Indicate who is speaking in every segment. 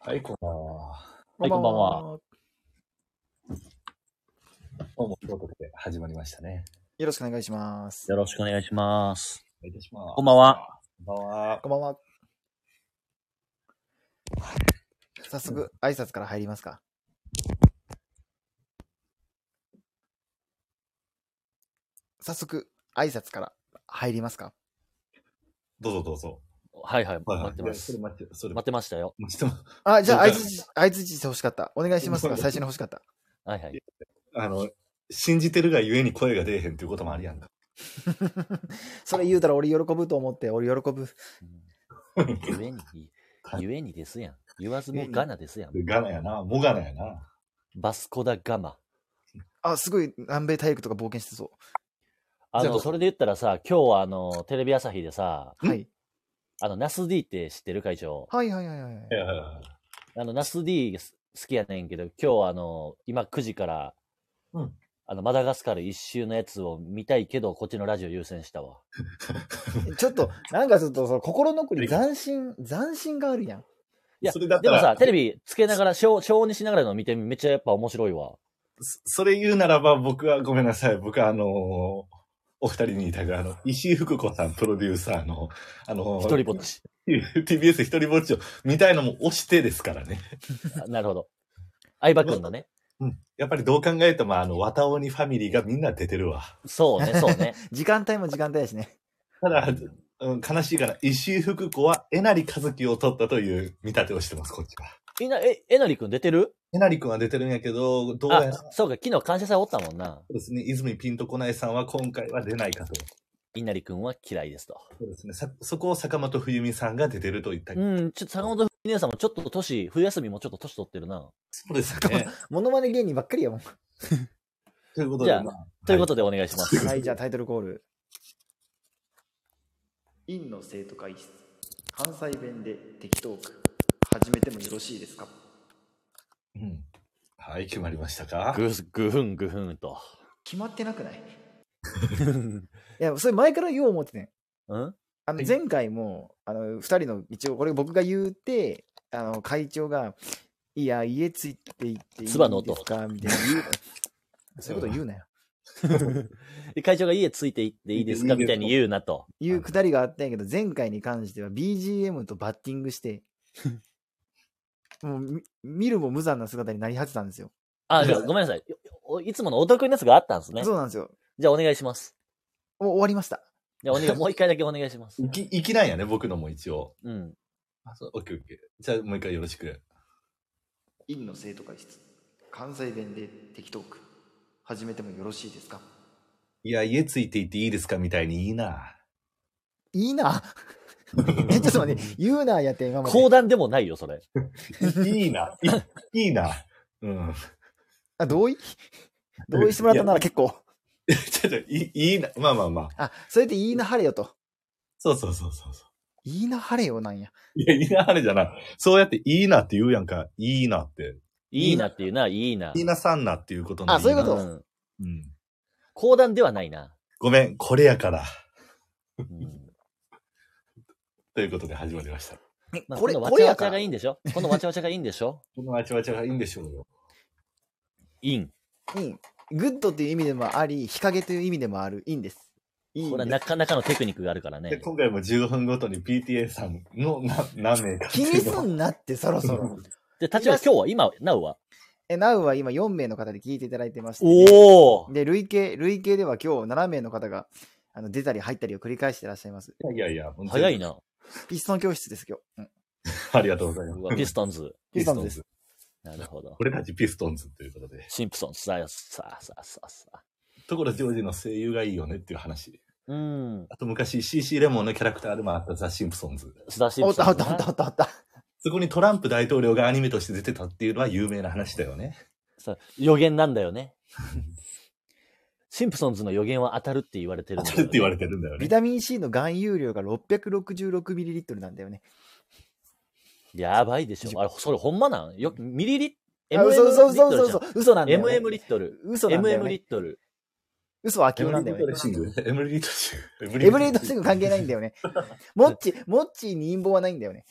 Speaker 1: はい、こんばんは。
Speaker 2: はいこんばんは。
Speaker 1: どうも、ということで始まりましたね。
Speaker 3: よろしくお願いします。
Speaker 2: よろしくお願いします。
Speaker 1: お願いいたします。
Speaker 2: こんばんは。
Speaker 1: こんばんは。
Speaker 3: こんばんは。早速、挨拶から入りますか。早速、挨拶から入りますか。
Speaker 1: どうぞどうぞ。
Speaker 2: はいはい、待って
Speaker 1: い
Speaker 2: ま
Speaker 1: やそ
Speaker 2: す
Speaker 1: れ。待って、それ
Speaker 2: 待ってましたよ。
Speaker 1: 待ってま
Speaker 3: あ、じゃあ、
Speaker 1: 了
Speaker 3: 相
Speaker 1: 解
Speaker 3: づち、相づちして欲しかった。お願いしますが、最初に欲しかった。
Speaker 2: はいはい。
Speaker 1: あの、信じてるがゆえに声が出えへんっていうこともあるやんか。
Speaker 3: それ言うたら俺喜ぶと思って、俺喜ぶ。
Speaker 2: ゆえに、 ゆえにですやん。言わずもがなですやん。
Speaker 1: ガナやな、モガナやな。
Speaker 2: バスコダガマ。
Speaker 3: あ、すごい、南米大陸とか冒険してそ
Speaker 2: あ
Speaker 1: じゃあど
Speaker 2: の、
Speaker 1: うぞ
Speaker 2: それで言ったらさ、今日はあの、テレビ朝日でさ、
Speaker 3: う。はい。
Speaker 2: あの、ナス D って知ってる会長。
Speaker 3: はいはいはいはい。
Speaker 1: いやいやいや
Speaker 2: あの、ナス D す好きやねんけど、今日はあの、今9時から、
Speaker 1: うん
Speaker 2: あの、マダガスカル一周のやつを見たいけど、こっちのラジオ優先したわ。
Speaker 3: ちょっと、なんかちょっと、その心の国、斬新、斬新があるやん。
Speaker 2: いや
Speaker 1: それだった
Speaker 2: で
Speaker 1: ら
Speaker 2: もさ、テレビつけながら、小、小にしながらの見てめっちゃやっぱ面白いわ。
Speaker 1: そそれ言うならば僕はごめんなさい。僕はあのーお二人にいたが、あの、石井福子さん、プロデューサーの、あのー
Speaker 2: 一人ぼっち。
Speaker 1: TBS 一人ぼっちを見たいのも押してですからね。
Speaker 2: あなるほど。相葉くんのね。
Speaker 1: やっぱりどう考えても、あの、綿鬼ファミリーがみんな出てるわ。
Speaker 2: そうね、そうね。
Speaker 3: 時間帯も時間帯やしね。
Speaker 1: ただ、うん、悲しいから、石井福子はえなりかずきを取ったという見立てをしてます、こっちは。
Speaker 2: みんな、え、えなりくん出てる
Speaker 1: えなりくんは出てるんやけど、どうやら、
Speaker 2: あ
Speaker 1: そ、
Speaker 2: そうか、昨日感謝祭おったもんな。
Speaker 1: うですね、泉ピンとこないさんは今回は出ないかと。
Speaker 2: いなりくんは嫌いですと。
Speaker 1: そうですね、さそこを坂本冬美さんが出てるといった。
Speaker 2: うん、ちょっと坂本姉さんもちょっと年、冬休みもちょっと年取ってるな。
Speaker 1: そうですね。
Speaker 3: モノマネ芸人ばっかりやもん。
Speaker 1: ということで、
Speaker 2: じゃあ
Speaker 1: まあ
Speaker 2: ということでお願いします。
Speaker 3: はい、じゃあタイトルコール。院の生徒会室、関西弁で適当く、始めてもよろしいですか
Speaker 1: うんはい、決まりましたか
Speaker 2: ぐ、ぐふんぐふんと。
Speaker 3: 決まってなくない
Speaker 2: うん
Speaker 3: いや、それ前から言おう思ってね。
Speaker 2: うん
Speaker 3: あ
Speaker 1: は
Speaker 3: の
Speaker 1: い
Speaker 3: 前回も、あの、二人の、一応、これ僕が言うて、あの、会長が、いや、家ついていっていいです
Speaker 2: 唾の音
Speaker 3: かみたいな言うのよそういうこと言うなよ。
Speaker 2: で会長が家ついていっていいですかみたいに言うなと。
Speaker 3: いうくだりがあったんやけど、前回に関しては BGM とバッティングして、 もうみ見るも無残な姿になりはってたんですよ。
Speaker 2: あ、じゃあごめんなさい。おいつものお得意なやつがあったんですね
Speaker 3: そ。うなんですよ。
Speaker 2: じゃあお願いします。
Speaker 3: もう終わりました。
Speaker 2: じゃあお願い、もう一回だけお願いしま す。
Speaker 1: いき、いきなんやね、僕のも一応。
Speaker 2: うん。
Speaker 1: あ、そう、オッケーオッケー。じゃあ、もう一回よろしく。
Speaker 3: 院の生徒会室、関西弁で適当く、始めてもよろしいですか
Speaker 1: いや、家ついていっていいですかみたいにいいな。
Speaker 3: いい な。 え、ちょっと待って、言うなやって、今まで
Speaker 2: 講。談でもないよ、それ。
Speaker 1: いいな。いいいな。うん。
Speaker 3: あ、同意同意してもらったなら結構。
Speaker 1: ちょっと、いいいな。まあまあまあ。
Speaker 3: あ、それでいいな晴れよと。
Speaker 1: そうそうそうそうそ
Speaker 3: いいな晴れよなんや。
Speaker 1: う。いや、いいなあれじゃない。そうやっていいなって言うやんか。いいなって。
Speaker 2: いいなっていうな、いいな。
Speaker 1: いいなさんなっていうことの
Speaker 3: あそういう
Speaker 1: な
Speaker 3: こと
Speaker 2: ん
Speaker 1: うん。
Speaker 2: 講談ではないな。
Speaker 1: ごめん、これやから。
Speaker 2: うん
Speaker 1: ということで始まりました。
Speaker 2: まあ、
Speaker 3: こ
Speaker 2: こ
Speaker 3: れ、
Speaker 2: のわ
Speaker 3: こ
Speaker 2: ち
Speaker 3: れ
Speaker 2: ゃわ
Speaker 3: や
Speaker 2: ちゃ
Speaker 3: か
Speaker 2: がいいんでしょこのわちゃわちゃがいいんで しょ
Speaker 1: このわちゃわちゃがいいんでしょうよ。
Speaker 2: イン。
Speaker 3: うん。グッドという意味でもあり、日陰という意味でもある、いいんです。いいん
Speaker 2: これは
Speaker 3: です
Speaker 2: なかなかのテクニックがあるから
Speaker 1: で、
Speaker 2: ね。
Speaker 1: 今回も15分ごとに PTA さんのな何名か。
Speaker 3: 気にすんなって、そろそろ。
Speaker 2: で、立場今日は、今、なうは。
Speaker 3: え、なうは今4名の方で聞いていただいてまして、
Speaker 2: おお
Speaker 3: で、累計、累計では今日7名の方が、あの、出たり入ったりを繰り返していらっしゃいます。
Speaker 1: いやいや、本当に
Speaker 2: 早い。な。
Speaker 3: ピストン教室です、今日。うん
Speaker 1: ありがとうございます。
Speaker 2: うわピストンズ。
Speaker 3: ピストンズです。
Speaker 2: なるほど。
Speaker 1: 俺たちピストンズということで。
Speaker 2: シンプソン、さあ、さあ、さあ、さあ、さあ。
Speaker 1: ところジョージの声優がいいよねっていう話。
Speaker 2: うん。
Speaker 1: あと昔 CC レモンのキャラクターでもあったザ・シンプソンズ。
Speaker 2: 須田シン
Speaker 3: お
Speaker 2: プ
Speaker 3: っ
Speaker 2: ソン
Speaker 3: たおっ
Speaker 2: ズな
Speaker 3: たおったおったおった。
Speaker 1: そこにトランプ大統領がアニメとして出てたっていうのは有名な話だよね。
Speaker 2: そう予言なんだ よね。シンプソンズの予言は当たるって言われてる
Speaker 1: 当
Speaker 2: んだ
Speaker 1: た
Speaker 2: よ
Speaker 1: る
Speaker 2: ね
Speaker 1: って言われてるんだよ
Speaker 3: ビ
Speaker 1: ね。
Speaker 3: タミン C の含有量が 666ml なんだよね。
Speaker 2: やばいでしょ。あれ、それほんまなんよ、ミリリッ
Speaker 3: あ
Speaker 2: MM リッ
Speaker 3: 嘘
Speaker 2: トルじゃ
Speaker 3: 嘘
Speaker 2: ん。
Speaker 3: 嘘嘘嘘。嘘なんだよ、ね。
Speaker 2: MM リットル。
Speaker 3: 嘘なんだよ、
Speaker 2: MM リ
Speaker 3: ね。
Speaker 2: ットル。
Speaker 3: 嘘は秋
Speaker 1: エ
Speaker 3: 夫
Speaker 1: ム
Speaker 3: な
Speaker 1: リ
Speaker 3: んだ
Speaker 1: ー
Speaker 3: よ
Speaker 1: ト
Speaker 3: ね
Speaker 1: ル。シング。エムリートシング。
Speaker 3: エブリードシング関係ないんだよね。もっち、もっちに陰謀はないんだよね。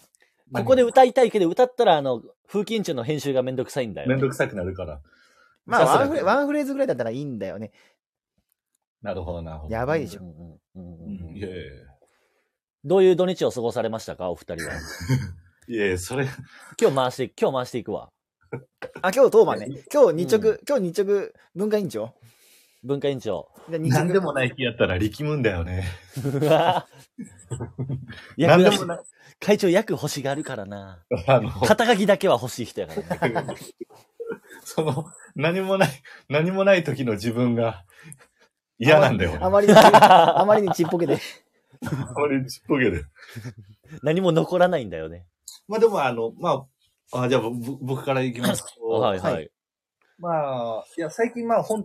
Speaker 2: ここで歌いたいけど、歌ったら、あの、風紀委員長の編集がめんどくさいんだよ、
Speaker 1: めんどくさくなるから。
Speaker 3: まあ
Speaker 1: さす
Speaker 3: ワ
Speaker 1: が
Speaker 3: ンフレ、ワンフレーズぐらいだったらいいんだよね。
Speaker 1: なるほど、なるほど。
Speaker 3: やばいでしょ
Speaker 2: うんうんうん
Speaker 1: う
Speaker 2: うん
Speaker 1: んいやいやい
Speaker 2: どういう土日を過ごされましたか、お二人は。
Speaker 1: やいやいや、それ、
Speaker 2: 今日回して、今日回していくわ。
Speaker 3: あ、今日当番ね。今日日直、
Speaker 2: う
Speaker 3: 今日日直文化委員長
Speaker 2: 文化委員長。
Speaker 3: で日直
Speaker 1: なんでもない日やったら力むんだよね。
Speaker 2: うわぁ
Speaker 1: なんでもない。
Speaker 2: 会長、役欲しがるからな。
Speaker 1: あ の、
Speaker 2: 肩書きだけは欲しい人やからね。
Speaker 1: その、何もない、何もない時の自分が嫌なんだよ。
Speaker 3: あまりに、あまりにちっぽけで。
Speaker 1: あまりちっぽけで。
Speaker 2: 何も残らないんだよね。
Speaker 1: まあでも、あの、まあ、あじゃあぼ僕からいきますけど、
Speaker 2: はいはい。
Speaker 3: はい
Speaker 1: まあ、いや、最近まあ本、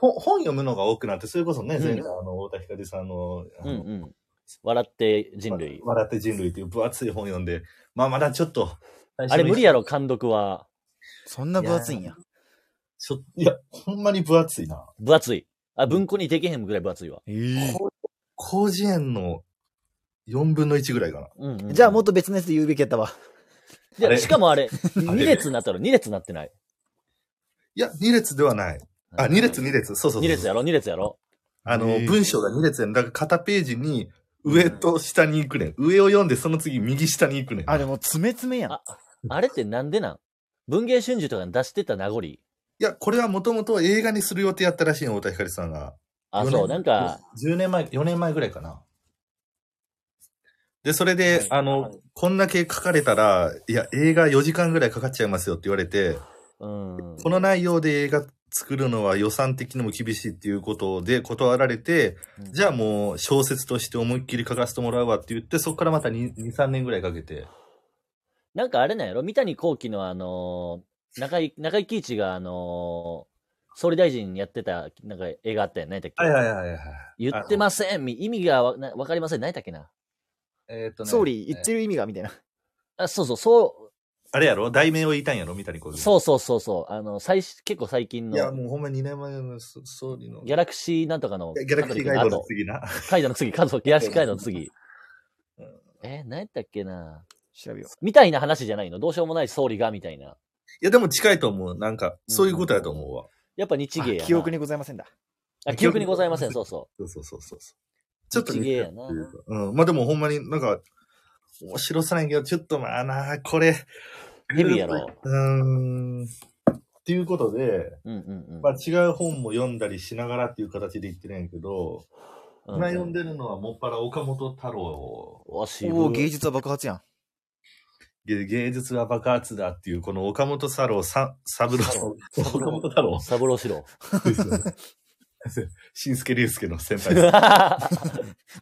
Speaker 1: 本本読むのが多くなって、それこそね、前回あの、太田光さんの、あ
Speaker 2: うん
Speaker 1: の
Speaker 2: うん。笑って人類。
Speaker 1: 笑って人類っていう分厚い本読んで、まあまだちょっと、
Speaker 2: あれ無理
Speaker 1: や。
Speaker 2: やろ、監督は。
Speaker 3: そんな分厚いんや。
Speaker 1: ちょいや、ほんまに分厚いな。
Speaker 2: 分厚い。あ、文庫にできへんぐらい分厚いわ。
Speaker 3: えー
Speaker 1: 広辞苑の4分の1ぐらいかな。
Speaker 2: うん、うん。
Speaker 3: じゃあもっ
Speaker 2: っ
Speaker 3: と別のやつで言うべきやったわ。
Speaker 1: あれ
Speaker 2: しかもあれ、2列になったら2列になってない。
Speaker 1: いや、2列ではない。あ、2列、2列。そうそうそう。
Speaker 2: 二列やろ、2列やろ。
Speaker 1: あの、
Speaker 3: へえ
Speaker 1: 文章が2列やん。だから片ページに上と下に行くねん。上を読んで、その次右下に行くねん。
Speaker 3: あ、でも、詰め詰めやん
Speaker 2: あ。あれってなんでなん文芸春秋とかに出してた名残。
Speaker 1: いや、これはもともと映画にする予定やったらしいの、太田光さんが。
Speaker 2: あ、
Speaker 1: 4
Speaker 2: そ
Speaker 1: 年
Speaker 2: う、なんか、。
Speaker 1: 10年前、4年前ぐらいかな。で、それで、
Speaker 2: はい
Speaker 1: あの、
Speaker 2: はい
Speaker 1: こんだけ書かれたら、いや、映画4時間ぐらいかかっちゃいますよって言われて、
Speaker 2: うん。
Speaker 1: この内容で映画作るのは予算的にも厳しいっていうことで断られて、
Speaker 2: うん
Speaker 1: じゃあもう小説として思いっきり書かせてもらうわって言って、そこからまた2、2 3年ぐらいかけて。
Speaker 2: なんかあれなんやろ三谷幸喜のあのー中井、中井貴一があのー総理大臣やってた、なんか映画あったやん、何だっけ、
Speaker 1: はいはいはい。
Speaker 2: 言ってませんみ意味がわなわかりません何だっけな
Speaker 1: えっと
Speaker 3: 総理、言ってる意味がみたいな。
Speaker 2: あ、そうそう、そ
Speaker 1: あれやろ題名を言いたいんやろみたいにこ
Speaker 2: う、
Speaker 1: う。
Speaker 2: そうそうそうそう、あの、最し、結構最近
Speaker 1: いや、
Speaker 2: の、
Speaker 1: もうほんま2年前のそ総理の。ギ
Speaker 2: ギャラクシーなんとかの、
Speaker 1: ャラクシーガイドの
Speaker 2: あ
Speaker 1: 次な。
Speaker 2: とカイドの次、カイドギャラクシーカイドの次。え何やったっけな
Speaker 3: 調べよ
Speaker 2: みたいな話じゃないのどうしようもない総理が、みたいな。
Speaker 1: いや、でも近いと思う。なんか、そういうことやと思うわ。
Speaker 2: やっぱ日芸や
Speaker 3: う。
Speaker 2: な。
Speaker 3: 記憶にございませんだ。
Speaker 2: あ。記憶にございません、そうそ
Speaker 1: そ
Speaker 2: う。
Speaker 1: うそうそうそうそう。ちょっと似て
Speaker 2: 日芸
Speaker 1: る
Speaker 2: やな
Speaker 1: っていうかうん。まあでもほんまになんか、面白さないけど、ちょっとまあな、これ。
Speaker 2: ヘビーやろ。
Speaker 1: うーん。っていうことで、
Speaker 2: うんうんうん。
Speaker 1: まあ違う本も読んだりしながらっていう形で言ってるんやけど、
Speaker 2: うんうん
Speaker 1: 今読んでるのはもっぱら岡本太郎を
Speaker 2: おし
Speaker 3: おお、芸術は爆発やん。
Speaker 1: 芸芸術は爆発だっていう、この岡本太郎さん、三郎
Speaker 2: そ
Speaker 1: 岡本太 郎
Speaker 2: サブロシロ。
Speaker 1: 新助竜介の先輩です。
Speaker 2: 岡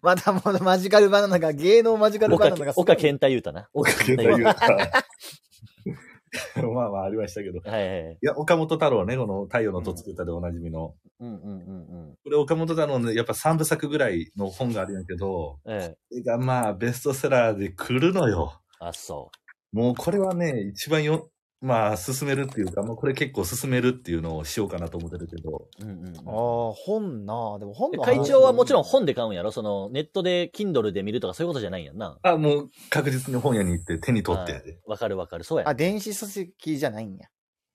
Speaker 3: またもうマジカルバナナが、芸能マジカルバナナがすごい。
Speaker 2: 岡健太言うたな。
Speaker 1: 岡健太言うた。 まあまあありましたけど。い
Speaker 2: はいはいはい。
Speaker 1: や、岡本太郎ね、この太陽のとつけたでおなじみの。
Speaker 2: うんうんうんうん。
Speaker 1: これ岡本太郎のやっぱ3部作ぐらいの本があるんやけど、
Speaker 2: ええ。
Speaker 1: これがまあベストセラーで来るのよ。
Speaker 2: あ、そ
Speaker 1: もうこれはね、一番よ、まあ進めるっていうか、もうこれ結構進めるっていうのをしようかなと思ってるけど、
Speaker 2: う。うんうん
Speaker 3: ああ、本なあ。でも本
Speaker 2: で
Speaker 3: の
Speaker 2: 会長はもちろん本で買うんやろその、ネットで Kindle で見るとかそういうことじゃないんやんな。
Speaker 1: あ、もう確実に本屋に行って手に取ってやで。
Speaker 2: わかるわかる。そうや。
Speaker 3: あ、電子書籍じゃないんや。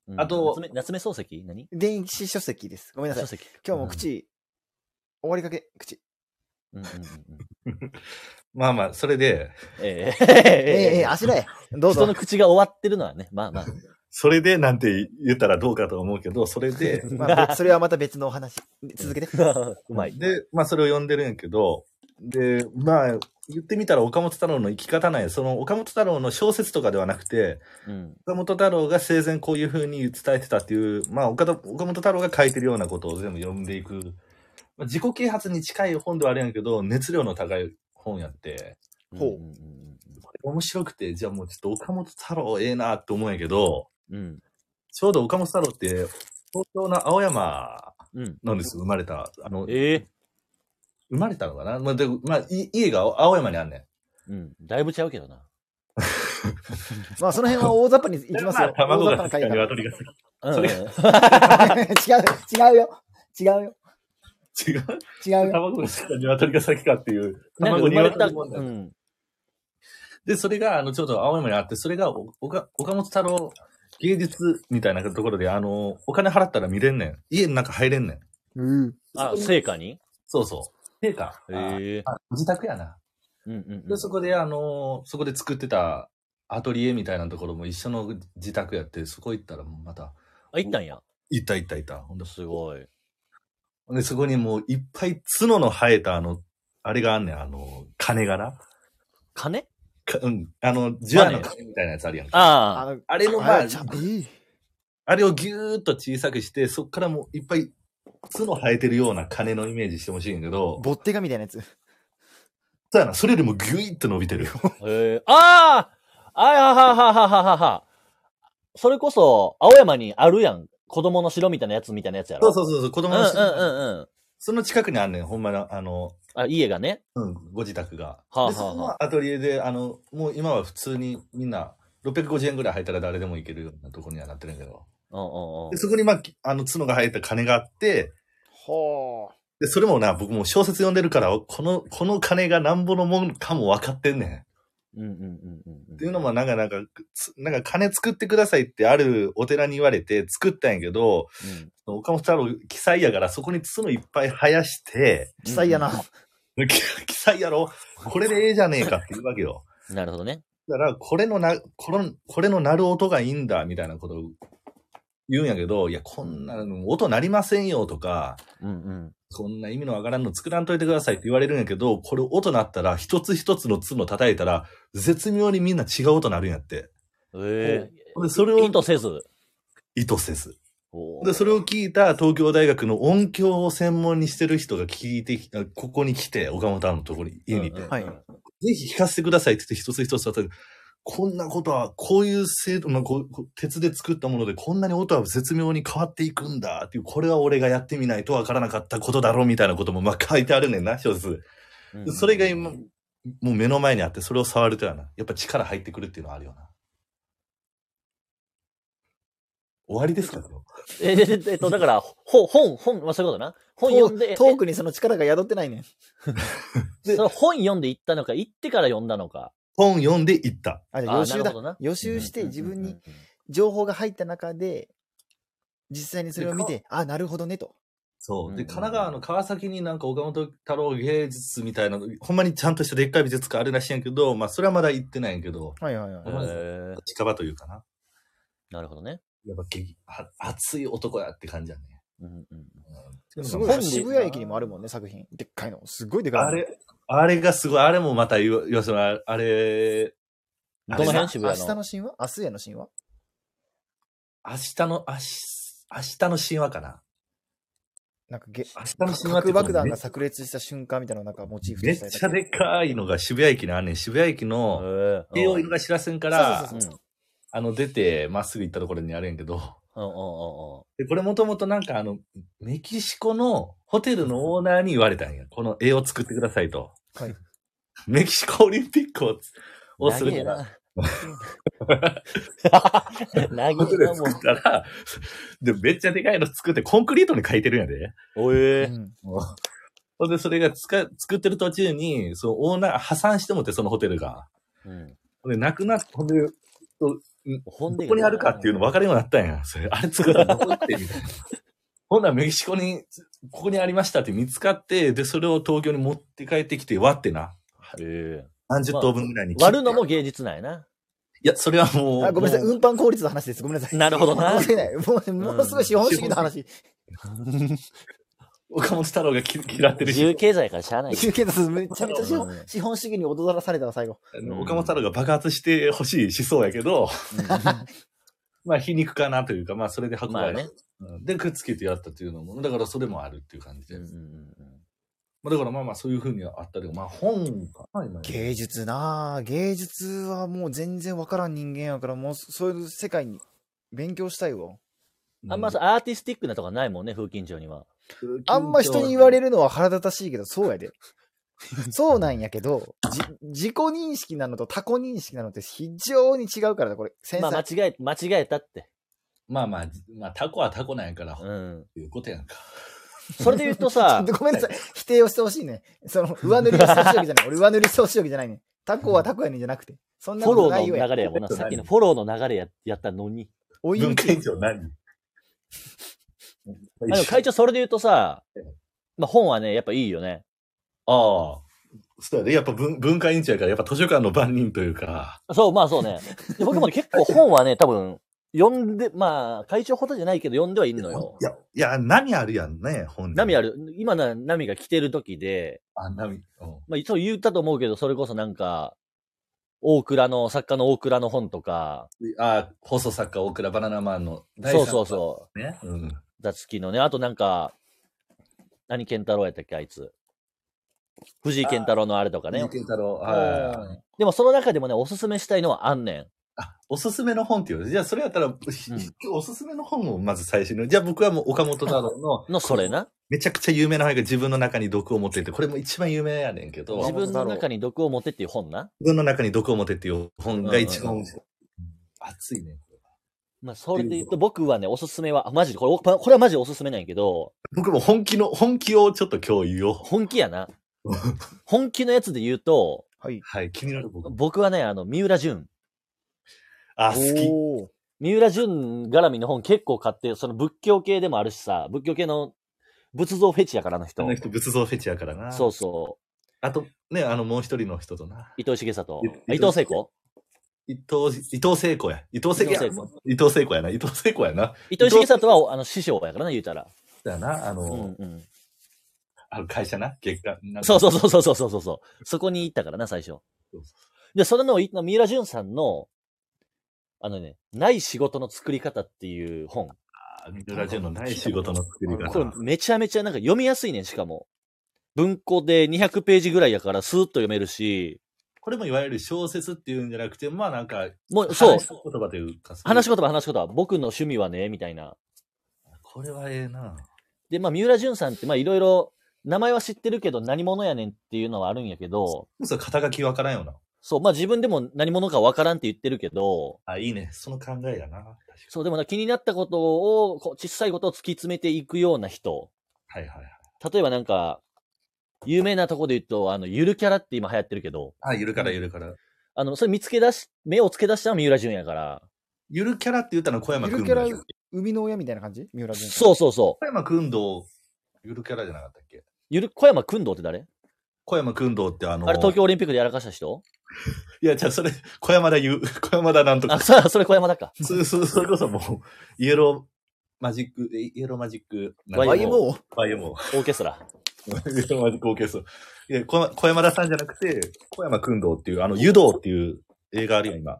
Speaker 2: うん
Speaker 1: あと
Speaker 2: 夏目、夏目漱石何
Speaker 3: 電子書籍です。ごめんなさい。
Speaker 2: 漱石。
Speaker 3: 今日も口、終わりかけ、口。
Speaker 2: うん。うんうんうんうん
Speaker 1: まあまあ、それで、
Speaker 2: ええ。ええ
Speaker 3: ええええ、あしらえ。どう
Speaker 2: 人の
Speaker 3: ぞ。
Speaker 2: 口が終わってるのはね。まあまあ。
Speaker 1: それでなんて言ったらどうかと思うけど、それで、
Speaker 3: まあ、別それはまた別のお話。続けて。
Speaker 2: うまい。
Speaker 1: で、まあそれを読んでるんやけど、で、まあ、言ってみたら岡本太郎の生き方なんや。その岡本太郎の小説とかではなくて、
Speaker 2: うん。
Speaker 1: 岡本太郎が生前こういう風に伝えてたっていう、まあ岡田岡本太郎が書いてるようなことを全部読んでいく。まあ、自己啓発に近い本ではあるんやけど、熱量の高い本やって、
Speaker 3: ほうん
Speaker 2: んん
Speaker 1: これ面白くて、じゃあもうちょっと岡本太郎ええなって思うんやけど、
Speaker 2: うん。
Speaker 1: ちょうど岡本太郎って、東京の青山
Speaker 2: うん。うん。
Speaker 1: なんですよ、生まれた。あの、
Speaker 2: ええ。
Speaker 1: 生まれたのかなまあ、でまあ、い家が青山にあんねん。
Speaker 2: うん。だいぶちゃうけどな。
Speaker 3: まあ、その辺は大雑把に行きます
Speaker 1: ま
Speaker 3: よ。
Speaker 1: あ卵が
Speaker 3: 大雑把な
Speaker 1: 先
Speaker 3: 回
Speaker 1: か
Speaker 3: だから
Speaker 1: 鶏が先か
Speaker 2: うん
Speaker 1: それ
Speaker 3: 違う、違うよ。違うよ。
Speaker 1: 違う
Speaker 3: 違うよ。
Speaker 1: 卵が先か鶏が先かっていう。
Speaker 2: なんか
Speaker 1: 卵
Speaker 2: 生まれた、
Speaker 1: 鶏問題
Speaker 2: うん。
Speaker 1: で、それが、あの、ちょっと青山にあって、それがお、おか岡本太郎芸術みたいなところで、あの、お金払ったら見れんねん。家の中入れんねん。
Speaker 3: うん。
Speaker 2: あ、成果に
Speaker 1: そうそう。陛下。
Speaker 2: へ
Speaker 1: あ
Speaker 2: え。
Speaker 1: あ自宅やな。
Speaker 2: うんうんう
Speaker 1: で、
Speaker 2: ん。
Speaker 1: そこで、あの、そこで作ってたアトリエみたいなところも一緒の自宅やって、そこ行ったらもうまた、
Speaker 2: あ、行ったんや。
Speaker 1: いたいたいた。ほんです
Speaker 2: ごい。
Speaker 1: で、そこにもういっぱい角の生えたあの、あれがあんねん、あの、金がな。
Speaker 2: 金
Speaker 1: かうん。あの、ジュアの金みたいなやつあるやんか。
Speaker 2: ああ。
Speaker 3: の、
Speaker 1: あれの、ま
Speaker 3: あ
Speaker 1: あ
Speaker 3: れ、ちゃんいい
Speaker 1: あれをぎゅーっと小さくして、そっからもういっぱい角生えてるような金のイメージしてほしいんやけど、
Speaker 3: ボッテガみたいなやつ。
Speaker 1: そうやな、それよりもぎゅいっと伸びてる。
Speaker 2: へえ。あああやはははははは。それこそ、青山にあるやん。子供の城みたいなやつみたいなやつや
Speaker 1: そ
Speaker 2: ろ。
Speaker 1: うそうそうそう、子
Speaker 2: う
Speaker 1: 供
Speaker 2: んう
Speaker 1: の、
Speaker 2: んうんうん。
Speaker 1: その近くにあんねん、ほんまの、あの、
Speaker 2: あ、家がね。
Speaker 1: うん、ご自宅が。
Speaker 2: はあはあはあ
Speaker 1: で、そのアトリエで、あの、もう今は普通にみんな、650円ぐらい入ったら誰でも行けるようなところにはなってるんやけど。
Speaker 2: うんうんうん
Speaker 1: で、。そこに、まあ、きあの、角が生えた金があって、
Speaker 3: ほう。
Speaker 1: で、それもな、僕も小説読んでるから、この、この金がなんぼのもんかも分かってんねん。っ
Speaker 2: うんうんうんうんうん。って
Speaker 1: いうのも、なんか、なんか、つなんか金作ってくださいってあるお寺に言われて作ったんやけど、
Speaker 2: うん、
Speaker 1: 岡本太郎、記載やからそこに角いっぱい生やして、
Speaker 3: 記載やな。
Speaker 1: 記載やろこれでええじゃねえかっていうわけよ。
Speaker 2: なるほどね。
Speaker 1: だから、これのな、この、これの鳴る音がいいんだ、みたいなことを言うんやけど、いや、こんなの音鳴りませんよとか、
Speaker 2: うんうん。
Speaker 1: こんな意味のわからんの作らんといてくださいって言われるんやけど、これ音鳴ったら、一つ一つの角叩いたら、絶妙にみんな違う音鳴るんやって。
Speaker 2: え
Speaker 1: で、それ
Speaker 2: え
Speaker 1: を
Speaker 2: 意図せず。
Speaker 1: 意図せず。
Speaker 2: おー
Speaker 1: で、それを聞いた東京大学の音響を専門にしてる人が聞いてき、あここに来て、岡本太郎のところに、家にいて、
Speaker 2: うんうんうん
Speaker 3: はい
Speaker 1: ぜひ聞かせてくださいって言って一つ一つ叩く。こんなことは、こういう制度、まあ、こうこう鉄で作ったもので、こんなに音は絶妙に変わっていくんだっていう、これは俺がやってみないとわからなかったことだろうみたいなことも、まあ、書いてあるねんな、小説。
Speaker 2: うん
Speaker 1: でそれが今、もう目の前にあって、それを触るとやな。やっぱ力入ってくるっていうのはあるよな。終わりですかこれ
Speaker 2: ええええっと、だから、ほ本、本、まあ、そういうことな。本読んで、
Speaker 3: トークにその力が宿ってないねん。
Speaker 2: えその本読んで行ったのか、行ってから読んだのか。
Speaker 1: 本読んでいった。
Speaker 3: あ、じゃあ
Speaker 2: あ
Speaker 3: 予
Speaker 2: ーな
Speaker 3: 習
Speaker 2: る
Speaker 3: だ
Speaker 2: ほどな。
Speaker 3: 予習して自分
Speaker 2: うん
Speaker 3: に
Speaker 2: うんうんうん。
Speaker 3: 情報が入った中で、実際にそれを見て、あ、なるほどねと。
Speaker 1: そう。
Speaker 2: うんうんう
Speaker 1: で、
Speaker 2: ん
Speaker 1: 神奈川の川崎になんか岡本太郎芸術みたいな、ほんまにちゃんとしたでっかい美術館あるらしいんやけど、まあ、それはまだ行ってないんやけど、
Speaker 3: はいはいは
Speaker 1: ん
Speaker 2: へえ
Speaker 1: 近場というかな。
Speaker 2: なるほどね。
Speaker 1: やっぱ激、あ熱い男やって感じやね。
Speaker 2: うんうん
Speaker 1: うん
Speaker 3: すごい、
Speaker 2: 本で
Speaker 3: 渋谷駅にもあるもんね、作品。でっかいの。すごいでかいの。
Speaker 1: あれ、あれがすごい、あれもまた言わ、要するにあれあれ、
Speaker 2: ど
Speaker 1: あ
Speaker 2: の
Speaker 1: れ
Speaker 2: 辺
Speaker 1: な
Speaker 2: 渋谷の
Speaker 3: 明日の神話明日への神話
Speaker 1: 明日の、明日、明日の神話かな。
Speaker 3: なんかげ、
Speaker 1: 明日の神話って
Speaker 3: 核爆弾が炸裂した瞬間みたいなのなんかモチーフ
Speaker 1: め
Speaker 3: と
Speaker 1: っ
Speaker 3: され
Speaker 1: ちゃ
Speaker 3: た
Speaker 1: でかいのが渋谷駅にあんねん。渋谷駅
Speaker 2: うん。
Speaker 1: の、
Speaker 2: へえ
Speaker 1: 京王井のが知らせんから
Speaker 3: そう、そうそうそう
Speaker 1: あの、出て、まっすぐ行ったところにあるんやけど。
Speaker 2: うんうんうんうん。
Speaker 1: で、これもともとなんかあの、メキシコのホテルのオーナーに言われたんや。この絵を作ってくださいと。
Speaker 3: はい
Speaker 1: メキシコオリンピックををするから。
Speaker 2: 長えな。
Speaker 1: ホ
Speaker 2: 長
Speaker 1: テ
Speaker 2: え
Speaker 1: ル
Speaker 2: な、
Speaker 1: を
Speaker 2: も
Speaker 1: 作ったら、で、めっちゃでかいの作って、コンクリートに書いてるんやで。
Speaker 2: う。おえ
Speaker 3: うん
Speaker 1: ほんで、それがつか作ってる途中に、そのオーナー、破産してもって、そのホテルが。
Speaker 2: うん。
Speaker 1: ほんで、なくなって、ほんで、
Speaker 2: ほんで
Speaker 1: どこにあるかっていうの分かるようになったんや。それ、あれ作ったらどこ行ってみたいな。ほんならメキシコに、ここにありましたって見つかって、で、それを東京に持って帰ってきて割ってな。
Speaker 2: ええ
Speaker 1: 30等分ぐらいに切って
Speaker 2: 割るのも芸術なんやな。
Speaker 1: いや、それはもう。
Speaker 3: あごめんなさい、
Speaker 1: もう
Speaker 3: 運搬効率の話です。ごめんなさい。
Speaker 2: なるほどな
Speaker 3: 申し訳ないもう、ものすごい資本主義の話。
Speaker 1: 岡本太郎がき嫌ってる
Speaker 2: 自由
Speaker 1: し、
Speaker 2: 経済からしゃあない。
Speaker 3: 中継だめちゃめちゃ資
Speaker 2: う
Speaker 3: 本
Speaker 2: ん
Speaker 3: 資本主義に踊らされたわ、最 後。
Speaker 1: あの岡本太郎が爆発してほしい思想やけど、まあ皮肉かなというか、まあそれで運ばれ、
Speaker 2: まあね
Speaker 1: うんで、くっつけてやったっていうのも、だからそれもあるっていう感じ
Speaker 2: う
Speaker 1: で。
Speaker 2: んうん
Speaker 1: ま
Speaker 2: うんうん
Speaker 1: あだからまあまあそういうふうにあったりとか、まあ本かな、今。
Speaker 3: 芸術なあ芸術はもう全然わからん人間やから、もうそそういう世界に勉強したいわ。
Speaker 2: あんまさ、アーティスティックなとこないもんね、風景上には。
Speaker 3: あんま人に言わ
Speaker 1: れ
Speaker 3: れるのは腹立たしいけど、そうや で。そうなんやけど、じ自己認識なのと他己認識なのって非常に違うからだ、これ。繊
Speaker 2: ま
Speaker 3: 細。
Speaker 2: あ、間違え、間違えたって。
Speaker 1: まあまあ、まあタコはタコなんやから、っ
Speaker 2: うん。
Speaker 1: ていうことやんか。
Speaker 2: それで言うとさ
Speaker 3: 、ごめんなさい。否定をしてほしいね。その、上塗りをしてほしいわけじゃない。俺上塗りしてほしいわけじゃないね。タコはタコやねんじゃなくて。そんな
Speaker 2: フォ
Speaker 3: こ
Speaker 2: ロ
Speaker 3: とない
Speaker 2: ー
Speaker 3: よ
Speaker 2: の
Speaker 3: や
Speaker 2: 流。れやもんな。
Speaker 1: ちょっと
Speaker 2: さっ
Speaker 1: 何
Speaker 2: きのフォローの流れややったのに。
Speaker 3: 追い
Speaker 1: 文
Speaker 3: 打ち
Speaker 1: 献庁何
Speaker 2: あでも会長、それで言うとさ、まあ、本はね、やっぱいいよね。
Speaker 1: ああ。そうやで、やっぱ文文化委員長やから、やっぱ図書館の番人というか、
Speaker 2: そう、まあそうね。で僕もね結構本はね、多分、読んで、まあ、会長ほどじゃないけど読んではいんのよ
Speaker 1: い。や、いや、波あるやんね、本に
Speaker 2: 波ある。今な、波が来てる時で、
Speaker 1: あ、波。うん
Speaker 2: まあ、そう言ったと思うけど、それこそなんか、大倉の、作家の大倉の本とか、
Speaker 1: あ、放送作家、大倉バナナマンの。
Speaker 2: そうそうそう
Speaker 1: ね。うん。
Speaker 2: う、座付きのね、あとなんか、何健太郎やったっけ、あいつ。藤井健太郎のあれとかね
Speaker 1: ね。。健太郎。
Speaker 2: う
Speaker 1: はい。
Speaker 2: んでもその中でもね、おすすめしたいのはあんねん。
Speaker 1: あ、おすすめの本っていう。じゃあ、それやったら、おすすめの本をまず最初に。じゃあ、僕はもう岡本太郎の、
Speaker 2: の、それな。
Speaker 1: めちゃくちゃ有名な本が自分の中に毒を持ってて、これも一番有名やねんけど、
Speaker 2: 自
Speaker 1: 自
Speaker 2: 分の中に毒を持てっていう本な。
Speaker 1: 分の中に毒を持てっていう本が一番
Speaker 2: うんうんうん
Speaker 1: 熱いね。
Speaker 2: まあ、それで言うと、僕はね、おすすめは、あマジで、これ、これはマジでおすすめなんやけど、
Speaker 1: 僕も本気の、本気をちょっと共有を。
Speaker 2: 本気や な。本気のやつで言うと、
Speaker 3: はい。
Speaker 1: はい、気になる僕も。
Speaker 2: 僕はね、あの、三浦淳。
Speaker 1: あ、好き。
Speaker 3: おー
Speaker 2: 三浦淳絡みの本結構買って、その仏教系でもあるしさ、仏教系の仏像フェチやからあの人
Speaker 1: あの。人、仏像フェチやからな。
Speaker 2: そうそ
Speaker 1: あと、ね、あの、もう一人の人とな。
Speaker 2: う。伊藤重里
Speaker 1: い。
Speaker 2: あ伊藤聖子
Speaker 1: 伊藤、伊藤聖子や。伊藤聖子や
Speaker 2: 伊藤聖子。
Speaker 1: 伊藤聖子やな。伊藤聖子やな。
Speaker 2: 伊藤重里は、あの、師匠やからな、言うたら。
Speaker 1: だよな、あの、
Speaker 2: うんうん。
Speaker 1: あの会社な、月間。なんか
Speaker 2: そうそうそうそうそうそうそう。そこに行ったからな、最初
Speaker 1: そう。
Speaker 2: で、それの、い三浦淳さんの、あのね、ない仕事の作り方っていう本。
Speaker 1: ミドラジオのない仕事の作り
Speaker 2: これ
Speaker 1: 方。
Speaker 2: めちゃめちゃなんか読みやすいねん、しかも。文庫で200ページぐらいやからスーッと読めるし、
Speaker 1: これもいわゆる小説っていうんじゃなくて、まあなんか、
Speaker 2: もう、そう
Speaker 1: 話し、言葉というか。そういう
Speaker 2: 話し言葉話し言葉、僕の趣味はね、みたいな。
Speaker 1: これはええな。
Speaker 2: で、まあ、三浦淳さんって、まあ、いろいろ、名前は知ってるけど、何者やねんっていうのはあるんやけど、
Speaker 1: そう、肩書きわからんよな。
Speaker 2: そう、まあ、自分でも何者かわからんって言ってるけど、
Speaker 1: あ、いいね。その考えやな。確か
Speaker 2: そう、でもな気になったことを、こう小さいことを突き詰めていくような人。
Speaker 1: にはいはいはい。
Speaker 2: 例えばなんか、有名なとこで言うと、あの、ゆるキャラって今流行ってるけど、
Speaker 1: あ、ゆるからゆるから。
Speaker 2: あの、それ見つけ出し、目をつけ出したのは三浦淳やから。
Speaker 1: ゆるキャラって言ったのは小山
Speaker 3: ゆ
Speaker 1: 君
Speaker 3: る
Speaker 1: ん
Speaker 3: キャ
Speaker 1: だ
Speaker 3: ラ
Speaker 1: よ。小、
Speaker 3: 生みの親みたいな感じ三浦淳さん。
Speaker 2: そうそうそう。
Speaker 1: 山君堂、ゆるキャラじゃなかったっけ
Speaker 2: ゆる、小山君堂って誰
Speaker 1: 小山君堂ってあの、
Speaker 2: あれ東京オリンピックでやらかした人
Speaker 1: いや、じゃあそれ、小山田言う、小山田なんと
Speaker 2: あ、
Speaker 1: か。
Speaker 2: そそれ小山だか。
Speaker 1: それ、それそれこそもう、イエローマジック、えイエローマジック、
Speaker 2: う
Speaker 3: YMO?
Speaker 1: バイオも。
Speaker 2: オーケストラ。
Speaker 1: イエローマジックオーケスト ラ。いや、小山小山田さんじゃなくて、小山君堂っていう、あの、湯道っていう映画あるよ、今。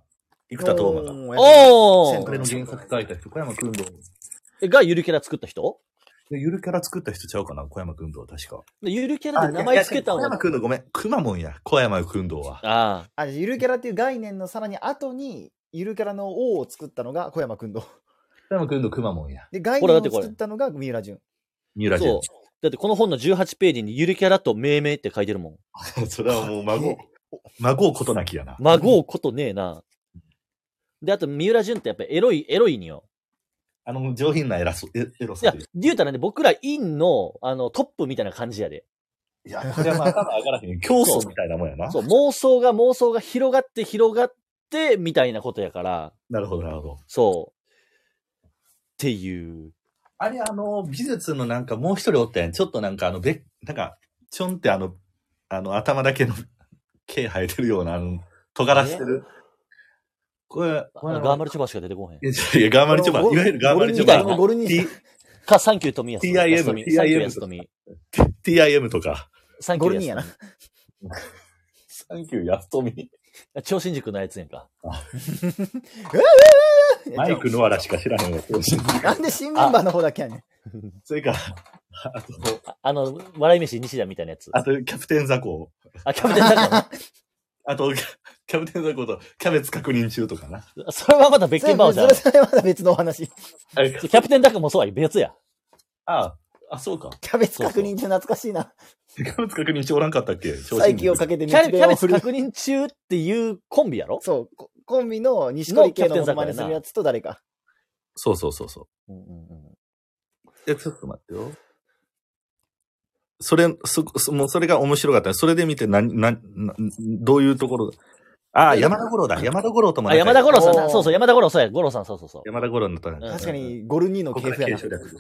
Speaker 1: 生田斗真が。
Speaker 2: お
Speaker 3: セン
Speaker 1: こ
Speaker 3: ト
Speaker 2: ー
Speaker 1: れの原作書いた人、小山君堂。
Speaker 2: えがゆるキャラ作った人
Speaker 1: でゆるキャラ作った人ちゃうかな、小山君堂、確か。
Speaker 2: でゆるキャラで名前つけた
Speaker 1: 小
Speaker 2: の
Speaker 1: 山
Speaker 2: あ
Speaker 1: 君堂、ごめん。くまモンや、小山君堂は。
Speaker 2: あ
Speaker 3: あ、ゆるキャラっていう概念のさらに後に、ゆるキャラの王を作ったのが小山君と。
Speaker 1: 小山君堂、くまモンや。
Speaker 3: で、概
Speaker 2: これ
Speaker 3: 念
Speaker 2: だって
Speaker 3: を
Speaker 2: これ
Speaker 3: 作ったのが三浦淳。
Speaker 1: 三
Speaker 2: ー。
Speaker 1: 浦
Speaker 2: そう
Speaker 1: 淳。。
Speaker 2: だってこの本の18ページにゆるキャラと命名って書いてるもん。
Speaker 1: それはもう、 孫、孫うことなきやな。
Speaker 2: 孫うことねえな。で、あと、三浦淳ってやっぱエロい、エロいんよ。
Speaker 1: あの、上品な偉そう、エエロ
Speaker 2: い
Speaker 1: さ
Speaker 2: や
Speaker 1: という。、
Speaker 2: 言うたらね、僕らインの、あの、トップみたいな感じやで。
Speaker 1: いや、これはまあ頭上がらへん。競争みたいなもんやな。
Speaker 2: そう、妄想が妄想が広がって広がって、みたいなことやから、
Speaker 1: なるほど、なるほど。
Speaker 2: そう。っていう。
Speaker 1: あれ、あの、美術のなんかもう一人おったやん。ちょっとなんかあの、べ、なんか、ちょんってあの、あの、頭だけの 毛生えてるような、あの、尖らしてる。これ、これ
Speaker 2: あガーマルチョバしか出てこへ
Speaker 1: い。
Speaker 2: ん
Speaker 1: やちょいや、ガーマルチョバ。いわゆるガーマルチョ
Speaker 2: ゴルニーみたい
Speaker 1: バ
Speaker 2: な。
Speaker 3: ゴルニー
Speaker 1: T-
Speaker 2: か、サンキュー富安。
Speaker 1: TIM
Speaker 2: 安富サンキュー安富。
Speaker 1: TIM とか。
Speaker 2: サンキ
Speaker 3: ゴ
Speaker 2: ュ
Speaker 3: ルニ
Speaker 2: ー
Speaker 3: ーや
Speaker 2: 安
Speaker 3: な。
Speaker 1: サンキュー、安富。
Speaker 2: 富。超新塾のやつやんか。
Speaker 1: マ イク野原しか知らへんわ。
Speaker 3: なんで新メンバーの方だけやねん。
Speaker 1: それから、あと、
Speaker 2: ああの、笑い飯西田みたいなやつ。
Speaker 1: あと、キャプテンザコ
Speaker 2: あ、 キャプテンだか
Speaker 1: あと、キャキャプテンザコと、キャベツ確認中とかな。
Speaker 2: ら。 それはまた別
Speaker 3: それ
Speaker 2: 件バ
Speaker 3: そ
Speaker 2: ージョン
Speaker 3: れ。それはまだ別のお話。
Speaker 1: あれ
Speaker 2: キャプテンダックもそうや、別や。
Speaker 1: あ、あ、そうか。
Speaker 3: キャベツ確認って懐かしいな。
Speaker 1: キャベツ確認しておらんかったっけ
Speaker 3: 再起をかけて
Speaker 2: キャ
Speaker 3: 日
Speaker 2: キ
Speaker 3: 米
Speaker 2: ャ
Speaker 3: を
Speaker 2: ベツ
Speaker 3: 振る。
Speaker 2: 確認中っていうコンビやろ
Speaker 3: そう、ココンビの西鳥系の
Speaker 2: のキャ
Speaker 3: モノマ
Speaker 2: プテン坂やな
Speaker 3: ネするやつと誰か。
Speaker 1: そうそうそうそう。
Speaker 2: うんうんうん
Speaker 1: え、ちょっと待ってよ。それ、そ、そもうそれが面白かった。それで見て何、何、などういうところああ、山田五郎だ。山田五郎とも
Speaker 2: あ、
Speaker 1: 仲良い
Speaker 2: 山田五郎さん
Speaker 3: お
Speaker 2: な。
Speaker 3: ー
Speaker 2: そうそう、山田五郎さんや。五郎さん、そうそうそう。
Speaker 1: 山田五郎になったね。
Speaker 2: うん
Speaker 3: 確かに、ゴルニーの
Speaker 1: こ
Speaker 3: 系
Speaker 1: こから
Speaker 3: 譜や
Speaker 1: 継
Speaker 3: な
Speaker 1: 承。だ、
Speaker 2: い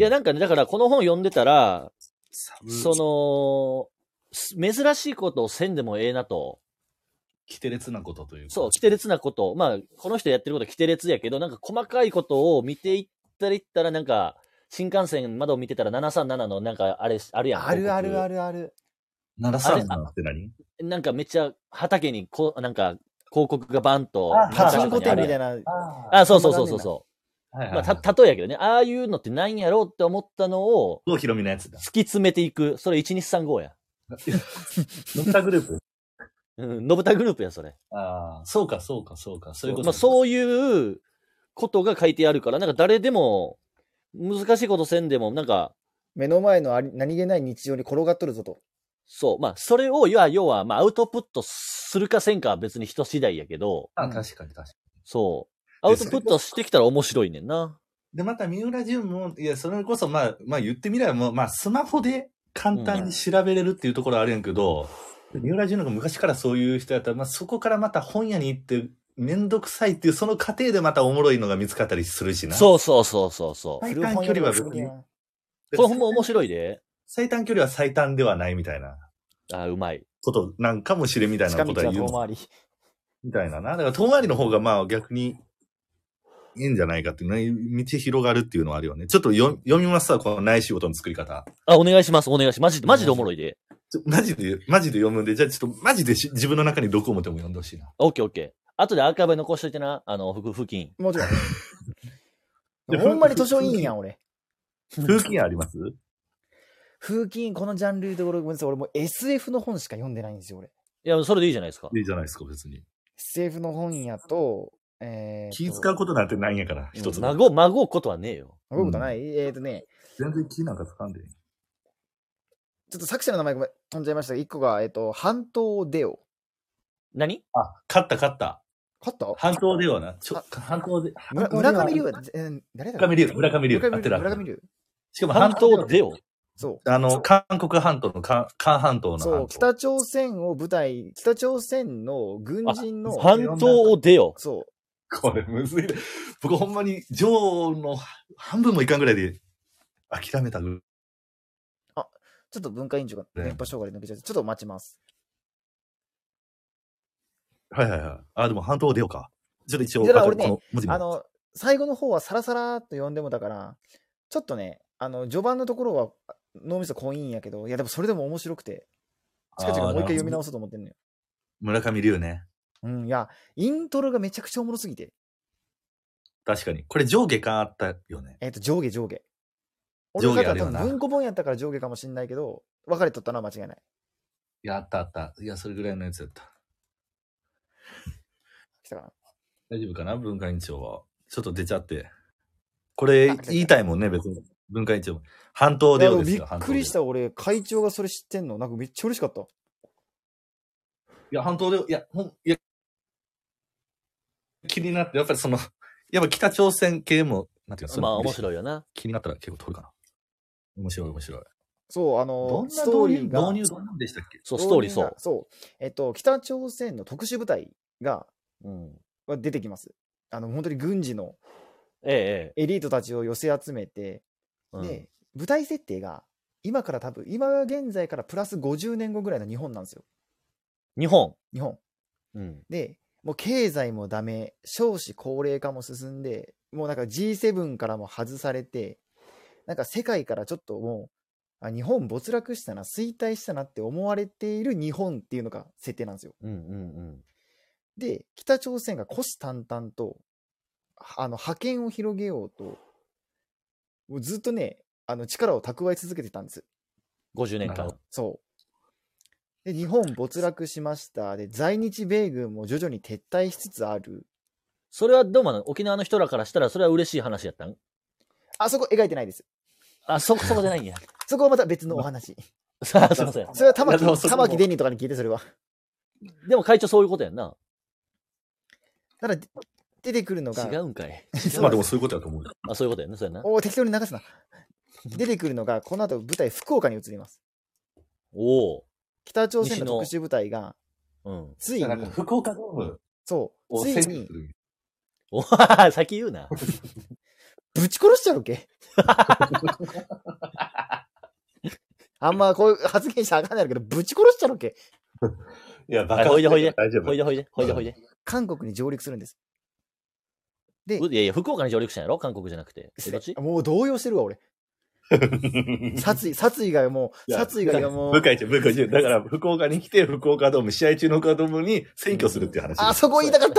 Speaker 2: や、なんかね、だからこの本読んでたら、
Speaker 1: 寒い
Speaker 2: その、す珍しいことをせんでもええなと。
Speaker 1: キテレツなことというか
Speaker 2: そう、規定列なこと。まあ、この人やってることは規定列やけど、なんか細かいことを見ていったりいったら、なんか、新幹線窓を見てたら737のなんかあれ、あるやん。
Speaker 3: あるあるあ
Speaker 2: る。
Speaker 3: るある。
Speaker 1: 奈良さんなんって何
Speaker 2: なんかめっちゃ畑にこう、なんか広告がバンと。
Speaker 1: あ
Speaker 3: パ
Speaker 1: パ
Speaker 3: チ
Speaker 1: チ
Speaker 3: ン
Speaker 1: ン
Speaker 3: コ
Speaker 1: コ
Speaker 3: 店
Speaker 1: 店
Speaker 3: み
Speaker 1: み
Speaker 3: た
Speaker 1: た
Speaker 3: いな。
Speaker 1: あ
Speaker 2: あ、そうそうそうそうそ。
Speaker 1: あ、はいうはい
Speaker 2: ま
Speaker 1: はい。
Speaker 2: あ、た、例えやけどね、ああいうのってなんやろうって思ったのを
Speaker 1: 郷ひろみのやつだ
Speaker 2: 突。き詰めていく。それ1235や。
Speaker 1: ノッタグループ。
Speaker 2: うん、のぶたグループや、それ。
Speaker 1: ああ、そうかそうかそうか。そういうこと。
Speaker 2: まあ、そういうことが書いてあるから、なんか誰でも、難しいことせんでも、なんか、
Speaker 3: 目の前のあり何気ない日常に転がっとるぞと。
Speaker 2: そう、まあ、それを、要は、要は、まあ、アウトプットするかせんかは別に人次第やけど、
Speaker 1: あ確かに確かに。
Speaker 2: そう。アウトプットしてきたら面白いねんな。
Speaker 1: で、また三浦淳も、いや、それこそ、まあ、まあ言ってみれば、もう、まあ、スマホで簡単に調べれるっていうところはあるやんけど、三浦淳の方が昔からそういう人やったら、まあ、そこからまた本屋に行って、めんどくさいっていう、その過程でまたおもろいのが見つかったりするしな。う。
Speaker 2: そうそうそうそうそう。
Speaker 1: 最短距離は別に。
Speaker 2: これほんま面白いで。
Speaker 1: 最短距離は最短ではないみたいな
Speaker 2: あ、うまい。
Speaker 1: ことなんかもしれんみたいな
Speaker 3: 近
Speaker 1: こ
Speaker 3: 道
Speaker 1: とは
Speaker 3: は
Speaker 1: 言う。
Speaker 3: 遠回り。
Speaker 1: みたいなな。だから遠回りの方がまあ逆にいいんじゃないかっていうね。道広がるっていうのはあるよね。ちょっと読読みますわ、このない仕事の作り方。
Speaker 2: あ、お願いします、お願いします。マジで、マジでおもろいで。
Speaker 1: ちょマジで、マジで読むんで、じゃあちょっとマジでし自分の中に毒を持っても読んでほしいな。
Speaker 2: オッケーオッケー。後でアーカイブ残しといてな、あの、ふ付近。
Speaker 3: もち ろん。ほんまに図書委員やん、俺。
Speaker 1: 風紀あります
Speaker 3: 風紀委員、このジャンルで俺、ごめんなさい、俺もう SF の本しか読んでないんですよ、俺。
Speaker 2: いや、それでいいじゃないですか。
Speaker 1: いいじゃないですか、別に。
Speaker 3: SF の本やと、えー、
Speaker 1: 気使うことなんてないんやから、一つも。
Speaker 2: 孫、孫ことはねえよ。
Speaker 3: と。動くことない、えーとね、
Speaker 1: 全然気なんか使んでいい。
Speaker 3: ちょっと作者の名前ごめん飛んじゃいましたが、一個が、えっ、と、半島デオ。
Speaker 2: 何
Speaker 1: あ、勝った勝った。
Speaker 3: 勝った
Speaker 1: 半島ではな。ちょ、半島で。
Speaker 3: 村村上龍や、えー誰だ
Speaker 1: 村上龍、村上龍。合
Speaker 3: 村
Speaker 1: っ
Speaker 3: 上
Speaker 1: て
Speaker 3: 龍。
Speaker 1: る
Speaker 3: 村上龍。
Speaker 1: しかも半
Speaker 2: 半
Speaker 1: 島
Speaker 2: 島
Speaker 1: で。
Speaker 2: デオ。
Speaker 3: そ
Speaker 1: あの、韓国半島の、韓韓半島の
Speaker 3: う。
Speaker 1: 半島。
Speaker 3: そう、北朝鮮を舞台、北朝鮮の軍人の、
Speaker 2: 半島をデオ。
Speaker 3: そう、
Speaker 1: これむずいね。僕ほんまに、女王の半分もいかんぐらいで、諦めたぐ
Speaker 3: ちょっと文化委員長が
Speaker 1: ね
Speaker 3: 電波障害で抜けちゃって、ちょっと待ちます。
Speaker 1: はいはいはい。あ、でも半島出ようか。ちょっと一応、
Speaker 3: いやだから
Speaker 1: あと
Speaker 3: 俺ね
Speaker 1: この文字も
Speaker 3: あの、最後の方はサラサラっと読んでもだから、ちょっとね、あの、序盤のところはあ脳みそ濃いんやけど、いやでもそれでも面白くて、近々もう一回読み直
Speaker 1: す。
Speaker 3: そうと思ってんのよ。
Speaker 1: 村上龍ね。
Speaker 3: うん、いや、イントロがめちゃくちゃおもろすぎて、
Speaker 1: 確かに。これ上下感あったよね。
Speaker 3: えっ、と、上下上下。俺
Speaker 1: 上下
Speaker 3: の
Speaker 1: あ
Speaker 3: 方は
Speaker 1: る
Speaker 3: 多
Speaker 1: よな
Speaker 3: 分文庫本やったから上下かもしんないけど、分かれとったのは間違いない。
Speaker 1: いや、あったあった。いや、それぐらいのやつやった。
Speaker 3: 来たかな。
Speaker 1: 大丈夫かな文化委員長は。ちょっと出ちゃって。これ言いたいもんね、別に。文化委員長も。半島出ようです
Speaker 3: い
Speaker 1: よ
Speaker 3: や。びっくりし
Speaker 1: 半島出よ
Speaker 3: た、俺、会長がそれ知ってんの。なんかめっちゃ嬉しかった。
Speaker 1: う。いや、半島出よう。いや、ほん、いや。気になって、やっぱりその、 やっぱ北朝鮮系も、なんていうのその
Speaker 2: まあ、面
Speaker 1: い
Speaker 2: 白いよな。
Speaker 1: 気になったら結構取るかな。面白い面白い。
Speaker 3: そう、あの、ストーリーが。
Speaker 1: 導入どんなんでしたっけ
Speaker 2: そう、ストーリー
Speaker 3: 導
Speaker 2: そ
Speaker 3: 入が。
Speaker 2: う
Speaker 3: そう。えっと、北朝鮮の特殊部隊が、
Speaker 2: うん。
Speaker 3: は出てきます。あの、本当に軍事の
Speaker 2: ええ、え
Speaker 3: エリートたちを寄せ集めて、
Speaker 2: えうん。
Speaker 3: で、舞台設定が、今から多分、今現在からプラス50年後ぐらいの日本なんですよ。
Speaker 2: 日本。
Speaker 3: 日本。
Speaker 2: うん。
Speaker 3: で、もう経済もダメ、少子高齢化も進んで、もうなんか G7 からも外されて、なんか世界からちょっともう、あ日本没落したな、衰退したなって思われている日本っていうのが設定なんですよ。
Speaker 2: うんうんうん。
Speaker 3: で、北朝鮮が虎視眈々と、あの、覇権を広げようと、もうずっとね、あの、力を蓄え続けてたんです。
Speaker 2: 50年
Speaker 1: なる
Speaker 2: 間
Speaker 1: ほ。
Speaker 3: そう。で、日本没落しました。で、在日米軍も徐々に撤退しつつある。
Speaker 2: それはどうなの沖縄の人らからしたら、それは嬉しい話やったん
Speaker 3: あそこ描いてないです。
Speaker 2: あ、そこそこじゃないんや。
Speaker 3: そこはまた別のお話。
Speaker 2: さあ、すいません。
Speaker 3: それは玉
Speaker 1: いやでもそ
Speaker 3: 木、
Speaker 1: こも
Speaker 3: 玉木デニーとかに聞いて、それは。
Speaker 2: でも会長そういうことやんな。
Speaker 3: ただ、出てくるのが
Speaker 2: 違、うんか い。
Speaker 1: まあでもそういうことだと思う。
Speaker 2: あ、そういうことやんな。そうやな。
Speaker 3: おー適当に流すな。出てくるのが、この後舞台、福岡に移ります。
Speaker 2: おお。
Speaker 3: 北朝鮮
Speaker 2: 西
Speaker 3: の
Speaker 2: の
Speaker 3: 特殊部隊が、
Speaker 2: うん。
Speaker 3: ついに
Speaker 1: な、んか福岡ドーム
Speaker 3: そう、
Speaker 1: を
Speaker 3: つ
Speaker 1: 占
Speaker 3: い
Speaker 1: 拠
Speaker 3: に
Speaker 1: す、る。
Speaker 2: おはは 先言うな。
Speaker 3: ぶち殺しちゃ うけあんまこういう発言したらあかんないけど、ぶち殺しちゃうけ
Speaker 1: いや、バ
Speaker 2: はい
Speaker 1: カ
Speaker 2: ほいでほいで
Speaker 1: 大丈夫
Speaker 2: ほい。でほいで、ほいでほいで。
Speaker 3: 韓国に上陸するんです。
Speaker 2: ういやいや、福岡に上陸したんやろ韓国じゃなくて。え、どっち
Speaker 3: もう動揺してるわ、俺。殺意、殺意がも、
Speaker 1: いうや
Speaker 3: 殺意がも
Speaker 1: 向
Speaker 3: う、
Speaker 1: 井ちゃん、向井ちゃん。だから、福岡に来て、福岡ドーム、試合中の福岡ドームに占拠するっていう話
Speaker 3: あ
Speaker 1: です。
Speaker 3: そこ言いたかっ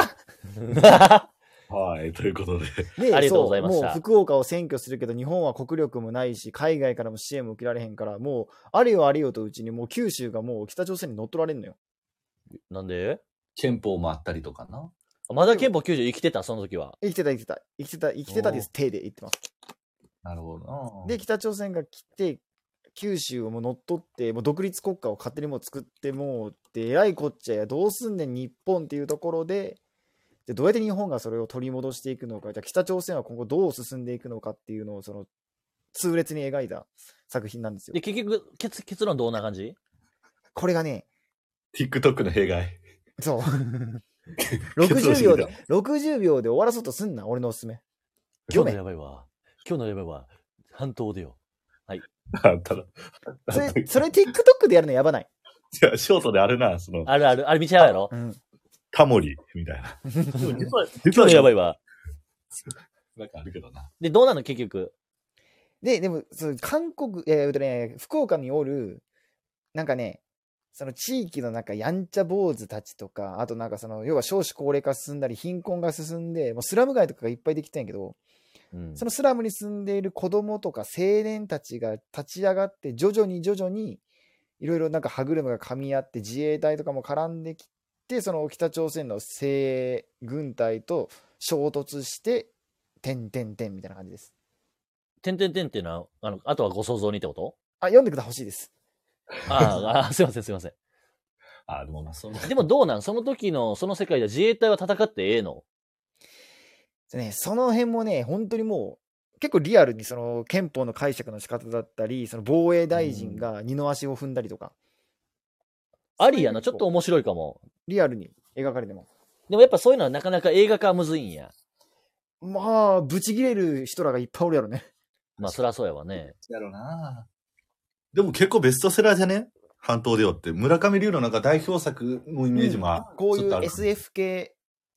Speaker 3: た
Speaker 1: はい、ということで。
Speaker 3: で
Speaker 2: ありがとうございました
Speaker 3: そうもう福岡を占拠するけど、日本は国力もないし、海外からも支援も受けられへんから、もう、あれよあれよとうちに、もう九州がもう北朝鮮に乗っ取られんのよ。
Speaker 2: なんで
Speaker 1: 憲法もあったりとかな。
Speaker 2: あまだ憲法90生きてた、その時は。
Speaker 3: 生きてた、生きてた、生きてた、生きてたです、手で言ってます。
Speaker 1: なるほどな。
Speaker 3: で、北朝鮮が来て、九州をもう乗っ取って、もう独立国家を勝手にもう作って、もうって、えらいこっちゃや、どうすんねん、日本っていうところで、でどうやって日本がそれを取り戻していくのか、じゃあ北朝鮮は今後どう進んでいくのかっていうのを、その、痛烈に描いた作品なんですよ
Speaker 2: で、。結局、結結論どんな感じ
Speaker 3: これがね、
Speaker 1: TikTok の弊害。
Speaker 3: そう。
Speaker 1: 結論
Speaker 3: 60
Speaker 1: してく
Speaker 3: 秒
Speaker 1: れ
Speaker 3: で
Speaker 1: た、
Speaker 3: 60秒で終わらそうとすんな、俺のおすすめ。
Speaker 2: 今
Speaker 3: 読
Speaker 2: 日の
Speaker 3: め
Speaker 2: や。ばいわ。今日のやばいわ。半島でよ。
Speaker 1: あただ、
Speaker 3: それ、それ TikTok でやるのや ばない。
Speaker 1: じゃあ、ショートであるな、その、
Speaker 2: あるある、あれ見ちゃうやろ
Speaker 3: うん。
Speaker 1: タモリ、みたいな。でも実は、実
Speaker 2: 今日のやば
Speaker 1: い。
Speaker 2: いわ。
Speaker 1: なんかあるけどな。
Speaker 2: で、どうなの結局。
Speaker 3: で、でも、そう韓国、えー、とね、福岡におる、なんかね、その地域のなんかやんちゃ坊主たちとか、あとなんかその、要は少子高齢化進んだり、貧困が進んで、もうスラム街とかがいっぱいできてんやけど、
Speaker 2: うん
Speaker 3: そのスラムに住んでいる子供とか青年たちが立ち上がって、徐々に徐々に、いろいろなんか歯車が噛み合って、自衛隊とかも絡んできて、その北朝鮮の精鋭軍隊と衝突して、てんてんてんみたいな感じです。
Speaker 2: てんてんてんっていうのは、あの、あとはご想像にってこと
Speaker 3: あ、読んでください欲しいです。
Speaker 2: あーあー、すいません、すいません。
Speaker 1: あ、でもまあ、その、
Speaker 2: でもどうなんその時の、その世界では自衛隊は戦ってええの
Speaker 3: でね、その辺もね、本当にもう、結構リアルにその憲法の解釈の仕方だったり、その防衛大臣が二の足を踏んだりとか、
Speaker 2: ありやな。ち
Speaker 3: そういう
Speaker 2: ょっ
Speaker 3: の
Speaker 2: と面白いかも。
Speaker 3: リアルに描かれても。
Speaker 2: でもやっぱそういうのはなかなか映画化はむずいんや。
Speaker 3: まあ、ブチ切れる人らがいっぱいおるやろね。
Speaker 2: まあ、そりゃそうやわね。
Speaker 1: やろうな。でも結構ベストセラーじゃね半島でよって。村上龍のなんか代表作のイメージもあ、
Speaker 3: こうい
Speaker 1: ちょっとあ
Speaker 3: う
Speaker 1: る
Speaker 3: SF 系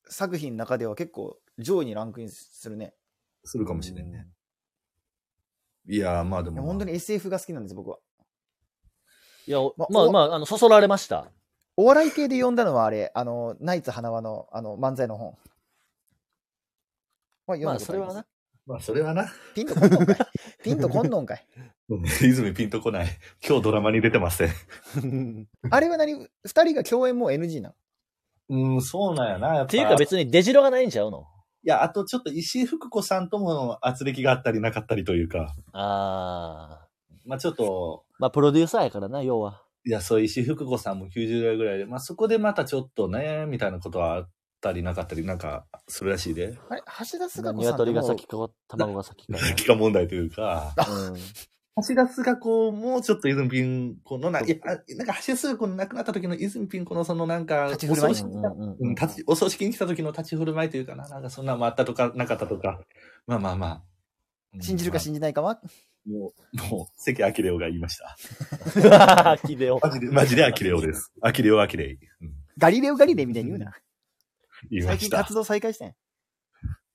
Speaker 3: 作品の中では結構上位にランクインするね。
Speaker 1: するかもしれんね。いやー、まあで
Speaker 3: い
Speaker 1: も、
Speaker 3: や本当に SF が好きなんです、僕は。
Speaker 2: いや、お
Speaker 3: ま
Speaker 2: まあ
Speaker 3: お
Speaker 2: まあ、あの、そそられました。
Speaker 3: お笑い系で読んだのはあれ、あの、ナイツ花輪のあの漫才の本。は読んだ
Speaker 2: まあ、
Speaker 3: こと
Speaker 2: そ
Speaker 3: あり
Speaker 2: れは
Speaker 3: ます
Speaker 2: な。
Speaker 1: まあそれはな。
Speaker 3: ピンとこんのんかい。ピンとこんのんかい。
Speaker 1: うん泉ピンとこない。今日ドラマに出てません。
Speaker 3: あれは何二人が共演もう NG なの
Speaker 1: うん、そうなんやな。やっぱ
Speaker 2: っていうか別に出城がないんちゃうの
Speaker 1: いや、あとちょっと石井福子さんとも圧力があったりなかったりというか、
Speaker 2: ああ。
Speaker 1: まあちょっと、
Speaker 2: まあ、プロデューサーやからな、要は。
Speaker 1: いや、そう石井福子さんも90代ぐらいで、まあそこでまたちょっとね、みたいなことはあったりなかったりなんかするらしいで。
Speaker 3: あれ橋田壽賀子さんって
Speaker 2: 鶏
Speaker 3: も
Speaker 2: が
Speaker 3: う
Speaker 2: 先か、卵が先 か。
Speaker 1: 気化問題というか、
Speaker 2: うん
Speaker 1: 橋田須賀子もちょっと泉ピン子のな、いや、あなんか橋田須賀子の亡くなった時の泉ピン子のそのなんか、
Speaker 3: 立ち振る舞
Speaker 1: お
Speaker 3: い
Speaker 1: 葬式
Speaker 2: うんうんうん
Speaker 1: うん、立ち、お葬式に来た時の立ち振る舞いというかな、なんかそんなのもあったとか、なかったとか、まあまあまあ。うん
Speaker 3: 信じるか信じないかは、
Speaker 1: もう、もう、関明レオが言いました。
Speaker 2: キデオ。
Speaker 1: マジで、マジでアキレオです。アキレオアキレイ。うん
Speaker 3: ガリレオガリレイみたいに言うな。
Speaker 1: 言いま
Speaker 3: 最
Speaker 1: し
Speaker 3: 近
Speaker 1: た
Speaker 3: 活。動再開したんや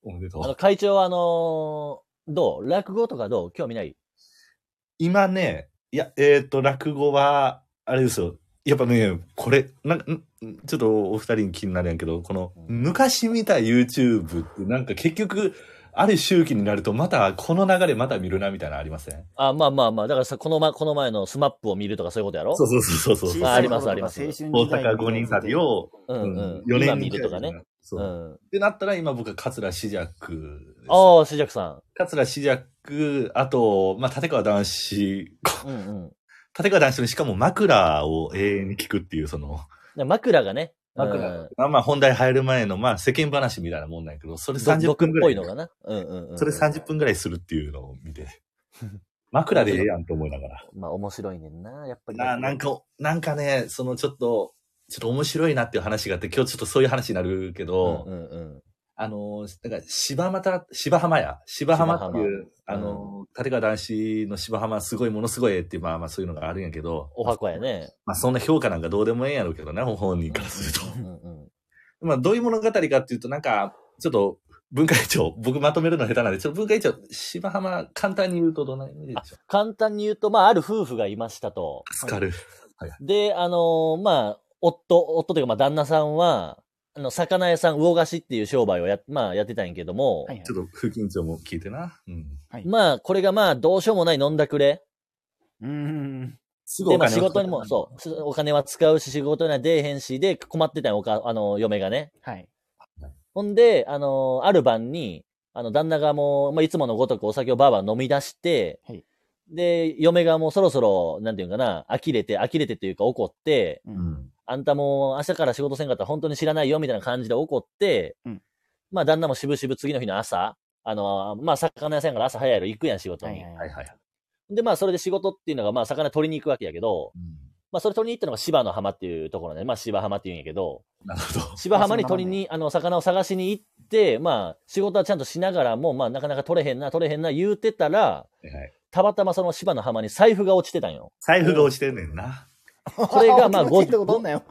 Speaker 1: おめでと
Speaker 2: あの、
Speaker 1: う。
Speaker 2: 会長は、あのーどう落語とかどう興味ない
Speaker 1: 今ね、いや、えっ、と、落語は、あれですよ。やっぱね、これ、なんか、んちょっとお二人に気になるんやけど、この、昔見た YouTube って、なんか結局、ある周期になると、また、この流れまた見るな、みたいなのありません
Speaker 2: あ、まあまあまあ。だからさ、この前、この前のスマップを見るとかそういうことやろ
Speaker 1: そうそうそうそうそう。
Speaker 2: あありますあります
Speaker 3: 青春時代
Speaker 1: 大
Speaker 3: みたいな
Speaker 1: 阪五人旅を、
Speaker 2: う
Speaker 1: うん
Speaker 2: うん。
Speaker 1: 四
Speaker 2: 今
Speaker 1: 年
Speaker 2: 見
Speaker 1: に
Speaker 2: るとかね。。
Speaker 1: そうう。
Speaker 2: ん。
Speaker 1: ってなったら、今僕は桂志尺ですね。
Speaker 2: ああ、シジャクさ
Speaker 1: 桂志尺、あと、まあ、立川談志、
Speaker 2: ん。うんうん
Speaker 1: 立川談志のしかも枕を永遠に聞くっていう、その、
Speaker 2: で。枕がね。うん
Speaker 1: まあまあ本題入る前の、まあ世間話みたいなもんなんやけど、それ
Speaker 2: ど
Speaker 1: 30分
Speaker 2: 毒っ
Speaker 1: ぐら
Speaker 2: ぽ
Speaker 1: い
Speaker 2: いのかな。うんうんうん。
Speaker 1: それ30分ぐらいするっていうのを見て。枕でええやんと思いながら。
Speaker 2: まあ面白いねんな、やっぱり。
Speaker 1: な、なんか、なんかね、そのちょっと、ちょっと面白いなっていう話があって、今日ちょっとそういう話になるけ
Speaker 2: う
Speaker 1: ど、
Speaker 2: んうんうん。
Speaker 1: あの、なんか、芝又、芝浜や、芝浜っていう、
Speaker 2: 芝
Speaker 1: あ
Speaker 2: 浜
Speaker 1: の、立川男子の芝浜すごいものすごいっていう、まあまあそういうのがあるんやけど、
Speaker 2: お箱やね。
Speaker 1: まあそんな評価なんかどうでもええんやろうけどね、本人からすると。
Speaker 2: うんうん。
Speaker 1: まあどういう物語かっていうと、なんか、ちょっと、文化委員長、僕まとめるの下手なんで、ちょっと文化委員長、芝浜、簡単に言うとどんなイメージでしょう
Speaker 2: 簡単に言うと、まあ、ある夫婦がいましたと。
Speaker 1: スカル。
Speaker 2: で、あのーまあ、夫、夫というか、まあ、旦那さんは、あの、魚屋さん、魚菓子っていう商売をや、まあ、やってたんやけども、
Speaker 3: はいはい
Speaker 1: ちょっと、副委員長も聞いてな。うん。
Speaker 2: まあ、これがまあ、どうしようもない飲んだくれ。
Speaker 3: うーん。
Speaker 1: す
Speaker 2: で、まあ、
Speaker 1: を使
Speaker 2: 仕
Speaker 1: う
Speaker 2: 事にも、そうす、お金は使うし、仕事には出えへんし、で、困ってたんよおか、あの、嫁がね。
Speaker 3: はい。
Speaker 2: ほんで、あのーある晩に、あの、旦那がもう、まあ、いつものごとくお酒をばあば飲み出して、
Speaker 3: はい
Speaker 2: で、嫁がもうそろそろ、なんていうんかな、呆れて、呆れてというか怒って、
Speaker 3: う
Speaker 1: う。ん。
Speaker 2: あんたもう明日から仕事せんかったら本当に知らないよみたいな感じで怒って、
Speaker 3: うん
Speaker 2: まあ旦那もしぶしぶ次の日の朝、あの、まあ魚屋さんやから朝早いの行くやん仕事
Speaker 3: は
Speaker 2: に。
Speaker 3: いはい
Speaker 1: は
Speaker 3: はいい。
Speaker 1: はい。
Speaker 2: でまあそれで仕事っていうのがまあ魚取りに行くわけやけど、
Speaker 1: うん
Speaker 2: まあそれ取りに行ったのが芝の浜っていうところね、まあ芝浜っていうんやけど、
Speaker 1: なるほど。
Speaker 2: 芝浜に取りに、あの魚を探しに行って、まあ仕事はちゃんとしながらも、まあなかなか取れへんな取れへんな言うてたら、
Speaker 1: はい
Speaker 2: たまたまその芝の浜に財布が落ちてたんよ。
Speaker 1: 財布が落ちてんねんな。
Speaker 2: これがまあ
Speaker 3: ご。どんなよ。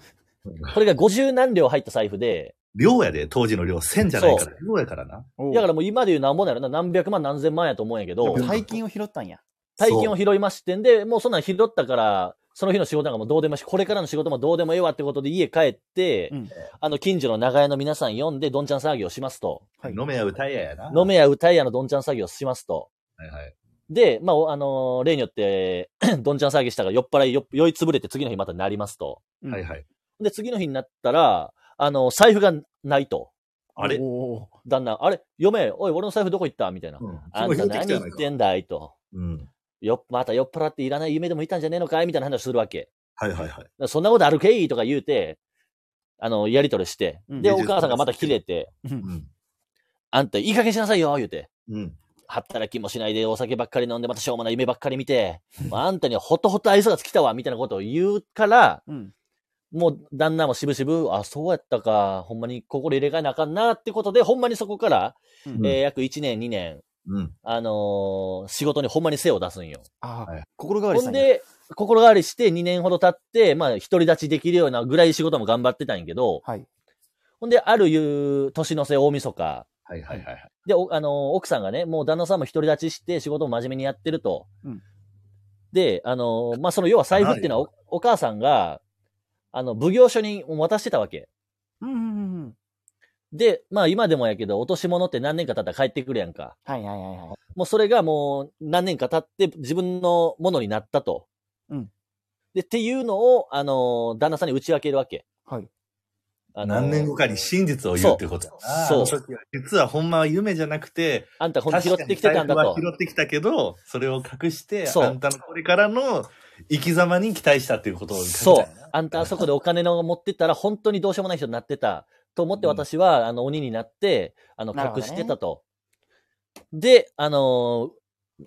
Speaker 2: これが50何両入った財布で、
Speaker 1: 量やで、当時の量。1000じゃないから。量やからな。
Speaker 2: だからもう今で言うなんぼなるな、何百万何千万やと思うんやけど、
Speaker 1: ら
Speaker 3: 大金を拾ったんや。
Speaker 2: 大金を拾いましてんで、もうそんなん拾ったから、その日の仕事なんかもうどうでもいいし、これからの仕事もどうでもええわってことで家帰って、
Speaker 3: うん
Speaker 2: あの近所の長屋の皆さん呼んでどんちゃん騒ぎをしますと。
Speaker 3: はい
Speaker 1: 飲めや歌えややな。
Speaker 2: 飲めや歌えやのどんちゃん騒ぎをしますと。
Speaker 1: はいはい。
Speaker 2: で、まあお、あのー例によって、 どんちゃん騒ぎしたから酔っ払い酔酔いつぶれて次の日またなりますと。
Speaker 3: うん
Speaker 1: はいはい。
Speaker 2: で、次の日になったら、あの、財布がないと。
Speaker 1: あれ
Speaker 3: お
Speaker 2: 旦那、あれ嫁、おい、俺の財布どこ行ったみたいな。
Speaker 1: うん
Speaker 2: あんた何言ってんだいと。
Speaker 1: うん。
Speaker 2: よ、また酔っ払っていらない夢でもいたんじゃねえのかいみたいな話をするわけ。だか
Speaker 1: はいはいはい。
Speaker 2: らそんなことあるけいとか言うて、あの、やりとりして。
Speaker 3: うん
Speaker 2: で、お母さんがまた切れて、
Speaker 3: ー
Speaker 1: うん。
Speaker 2: あんたいい加減しなさいよ言うて。
Speaker 1: うん。
Speaker 2: 働きもしないでお酒ばっかり飲んでまたしょうもない夢ばっかり見て、もうあんたにはほとほと愛想が尽きたわみたいなことを言うから、
Speaker 3: うん。
Speaker 2: もう旦那もしぶしぶ、あ、そうやったか、ほんまに心入れ替えなあかんなってことで、ほんまにそこから、
Speaker 3: うん
Speaker 2: えー約1年2年、
Speaker 1: うん。
Speaker 2: あのー仕事にほんまに精を出すんよ。
Speaker 3: あ
Speaker 1: は
Speaker 3: あ
Speaker 1: い、
Speaker 3: 心変わりした
Speaker 2: ほん
Speaker 3: んや。
Speaker 2: で、心変わりして2年ほど経って、まあ、独り立ちできるようなぐらい仕事も頑張ってたんやけど、
Speaker 3: はい。
Speaker 2: ほんで、あるいう年の瀬大晦日、
Speaker 1: はいはいはいはい。
Speaker 2: で、おあの、奥さんがね、もう旦那さんも独り立ちして仕事も真面目にやってると。
Speaker 3: うん
Speaker 2: で、あの、まあ、その要は財布っていうのはおお母さんが、あの、奉行所に渡してたわけ。
Speaker 3: うんうんうんうん。
Speaker 2: で、まあ今でもやけど、落とし物って何年か経ったら帰ってくるやんか。
Speaker 3: はいはいはいはい。
Speaker 2: もうそれがもう何年か経って自分のものになったと。
Speaker 3: うん
Speaker 2: で、っていうのを、あのー、旦那さんに打ち明けるわけ。
Speaker 3: はい。
Speaker 2: あのー
Speaker 1: 何年後かに真実を言うってことやな
Speaker 2: そう
Speaker 1: あの時は実はほんまは夢じゃなくて、
Speaker 2: あんた本当拾ってきてたん
Speaker 1: 確
Speaker 2: だと
Speaker 1: かに財布。は拾ってきたけど、それを隠して、
Speaker 2: そう
Speaker 1: あんたのこれからの生き様に期待したっていうことを言ってたん
Speaker 2: そう
Speaker 1: やな。
Speaker 2: あんたあそこでお金の持ってったら本当にどうしようもない人になってた。と思って私は、あの、鬼になって、あの、
Speaker 3: なるほど
Speaker 2: 隠
Speaker 3: ね
Speaker 2: してたと。で、あのー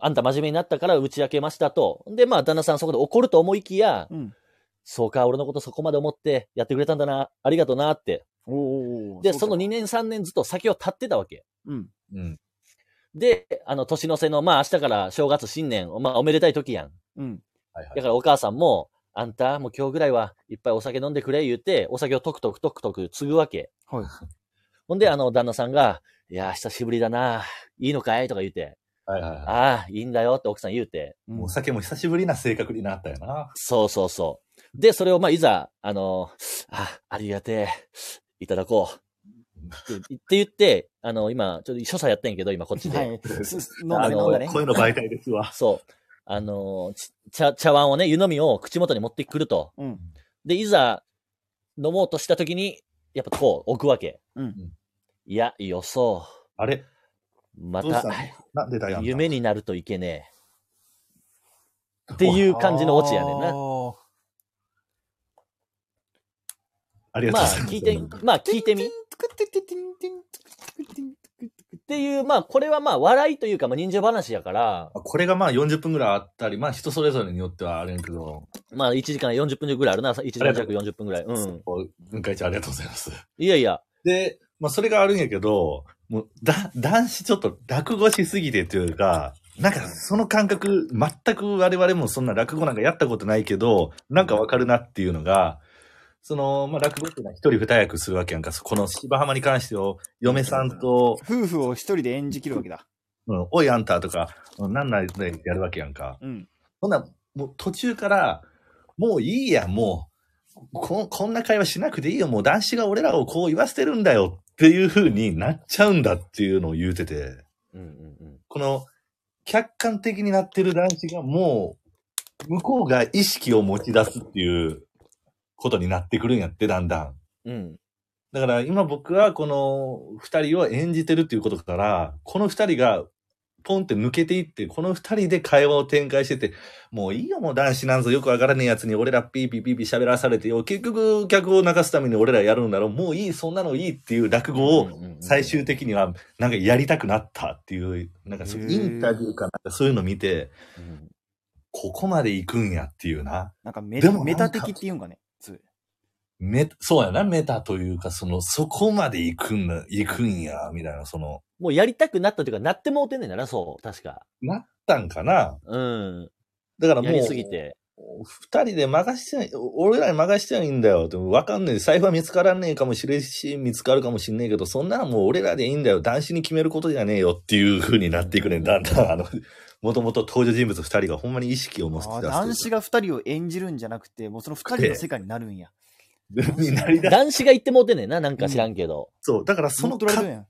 Speaker 2: あんた真面目になったから打ち明けましたと。で、まあ、旦那さんそこで怒ると思いきや、
Speaker 3: うん。
Speaker 2: そうか、俺のことそこまで思ってやってくれたんだな、ありがとうなって。
Speaker 3: おお。
Speaker 2: で、
Speaker 3: うか
Speaker 2: その2。年3年ずっと先を立ってたわけ。
Speaker 3: うん。
Speaker 1: うん。
Speaker 2: で、あの、年の瀬の、まあ、明日から正月新年、まあ、おめでたい時やん。
Speaker 3: うん。
Speaker 1: はいは
Speaker 2: だ
Speaker 1: い。
Speaker 2: からお母さんも、あんた、もう今日ぐらいはいっぱいお酒飲んでくれ、言うて、お酒をトクトクトクトク継ぐわけ。
Speaker 3: はい。
Speaker 2: ほんで、あの、旦那さんが、いや、久しぶりだな。いいのかいとか言うて、
Speaker 1: はいはいは
Speaker 2: ああ、いいんだよって奥さん言うて。
Speaker 1: い。もうお酒も久しぶりな性格になったよな。
Speaker 2: そうそうそう。で、それを、まあ、いざ、あの、あ、ありがてえ、いただこう。ってって言って、あの、今、ちょっと所作やってんけど、今こっちで。
Speaker 3: はい。す飲んだ
Speaker 2: あ
Speaker 3: ね、
Speaker 2: の
Speaker 3: 飲んだね。
Speaker 1: 声の媒体ですわ。
Speaker 2: そう。あのち茶、茶碗をね、湯飲みを口元に持ってくると。
Speaker 3: うん。
Speaker 2: で、いざ、飲もうとしたときに、やっぱこう、置くわけ。
Speaker 3: うん
Speaker 2: いや、よそ
Speaker 1: あれ
Speaker 2: う。ま
Speaker 1: どうしたたの、なんでだよ。あんた
Speaker 2: 夢になるといけねえ。っていう感じのオチやねんな。
Speaker 3: お
Speaker 1: ありがと
Speaker 2: ま
Speaker 1: う
Speaker 2: あ
Speaker 1: ございます。、
Speaker 2: 聞いて、まあ、
Speaker 3: ー。
Speaker 2: 聞いてみ
Speaker 3: ティン。ティンティンティンティンティンティンティンティンティンティン
Speaker 2: っていう、まあ、これはまあ、笑いというか、まあ、人情話やから、
Speaker 1: これがまあ40分ぐらいあったり、まあ人それぞれによってはあれやけど、
Speaker 2: まあ、1時間40分ぐらいあるな、1時間弱40分ぐらい。うん。
Speaker 1: 文化一ありがとうございます。
Speaker 2: いやいや、
Speaker 1: で、まあそれがあるんやけど、もうだ、男子ちょっと落語しすぎてというか、なんかその感覚、全く我々もそんな落語なんかやったことないけど、なんかわかるなっていうのが、その、まあ落語っていうのは一人二役するわけやんか、この芝浜に関してを、嫁さんと、
Speaker 3: 夫婦を一人で演じきるわけだ。
Speaker 1: うん、おいあんたとか、うんなんなんでやるわけやんか。
Speaker 3: うん。
Speaker 1: ほんならもう途中から、もういいや、もう。ここんな会話しなくていいよ。もう男子が俺らをこう言わせてるんだよっていう風になっちゃうんだっていうのを言うてて、
Speaker 2: うんうんうん。
Speaker 1: この客観的になってる男子がもう向こうが意識を持ち出すっていうことになってくるんやって、だんだん。
Speaker 2: うん。
Speaker 1: だから今僕はこの二人を演じてるっていうことから、この二人がポンって抜けていって、この二人で会話を展開してて、もういいよもう男子なんぞよくわからねえやつに俺らピーピーピーピー喋らされてよ、結局客を泣かすために俺らやるんだろう、もういい、そんなのいいっていう落語を最終的にはなんかやりたくなったっていう、なんかそう
Speaker 3: へ
Speaker 1: いう
Speaker 3: え
Speaker 1: インタビューかなんかそういうの見て、
Speaker 2: うん。
Speaker 1: ここまで行くんやっていうな。
Speaker 3: なんかメ
Speaker 1: でもなんか
Speaker 3: メタ的っていうんかね。そう
Speaker 1: め、そうやな、メタというか、その、そこまで行くんだ、行くんや、みたいな、その、
Speaker 2: もうやりたくなったというか、なってもうてんねんな、そう、確か。
Speaker 1: なったんかな
Speaker 2: うん。
Speaker 1: だからも
Speaker 2: や
Speaker 1: う、
Speaker 2: りすぎて。
Speaker 1: 二人で任してない、俺らに任してないいんだよって、わかんねえ。財布は見つからねえかもしれんし、見つかるかもしんねえけど、そんなのもう俺らでいいんだよ。男子に決めることじゃねえよっていう風になってい くねん。だんだん、あの、もともと登場人物二人がほんまに意識を持つ
Speaker 3: あー男子が二人を演じるんじゃなくて、もうその二人の世界になるんや。
Speaker 1: になりだ。
Speaker 2: 男子が言ってもうてんねんな、なんか知らんけど。
Speaker 1: そう。だからその
Speaker 3: 乗っ取ら
Speaker 1: か、
Speaker 3: れるんや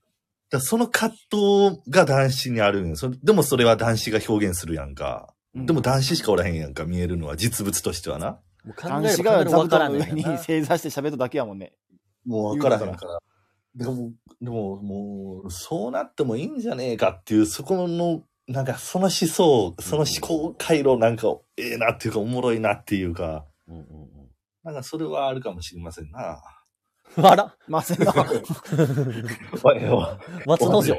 Speaker 1: その葛藤が男子にあるんやそれでもそれは男子が表現するやんか。
Speaker 3: うん
Speaker 1: でも男子しかおらへんやんか、見えるのは。実物としてはな。
Speaker 2: もう考
Speaker 3: 男
Speaker 2: え
Speaker 3: 子
Speaker 2: れ
Speaker 3: が
Speaker 2: ば考える
Speaker 3: 座
Speaker 2: わ
Speaker 3: 布
Speaker 2: から
Speaker 3: 団
Speaker 2: ん
Speaker 3: の
Speaker 2: ね
Speaker 3: 上
Speaker 2: ん
Speaker 3: に
Speaker 2: な。
Speaker 3: 正座して喋っただけやもんね。
Speaker 1: もう分からへんから。でも、でも、もう、そうなってもいいんじゃねえかっていう、そこの、なんか、その思想、その思考回路なんか、ええなっていうか、おもろいなっていうか、
Speaker 2: うんうんうん
Speaker 1: なんか、それはあるかもしれませんな。
Speaker 2: あら
Speaker 3: まあ、そ んな
Speaker 1: わ、えわ、
Speaker 2: 松之丞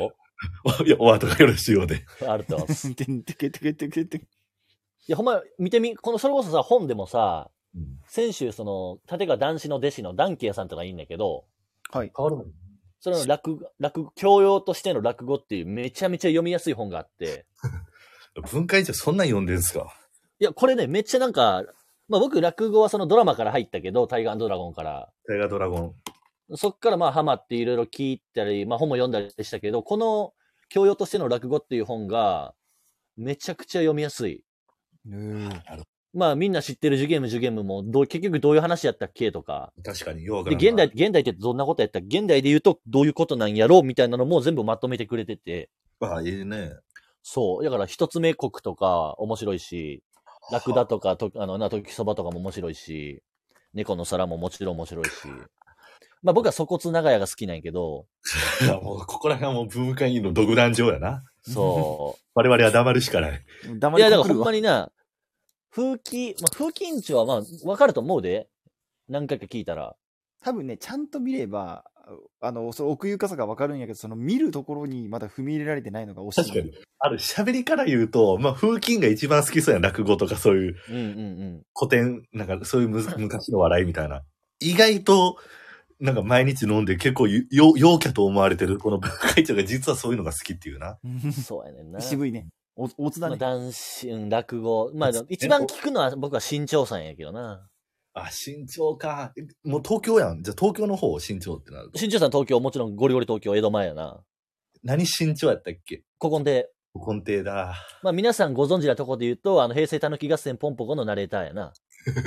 Speaker 1: わ、いや、わとかよろしいようで。
Speaker 2: あると。い
Speaker 3: てんてけてけてけてけ
Speaker 2: や、ほんま、見てみ、この、それこそさ、本でもさ、
Speaker 1: うん。
Speaker 2: 先週、その、立川男子の弟子の段慶さんとかいいんだけど、
Speaker 3: はい。
Speaker 1: 変わるもん。
Speaker 2: それの落語、落語、教養としての落語っていうめちゃめちゃ読みやすい本があって、
Speaker 1: 文化委員長そんなん読んでんすか
Speaker 2: いや、これね、めっちゃなんか、まあ僕、落語はそのドラマから入ったけど、タイガードラゴンから。
Speaker 1: 大河ドラゴン。
Speaker 2: そっからまあハマっていろいろ聞いたり、まあ本も読んだりしたけど、この教養としての落語っていう本が、めちゃくちゃ読みやすい。まあみんな知ってるジュゲームジュゲームもどう、結局どういう話やったっけとか。
Speaker 1: 確かに、ようわか
Speaker 2: で、
Speaker 1: らん
Speaker 2: 現
Speaker 1: な
Speaker 2: 代、。現代ってどんなことやったっけ現代で言うとどういうことなんやろうみたいなのも全部まとめてくれてて。
Speaker 1: ああ、いいね。
Speaker 2: そう。だから、一つ目国とか面白いし、ラクダとか、とあの、な、時そばとかも面白いし、猫の皿ももちろん面白いし。まあ僕は粗骨長屋が好きなんやけど、
Speaker 1: いやもう、ここら辺はもう文化委員の独壇場やな。
Speaker 2: そ
Speaker 1: 我々は黙るしかない。
Speaker 3: 黙
Speaker 2: う。い
Speaker 3: り
Speaker 2: や、だ
Speaker 3: こく
Speaker 2: から
Speaker 3: る
Speaker 2: ほんま
Speaker 3: わ。
Speaker 2: にな、風紀、まあ、風紀委員長はまあ、わかると思うで。何回か聞いたら。
Speaker 3: 多分ね、ちゃんと見れば、あの、その奥ゆかさがわかるんやけど、その見るところにまだ踏み入れられてないのが惜しい。
Speaker 1: 確かに。ある喋りから言うと、まあ、風琴が一番好きそうやん、落語とかそういう
Speaker 2: うんうんうん。
Speaker 1: 古典、なんかそういうむず昔の笑いみたいな。意外と、なんか毎日飲んで結構ゆよ陽キャと思われてる、この文化委員長が実はそういうのが好きっていうな。
Speaker 2: そうやねんな。
Speaker 3: 渋いね。お、おつだ
Speaker 2: まあ、
Speaker 3: ね。
Speaker 2: 男子、うん、落語。まあ、一番聞くのは僕は新潮さんやけどな。
Speaker 1: あ、新潮か。えもう東京やん。じゃあ東京の方、新潮ってなると。
Speaker 2: 新潮さん東京、もちろんゴリゴリ東京、江戸前やな。
Speaker 1: 何新潮やったっけ
Speaker 2: ここで、
Speaker 1: 根底だ。
Speaker 2: まあ皆さんご存知なところで言うと、あの、平成たぬき合戦ポンポコのナレーターやな。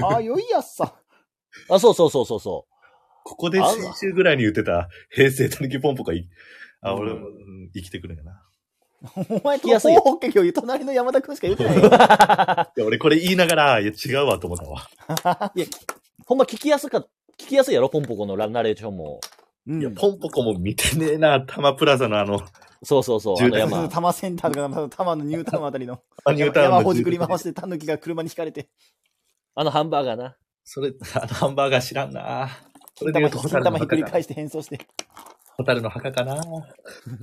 Speaker 3: ああ、よいやっさ。
Speaker 2: あ、そうそうそうそうそ
Speaker 1: ここで
Speaker 2: あ
Speaker 1: 先週ぐらいに言ってた、平成たぬきポンポがい、あ、俺も、
Speaker 3: う
Speaker 1: うん生きてくるんやな。
Speaker 3: お前、
Speaker 2: 聞きや
Speaker 3: 東
Speaker 2: すい
Speaker 3: 北京よ、隣の山田くんしか言ってないよ。
Speaker 1: い
Speaker 2: う。
Speaker 1: や、俺これ言いながら、いや、違うわと思ったわ。
Speaker 2: ほんま聞きやすか、聞きやすいやろ、ポンポコのラナレーションも。
Speaker 3: うん
Speaker 1: いや、ポンポコも見てねえな、タマプラザのあの、
Speaker 2: そうそうそう、あ
Speaker 1: 住
Speaker 2: の
Speaker 1: 宅
Speaker 3: そうそう
Speaker 2: 山。
Speaker 3: 多摩センターとか、多摩のニュータウンあたりの。
Speaker 1: アニュータウンの
Speaker 3: 山ほじくり回
Speaker 1: す。
Speaker 3: して、タヌキが車にひかれて。
Speaker 2: あのハンバーガーな。
Speaker 1: それ、あのハンバーガー知らんな。それで
Speaker 3: 玉
Speaker 1: 言う
Speaker 3: ひ
Speaker 1: と、
Speaker 3: 金玉ひっくり返して変装して。
Speaker 1: 蛍の墓かな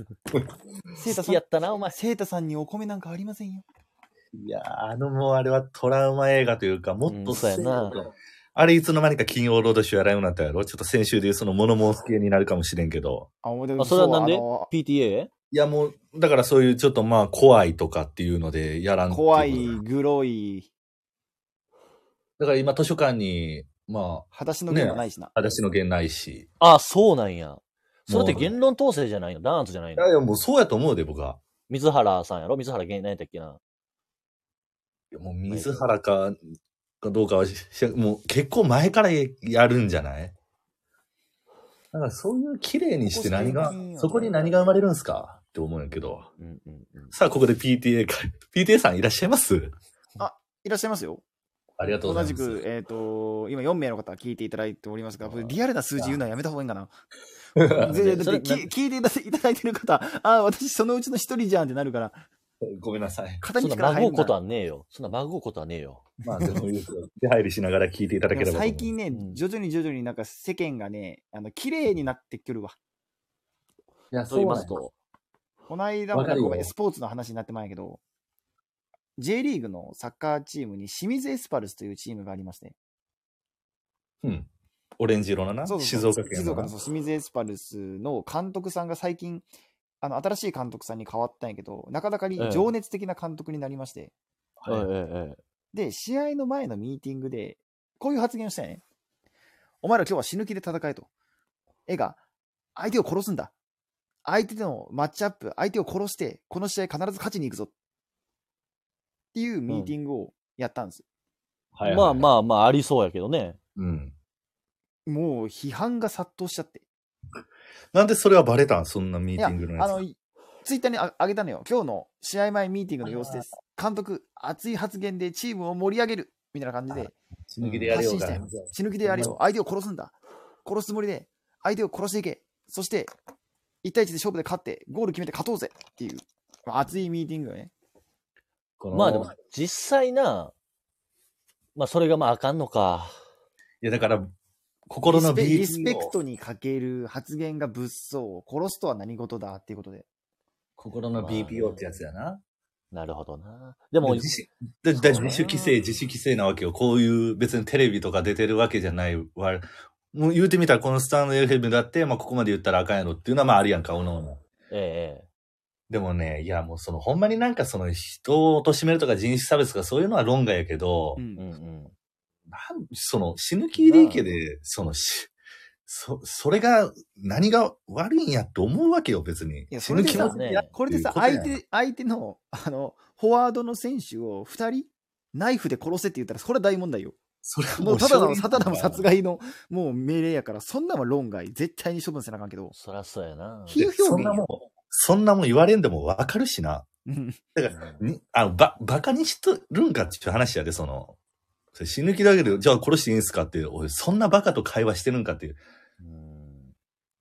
Speaker 3: セータ
Speaker 2: 好
Speaker 3: さ
Speaker 2: き
Speaker 3: ん
Speaker 2: や、ったな、お前。
Speaker 3: セータさんにお米なんかありませんよ。
Speaker 1: いやー、あのもうあれはトラウマ映画というか、もっ
Speaker 2: う
Speaker 1: と
Speaker 2: んそうやな
Speaker 1: 先週あれいつの間にか金曜ロードショーやらんようになったやろちょっと先週でいうそのモノモース系になるかもしれんけど。
Speaker 3: あ、で
Speaker 2: あそれはなんで
Speaker 3: そうあの
Speaker 2: PTA?
Speaker 1: いやもう、だからそういうちょっとまあ怖いとかっていうのでやらんってう
Speaker 3: 怖い、グロい、
Speaker 1: だから今図書館に、ま
Speaker 3: 裸足のゲームはないしな。
Speaker 1: あ、私の言ないし。
Speaker 2: あ、そうなんや。それって
Speaker 1: もう
Speaker 2: 言論統制じゃないのダンスじゃない
Speaker 1: い
Speaker 2: の
Speaker 1: やいやもうそうやと思うで、僕は。
Speaker 2: 水原さんやろ水原源何やったっけない
Speaker 1: やもう水原か、かどうかはし、しもう結構前からやるんじゃないだからそういう綺麗にして何が
Speaker 3: ここ最近、やね
Speaker 1: そこに何が生まれるんすかって思うんやけど。
Speaker 2: うんうんうん。
Speaker 1: さあ、ここで PTA 会。PTA さんいらっしゃいます
Speaker 3: いらっしゃいますよ。
Speaker 1: ありがとうござ
Speaker 3: 同
Speaker 1: います。
Speaker 3: じく、えっ、と、今4名の方聞いていただいておりますが、これリアルな数字言うのはやめた方がいいんかな。ぜ
Speaker 2: そ
Speaker 3: だっ
Speaker 2: れ
Speaker 3: てき聞いていただいただいてる方、あ、私そのうちの一人じゃんってなるから、
Speaker 1: ごめんなさい。
Speaker 3: 肩
Speaker 2: そ
Speaker 3: に
Speaker 2: んな
Speaker 3: 力
Speaker 2: ま
Speaker 3: 入る
Speaker 2: ごうんこ
Speaker 3: だ
Speaker 2: とはねえよ。そんなまごうことはねえよ。
Speaker 1: まあ、でもいいですよ。手入りしながら聞いていただければと思
Speaker 3: でも
Speaker 1: い
Speaker 3: 最
Speaker 1: ます。
Speaker 3: 近ね
Speaker 2: うん、
Speaker 3: 徐々に徐々になんか世間がね、あの、綺麗になってくるわ。
Speaker 1: いや、
Speaker 2: と言いますと。
Speaker 3: この間も
Speaker 1: わかるよ
Speaker 3: ごめんスポーツの話になってまいやけど、J リーグのサッカーチームに清水エスパルスというチームがありまして、
Speaker 1: うん。オレンジ色のな、
Speaker 3: そうそう
Speaker 1: 静
Speaker 3: そう
Speaker 1: 岡県
Speaker 3: 静
Speaker 1: の
Speaker 3: 岡
Speaker 1: な
Speaker 3: のそう清水エスパルスの監督さんが最近、あの新しい監督さんに変わったんやけど、なかなかに情熱的な監督になりまして、
Speaker 1: はい
Speaker 2: ええええ
Speaker 3: で、試合の前のミーティングで、こういう発言をしたんやね。お前ら今日は死ぬ気で戦えと。絵が、相手を殺すんだ。相手とのマッチアップ、相手を殺して、この試合必ず勝ちに行くぞ。っていうミーティングをやったんです。
Speaker 1: はいはい
Speaker 2: まあまあまあ、ありそうやけどね。
Speaker 1: うん。
Speaker 3: もう批判が殺到しちゃって。
Speaker 1: なんでそれはバレたんそんなミーティングのやつ。
Speaker 3: あの、ツイッターにああげたのよ。今日の試合前ミーティングの様子です。監督、熱い発言でチームを盛り上げる。みたいな感じで、
Speaker 1: 死ぬ気でやれようが
Speaker 3: 発信血抜きでやるよ。相手を殺すんだ。殺すつもりで、相手を殺していけ。そして、1対1で勝負で勝って、ゴール決めて勝とうぜっていう、まあ熱いミーティングよね。
Speaker 1: この
Speaker 2: まあでも、実際な、まあそれがまああかんのか。
Speaker 1: いや、だから、心の
Speaker 3: リ
Speaker 1: ビ
Speaker 3: スペリスペクトにかける発言が物騒、殺すとは何事だっていうことで。
Speaker 1: 心の BPO ってやつやな。
Speaker 2: なるほどな。でも、
Speaker 1: 自主だだ自主規制、自主規制なわけよ。こういう別にテレビとか出てるわけじゃないわ。もう言うてみたらこのスタンド FM だって、まあここまで言ったらあかんやろっていうのはまああるやんか、おのおの。
Speaker 2: ええ
Speaker 1: でもね、いやもうそのほんまになんかその人を貶めるとか人種差別とかそういうのは論外やけど、
Speaker 3: う
Speaker 2: ええ、うんんうん。
Speaker 1: なんその死ぬ気でいいけで、そのし、そ、それが何が悪いんやって思うわけよ、別に。
Speaker 3: いや
Speaker 1: 死
Speaker 3: それ
Speaker 1: ぬ
Speaker 3: で
Speaker 1: 気
Speaker 3: さ
Speaker 1: 持ちでやっていう
Speaker 3: これでさ、
Speaker 1: ことやん
Speaker 3: 相。手、相手の、あの、フォワードの選手を2人、ナイフで殺せって言ったら、それは大問題よ。
Speaker 1: それは
Speaker 3: もうただの、ただの殺
Speaker 1: 害。
Speaker 3: 害の、もう命令やから、そんなんは論外。絶対に処分せなあかんけど。
Speaker 2: そらそうやな。
Speaker 3: 比喩表現
Speaker 1: そんなもん、そんなもん言われんでもわかるしな。
Speaker 3: うん
Speaker 1: にあの、ば、バカにしとるんかっていう話やで、その。それ死ぬ気だけど、じゃあ殺していいんすかって、俺、そんなバカと会話してるんかっていう。
Speaker 2: うん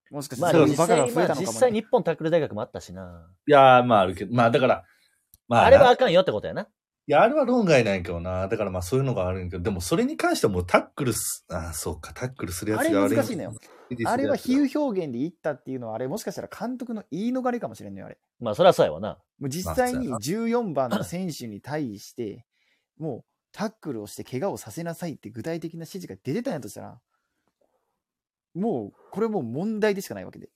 Speaker 3: もしかし
Speaker 2: まあ
Speaker 3: たら、
Speaker 2: 実
Speaker 3: バカ
Speaker 2: 際
Speaker 3: が増えたのかも、
Speaker 2: まあ実際日本タックル大学もあったしな。
Speaker 1: いやー、まああるけど、まあだから、まあな、
Speaker 2: あれはあかんよってことやな。
Speaker 1: いや、あれは論外なんやけどな。だからまあそういうのがあるんやけど、でもそれに関してはもうタックルす、あー、そうか、タックルするや
Speaker 3: あ
Speaker 1: つ
Speaker 3: れ
Speaker 1: が
Speaker 3: 難しいのよ。あれは比
Speaker 1: 喩。
Speaker 3: 喩表現で言ったっていうのは、あれもしかしたら監督の言い逃れかもしれんのよ、あれ。
Speaker 2: まあそらそうやわな。
Speaker 3: もう実際に
Speaker 1: まあ
Speaker 3: 14番の選手に対して、もうタックルをして怪我をさせなさいって具体的な指示が出てたんやとしたら、もう、これもう問題でしかないわけで。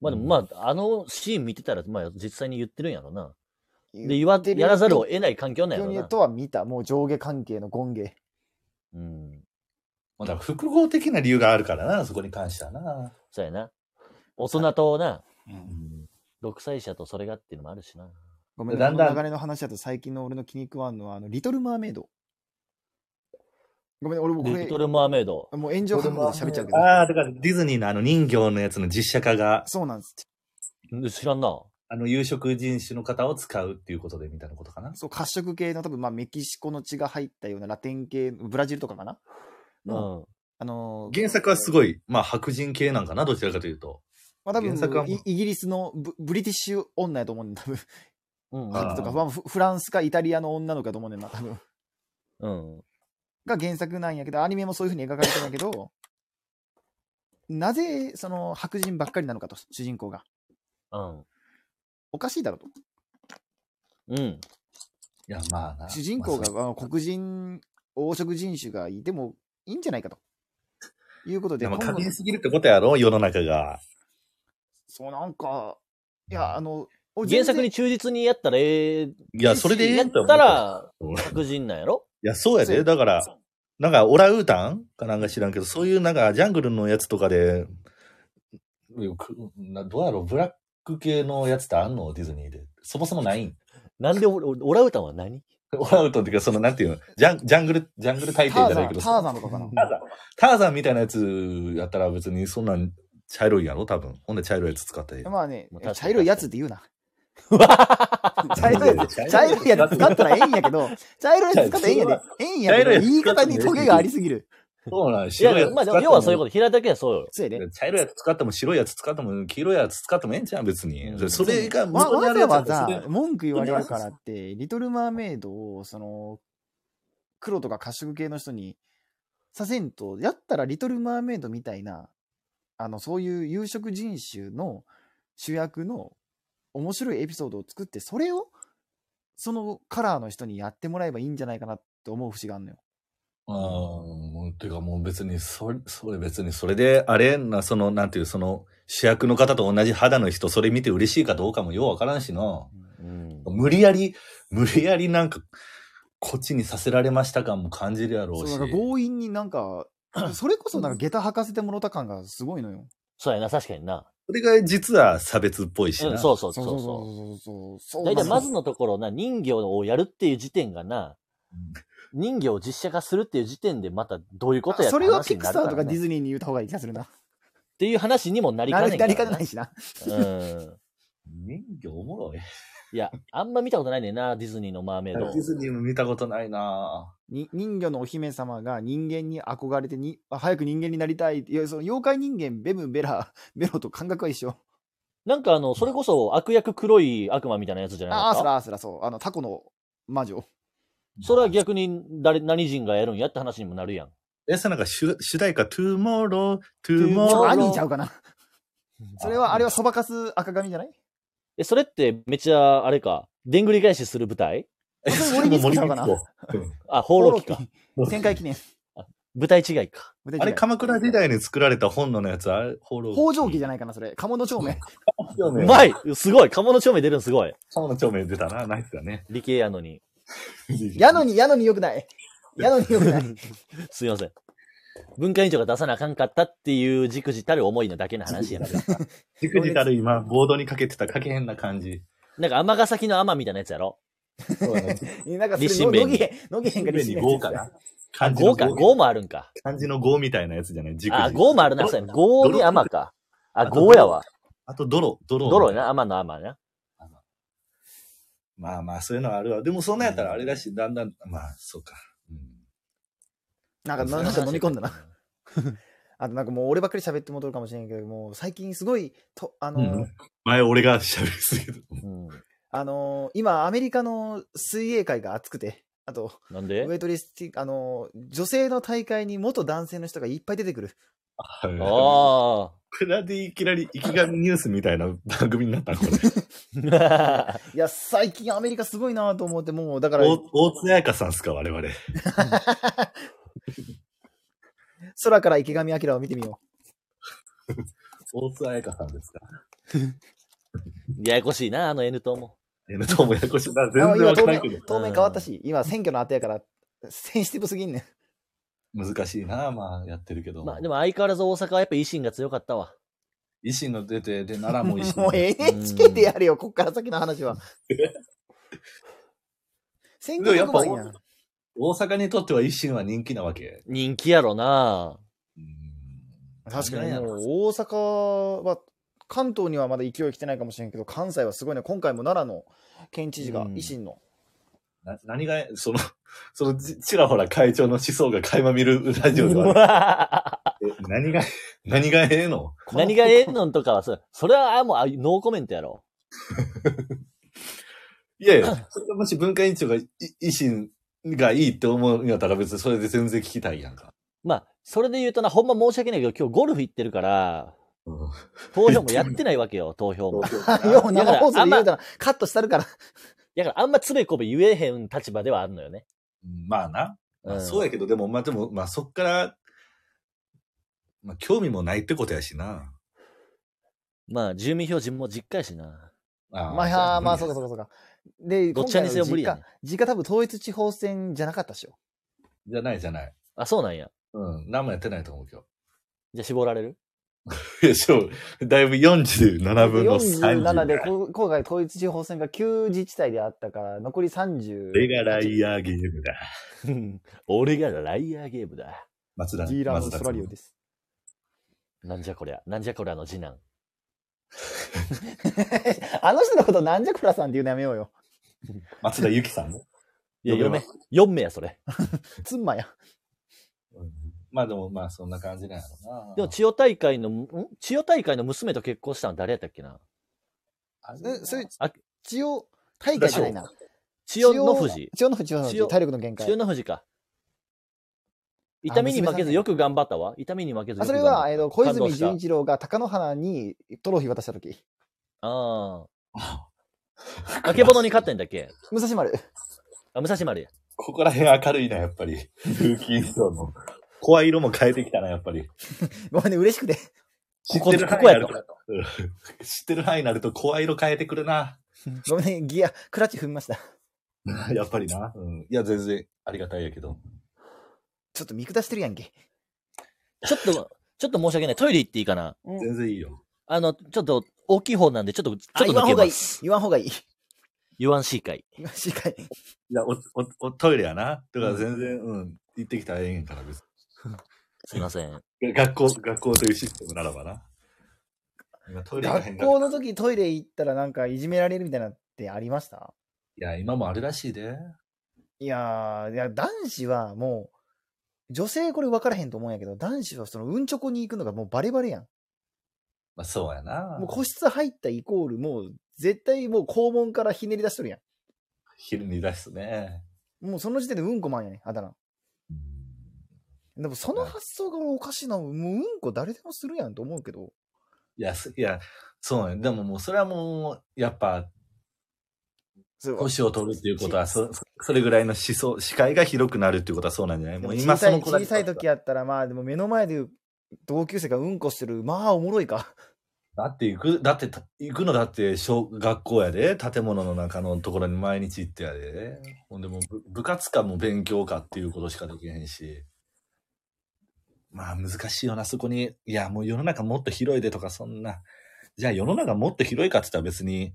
Speaker 2: まあでも
Speaker 1: うん
Speaker 2: まあ、あのシーン見てたら、まあ実際に言ってるんやろな。で、
Speaker 3: 言
Speaker 2: 言わ、やらざるを得ない環境なんやろ
Speaker 3: に
Speaker 2: な
Speaker 3: と。は見た、もう上下関係の権限。
Speaker 2: うん。
Speaker 1: まあだから複合的な理由があるからな、そこに関してはな。
Speaker 2: そうやな。大人とな、
Speaker 1: うん
Speaker 2: 独裁者とそれがっていうのもあるしな。
Speaker 3: ごめん、
Speaker 1: だ
Speaker 3: だ
Speaker 1: ん
Speaker 3: ん
Speaker 1: だん
Speaker 3: 流れの話だと最近の俺の気に食わんのは、あの、リトル・マーメイド。ごめん、俺もこ
Speaker 2: リ
Speaker 3: れ
Speaker 2: ト、ル・マーメイド。
Speaker 3: もう炎上反応で喋っちゃうけど。
Speaker 1: ああ、だからディズニーのあの人形のやつの実写化が、
Speaker 3: そうなんです。
Speaker 2: 知らんな。
Speaker 1: あの有色人種の方を使うっていうことでみたいなことかな。
Speaker 3: そう、褐色系の多分、まあ、メキシコの血が入ったようなラテン系、ブラジルとかかな
Speaker 2: う
Speaker 3: の、
Speaker 2: ん。
Speaker 3: あのー
Speaker 1: 原作はすごい、まあ白人系なんかな、どちらかというと。
Speaker 3: まあ、多分
Speaker 1: 原作はもう
Speaker 3: イイギリスのブブリティッシュ女やと思うねん、多分。
Speaker 2: うん。
Speaker 1: あー
Speaker 3: とか、まあ、フフランスかイタリアの女の子やと思うねんな、多分。
Speaker 2: うん。
Speaker 3: が原作なんやけど、アニメもそういうふうに描かれてるんやけど、なぜその白人ばっかりなのかと、主人公が。
Speaker 2: うん。
Speaker 3: おかしいだろうと。
Speaker 2: うん。
Speaker 1: いや、まあな。
Speaker 3: 主人公
Speaker 1: まあ
Speaker 3: が、あの黒人、黄色人種がいてもいいんじゃないかと。いうことで、
Speaker 1: でも
Speaker 3: 今
Speaker 1: 過
Speaker 3: 後
Speaker 1: 敏すぎるってことやろ世の中が。
Speaker 3: そうなんか、いや、あの、俺
Speaker 2: 原作に
Speaker 3: 全
Speaker 2: 忠実にやったらええ。
Speaker 1: いや、それでええ
Speaker 2: や
Speaker 1: ん
Speaker 2: っ
Speaker 1: と思う
Speaker 2: たら
Speaker 1: うん
Speaker 2: 白人なんやろ
Speaker 1: いや、そうや
Speaker 3: そ
Speaker 1: で。
Speaker 3: う
Speaker 1: だから
Speaker 3: そ、
Speaker 1: なんか、オランウータンかなんか知らんけど、そういうなんか、ジャングルのやつとかで、くなどうやろう、ブラック系のやつってあんのディズニーで。そもそもないん。
Speaker 2: なんでオオラウータンは何然
Speaker 1: オランウータンっていうか、その、なんていうの、ジャンジャングル、ジャングル大帝
Speaker 3: 然
Speaker 1: じゃないけど
Speaker 3: ターザンターザンとかかな。
Speaker 1: ターザンターザンみたいなやつやったら別にそんなん茶色いやろ多分。ほんで茶色いやつ使って。
Speaker 3: まあね
Speaker 2: まあ確か、に
Speaker 3: 茶色いやつって言うな。茶色いやつ、茶色いやつ使ったらええんやけど、茶色いやつ使ったらええんやで。ええんやけ
Speaker 1: 茶色いや
Speaker 3: ど、
Speaker 1: つ
Speaker 3: 言い方にトゲがありすぎる。
Speaker 1: そうなん、。
Speaker 2: いや、まあでも要はそういうことと。平田家はそうよ。
Speaker 3: そうやで。
Speaker 1: 茶色いやつ使っても白いやつ使っても黄色いやつ使ってもええんじゃん、別に。
Speaker 2: うん
Speaker 1: それが
Speaker 3: わ
Speaker 1: 元にあ
Speaker 3: わ
Speaker 1: る
Speaker 3: ざ
Speaker 1: やつ
Speaker 3: わ
Speaker 1: は
Speaker 3: ざ
Speaker 1: それ
Speaker 3: 文句言われるからって、リトル・マーメイドを、その、黒とか褐色系の人にさせんと、やったらリトル・マーメイドみたいな、あの、そういう有色人種の主役の面白いエピソードを作って、それを、そのカラーの人にやってもらえばいいんじゃないかなって思う節があるのよ。
Speaker 1: ああ、もう、てかもう別に、それ、それ別に、それで、あれな、その、なんていう、その、主役の方と同じ肌の人、それ見て嬉しいかどうかもようわからんしな。
Speaker 2: うん。
Speaker 1: 無理やり、無理やりなんか、こっちにさせられました感も感じるやろ
Speaker 3: そうう
Speaker 1: し。
Speaker 3: なんか強引になん か、それこそなんか下駄履かせてもらった感がすごいのよ。
Speaker 2: そうやな、確かにな。
Speaker 1: それが実は差別っぽいしな。
Speaker 2: うん、そうそうそうそう
Speaker 3: そうそうそう。
Speaker 2: 大体まずのところな、人形をやるっていう時点がな、人形を実写化するっていう時点でまたどういうことやって
Speaker 3: それは
Speaker 2: 話
Speaker 3: ピ
Speaker 2: に
Speaker 3: ク
Speaker 2: な
Speaker 3: サ
Speaker 2: るら
Speaker 3: ー
Speaker 2: ね
Speaker 3: とかディズニーに言った方がいい気がするな。
Speaker 2: っていう話にもなりか
Speaker 3: な
Speaker 2: ね
Speaker 3: る
Speaker 2: ない、
Speaker 3: なりかねないしな。
Speaker 2: うん。
Speaker 1: 人形おもろい。
Speaker 2: いや、あんま見たことないねんな、ディズニーのマーメイ
Speaker 1: デ
Speaker 2: ド。
Speaker 1: ィズニーも見たことないな
Speaker 3: に人魚のお姫様が人間に憧れてに、あ早く人間になりたいって。いや、その妖怪人間、ベム、ベラ、 ベロと感覚は一緒。
Speaker 2: なんかあの、それこそ悪役黒い悪魔みたいなやつじゃない
Speaker 3: あ、アー
Speaker 2: です
Speaker 3: ス
Speaker 2: か。
Speaker 3: ラ、アースラ、そう。あの、タコの魔女。
Speaker 2: それは逆に誰、何人がやるんやって話にもなるやん。
Speaker 1: え、それなんか主主題歌、トゥーモロー、ト
Speaker 3: ち
Speaker 1: ゥーモ
Speaker 3: ょ、
Speaker 1: ロー。
Speaker 3: アニーちゃうかな。それは、あれはそばかす赤髪じゃない
Speaker 2: え、それってめっちゃ、あれか、でんぐり返しする舞台
Speaker 1: え
Speaker 3: それ
Speaker 1: それも森
Speaker 3: 森光子ちゃう
Speaker 1: 光
Speaker 3: かな
Speaker 1: 子
Speaker 2: あ、放浪記か
Speaker 3: オ。ロキ展開記念。
Speaker 2: 舞台違いか。
Speaker 1: あれ、鎌倉時代に作られた本のやつ、あれ、放浪記
Speaker 3: 北条記じゃないかな、それ。鴨の帳面。
Speaker 1: う
Speaker 2: うまいすごい鴨の帳面出るんすごい
Speaker 1: 本の帳面出たな、ナイスだね。
Speaker 2: 理系やのに。
Speaker 3: やのに、やのによくない。やのによくない。
Speaker 2: すいません。文化委員長が出さなあかんかったっていうじくじたる思いのだけの話やな。
Speaker 1: じくじたる今、ボードにかけてた、かけへんな感じ。
Speaker 2: なんか尼崎の尼みたいなやつやろ。
Speaker 1: そうだね。
Speaker 3: なんかそれ
Speaker 2: 立身弁
Speaker 3: のげへん、のげへんが立身弁
Speaker 1: 豪華な。
Speaker 2: あ、
Speaker 1: 漢字の
Speaker 2: 5か。5もあるんか。
Speaker 1: 漢字の5みたいなやつじゃない。じくじ
Speaker 2: あ、5もあるな。そうや5に尼か。あ、
Speaker 1: 泥
Speaker 2: 5やわ。
Speaker 1: あと、泥、泥。
Speaker 2: 泥やな。尼の尼な。
Speaker 1: まあまあ、そういうのはあるわ。でも、そんなんやったらあれだし、だんだん、まあ、そうか。うん
Speaker 3: なんか、なんか飲み込んだな。あとなんかもう俺ばっかり喋って戻るかもしれないけど、もう最近すごい、と、あのー、
Speaker 1: うん前、俺が喋りすぎた。
Speaker 2: うん。
Speaker 3: あのー今アメリカの水泳界が熱くて、あと、
Speaker 2: なん
Speaker 3: ウ
Speaker 2: で
Speaker 3: ェイトリスティ、あのー女性の大会に元男性の人がいっぱい出てくる。
Speaker 2: あ
Speaker 1: クラでいきなり、生きがニュースみたいな番組になったのこれ。
Speaker 2: あ。
Speaker 3: いや、最近アメリカすごいなと思って、もうだから、
Speaker 1: お大津彩香さんっすか、我々。
Speaker 3: 空から池上彰を見てみよ
Speaker 1: 大津彩香さんですか。
Speaker 2: ややこしいな、あの N 党も。
Speaker 1: えー、どうもややこしいな。
Speaker 3: う。
Speaker 1: 全然
Speaker 3: あ
Speaker 1: わ
Speaker 3: 今
Speaker 1: か
Speaker 3: 当
Speaker 1: らん
Speaker 3: 面
Speaker 1: けど。、
Speaker 3: 当面変わったし、今選挙の後やから、センシティブすぎんねん。
Speaker 1: 難しいな、まあ、やってるけど。
Speaker 2: まあでも相変わらず大阪はやっぱ維新が強かったわ。
Speaker 1: 維新の出て、で、奈良も維新。
Speaker 3: もう NHK でやれよ、こっから先の 話は。選挙
Speaker 1: で
Speaker 3: 特
Speaker 1: も
Speaker 3: 番いい
Speaker 1: やっ
Speaker 3: や
Speaker 1: ぱ
Speaker 3: ん。
Speaker 1: 大阪にとっては維新は人気なわけ。
Speaker 2: 人気やろな。
Speaker 3: 確か
Speaker 1: ね
Speaker 3: に、大阪は関東にはまだ勢い来てないかもしれんけど関西はすごいね今回も奈良の県知事が
Speaker 2: うん
Speaker 3: 維新の、
Speaker 1: な何が、その、 その、ちちらほら会長の思想が垣間見るラジオでは、 え何が、何がええの
Speaker 2: 何がええのんとかはさ、それはもうあノーコメントやろ。
Speaker 1: いやいや、それがもし文化委員長がい維新がいいって思うんやったら別にそれで全然聞きたいやんか。
Speaker 2: まあ、それで言うとな、ほんま申し訳ないけど、今日ゴルフ行ってるから、
Speaker 1: うん
Speaker 2: 投票もやってないわけよ、投票も。
Speaker 3: よう生放送で言うたら、カットしたるから。
Speaker 2: だからあんまつべこべ言えへん立場ではあるのよね。
Speaker 1: まあな。まあ
Speaker 2: うん
Speaker 1: そうやけど、でも、まあでも、まあそっから、まあ興味もないってことやしな。
Speaker 2: まあ、住民票示も実家やしな。
Speaker 1: あ
Speaker 3: まあいやー、まあ、そうかそうかそうか。で、
Speaker 2: どっちにせよ無理やね
Speaker 3: 今回の実家、実家多分統一地方選じゃなかったっしょ。
Speaker 1: じゃないじゃない。
Speaker 2: あ、そうなんや。
Speaker 1: うん。何もやってないと思う今
Speaker 2: じゃあ絞られる
Speaker 1: 日。い や、そう。だいぶ47分の3。
Speaker 3: 47で、こ今回統一地方選が9自治体であったから、残り30。
Speaker 1: これがライアーゲームだ。
Speaker 2: 俺がライアーゲームだ。
Speaker 1: 松田。
Speaker 3: ディーラーの
Speaker 1: 松田
Speaker 3: ソラリオです。
Speaker 2: なんじゃこりゃ。なんじゃこりゃの次男。
Speaker 3: あの人のことなんじゃこらさんって言うのやめようよ。
Speaker 1: 松田ゆきさんね。
Speaker 2: いや、
Speaker 1: 呼べます。
Speaker 2: 4名4名や、それ。
Speaker 3: つんまや。
Speaker 1: うん まあでも、まあそんな感じなんやろな。
Speaker 2: でも、千代大会の、ん千代大会の娘と結婚したの誰やったっけな
Speaker 1: あれ
Speaker 3: え、それ、
Speaker 2: あ
Speaker 3: 千代大会じゃないな。
Speaker 2: 千代の富士。
Speaker 3: 千代の富士、千代の富
Speaker 2: 千
Speaker 3: 士、
Speaker 2: 代
Speaker 3: 体力の限
Speaker 2: 千
Speaker 3: 界
Speaker 2: 代。の富士か。痛みに負けずよく頑張ったわ。痛みに負けずよ
Speaker 3: あ
Speaker 2: く
Speaker 3: それ
Speaker 2: 頑張った
Speaker 3: は、えっと、小
Speaker 2: 感動
Speaker 3: 泉
Speaker 2: した
Speaker 3: 純一郎が貴乃花にトロフィー渡した時
Speaker 1: あ
Speaker 2: ああ。あけぼのに勝ってんだっけ
Speaker 3: 武蔵丸。
Speaker 2: あ、武蔵丸や。
Speaker 1: ここら辺明るいな、やっぱり。風紀委員長の。怖い色も変えてきたな、やっぱり。
Speaker 3: ごめんね、嬉しくて。
Speaker 1: 知
Speaker 2: こ
Speaker 1: ってる
Speaker 2: こ
Speaker 1: 範囲
Speaker 2: こ
Speaker 1: に
Speaker 2: や
Speaker 1: な
Speaker 2: と
Speaker 1: ると。うん知ってる範囲になると、怖い色変えてくるな。
Speaker 3: ごめんね、ギア、クラッチ踏みました。
Speaker 1: やっぱりな。うん。いや、全然ありがたいやけど。
Speaker 3: ちょっと見下してるやんけ。
Speaker 2: ちょっと、ちょっと申し訳ない。トイレ行っていいかな
Speaker 1: 全然いいよ。
Speaker 2: あの、ちょっと大きい方なんで、ちょっと、ち
Speaker 3: あ
Speaker 2: ょっと
Speaker 3: 言わん
Speaker 2: 抜け
Speaker 3: 方がいい
Speaker 2: ます。。
Speaker 3: 言わん方がいい。
Speaker 2: 言わんしい会。
Speaker 3: 言わんしかい。
Speaker 1: いや、お、お、おトイレやな。だから全然、うん。行ってきたらええんやから、別
Speaker 2: すいません。
Speaker 1: に。学校、学校というシステムならばな。今トイレが変
Speaker 3: 学
Speaker 1: だ
Speaker 3: 校の時トイレ行ったらなんかいじめられるみたいなってありました
Speaker 1: いや、今もあるらしいで。
Speaker 3: いやー、いや男子はもう、女性これ分からへんと思うんやけど、男子はそのうんちょこに行くのがもうバレバレやん。
Speaker 1: まあ、そうやな。
Speaker 3: もう個室入ったイコールもう絶対もう肛門からひねり出しとるや
Speaker 1: 昼に出すね。
Speaker 3: ん。もうその時点でうんこマンやねん、あだ名。でもその発想が俺おかしいな。もううんこ誰でもするやんと思うけど。
Speaker 1: いや、すいや、そうね。でももう、それはもう、やっぱ、
Speaker 3: それは
Speaker 1: 年を取るっていうことは、そ、それぐらいの思想、視界が広くなるっていうことはそうなんじゃない
Speaker 3: で
Speaker 1: も
Speaker 3: も
Speaker 1: う
Speaker 3: 小
Speaker 1: 今
Speaker 3: さ
Speaker 1: そ
Speaker 3: い
Speaker 1: の子だけ
Speaker 3: 小さい時やったら、まあでも目の前で同級生がうんこしてる、まあおもろいか。
Speaker 1: だって行く、だってた、行くのだって小学校やで、建物の中のところに毎日行ってやで。ほんでもう部部活かもう勉強かっていうことしかできへんし。まあ難しいよな、そこに。いや、もう世の中もっと広いでとかそんな。じゃあ世の中もっと広いかって言ったら別に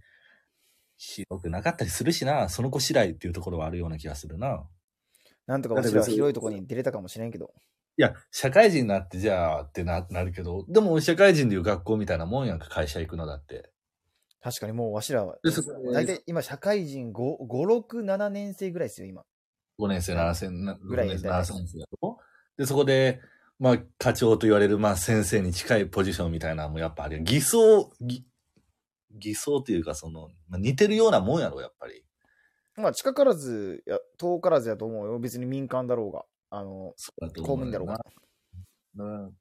Speaker 1: 広くなかったりするしな、その子次第っていうところはあるような気がするな。
Speaker 3: なんとか私らは広いとこに出れたかもしれんけど。
Speaker 1: いや、社会人になってじゃあってななるけど、でも社会人でいう学校みたいなもんやんか、会社行くのだって。
Speaker 3: 確かにもうわしらは
Speaker 1: でそこで、
Speaker 3: 大体今社会人5、5 6、7年生ぐらいですよ、今。
Speaker 1: 5年生、7年生、
Speaker 3: ぐらい
Speaker 1: 6年生、
Speaker 3: だよね
Speaker 1: 7年生やろで、そこで、まあ、課長と言われる、まあ、先生に近いポジションみたいなのもやっぱあるよ。偽装、偽偽装というか、その、まあ、似てるようなもんやろ、やっぱり。
Speaker 3: まあ近からずや、遠からずやと思うよ。別に民間だろうが、あの、
Speaker 1: そうだと
Speaker 3: 公
Speaker 1: 思う
Speaker 3: 務員だろうが。
Speaker 1: な。うん。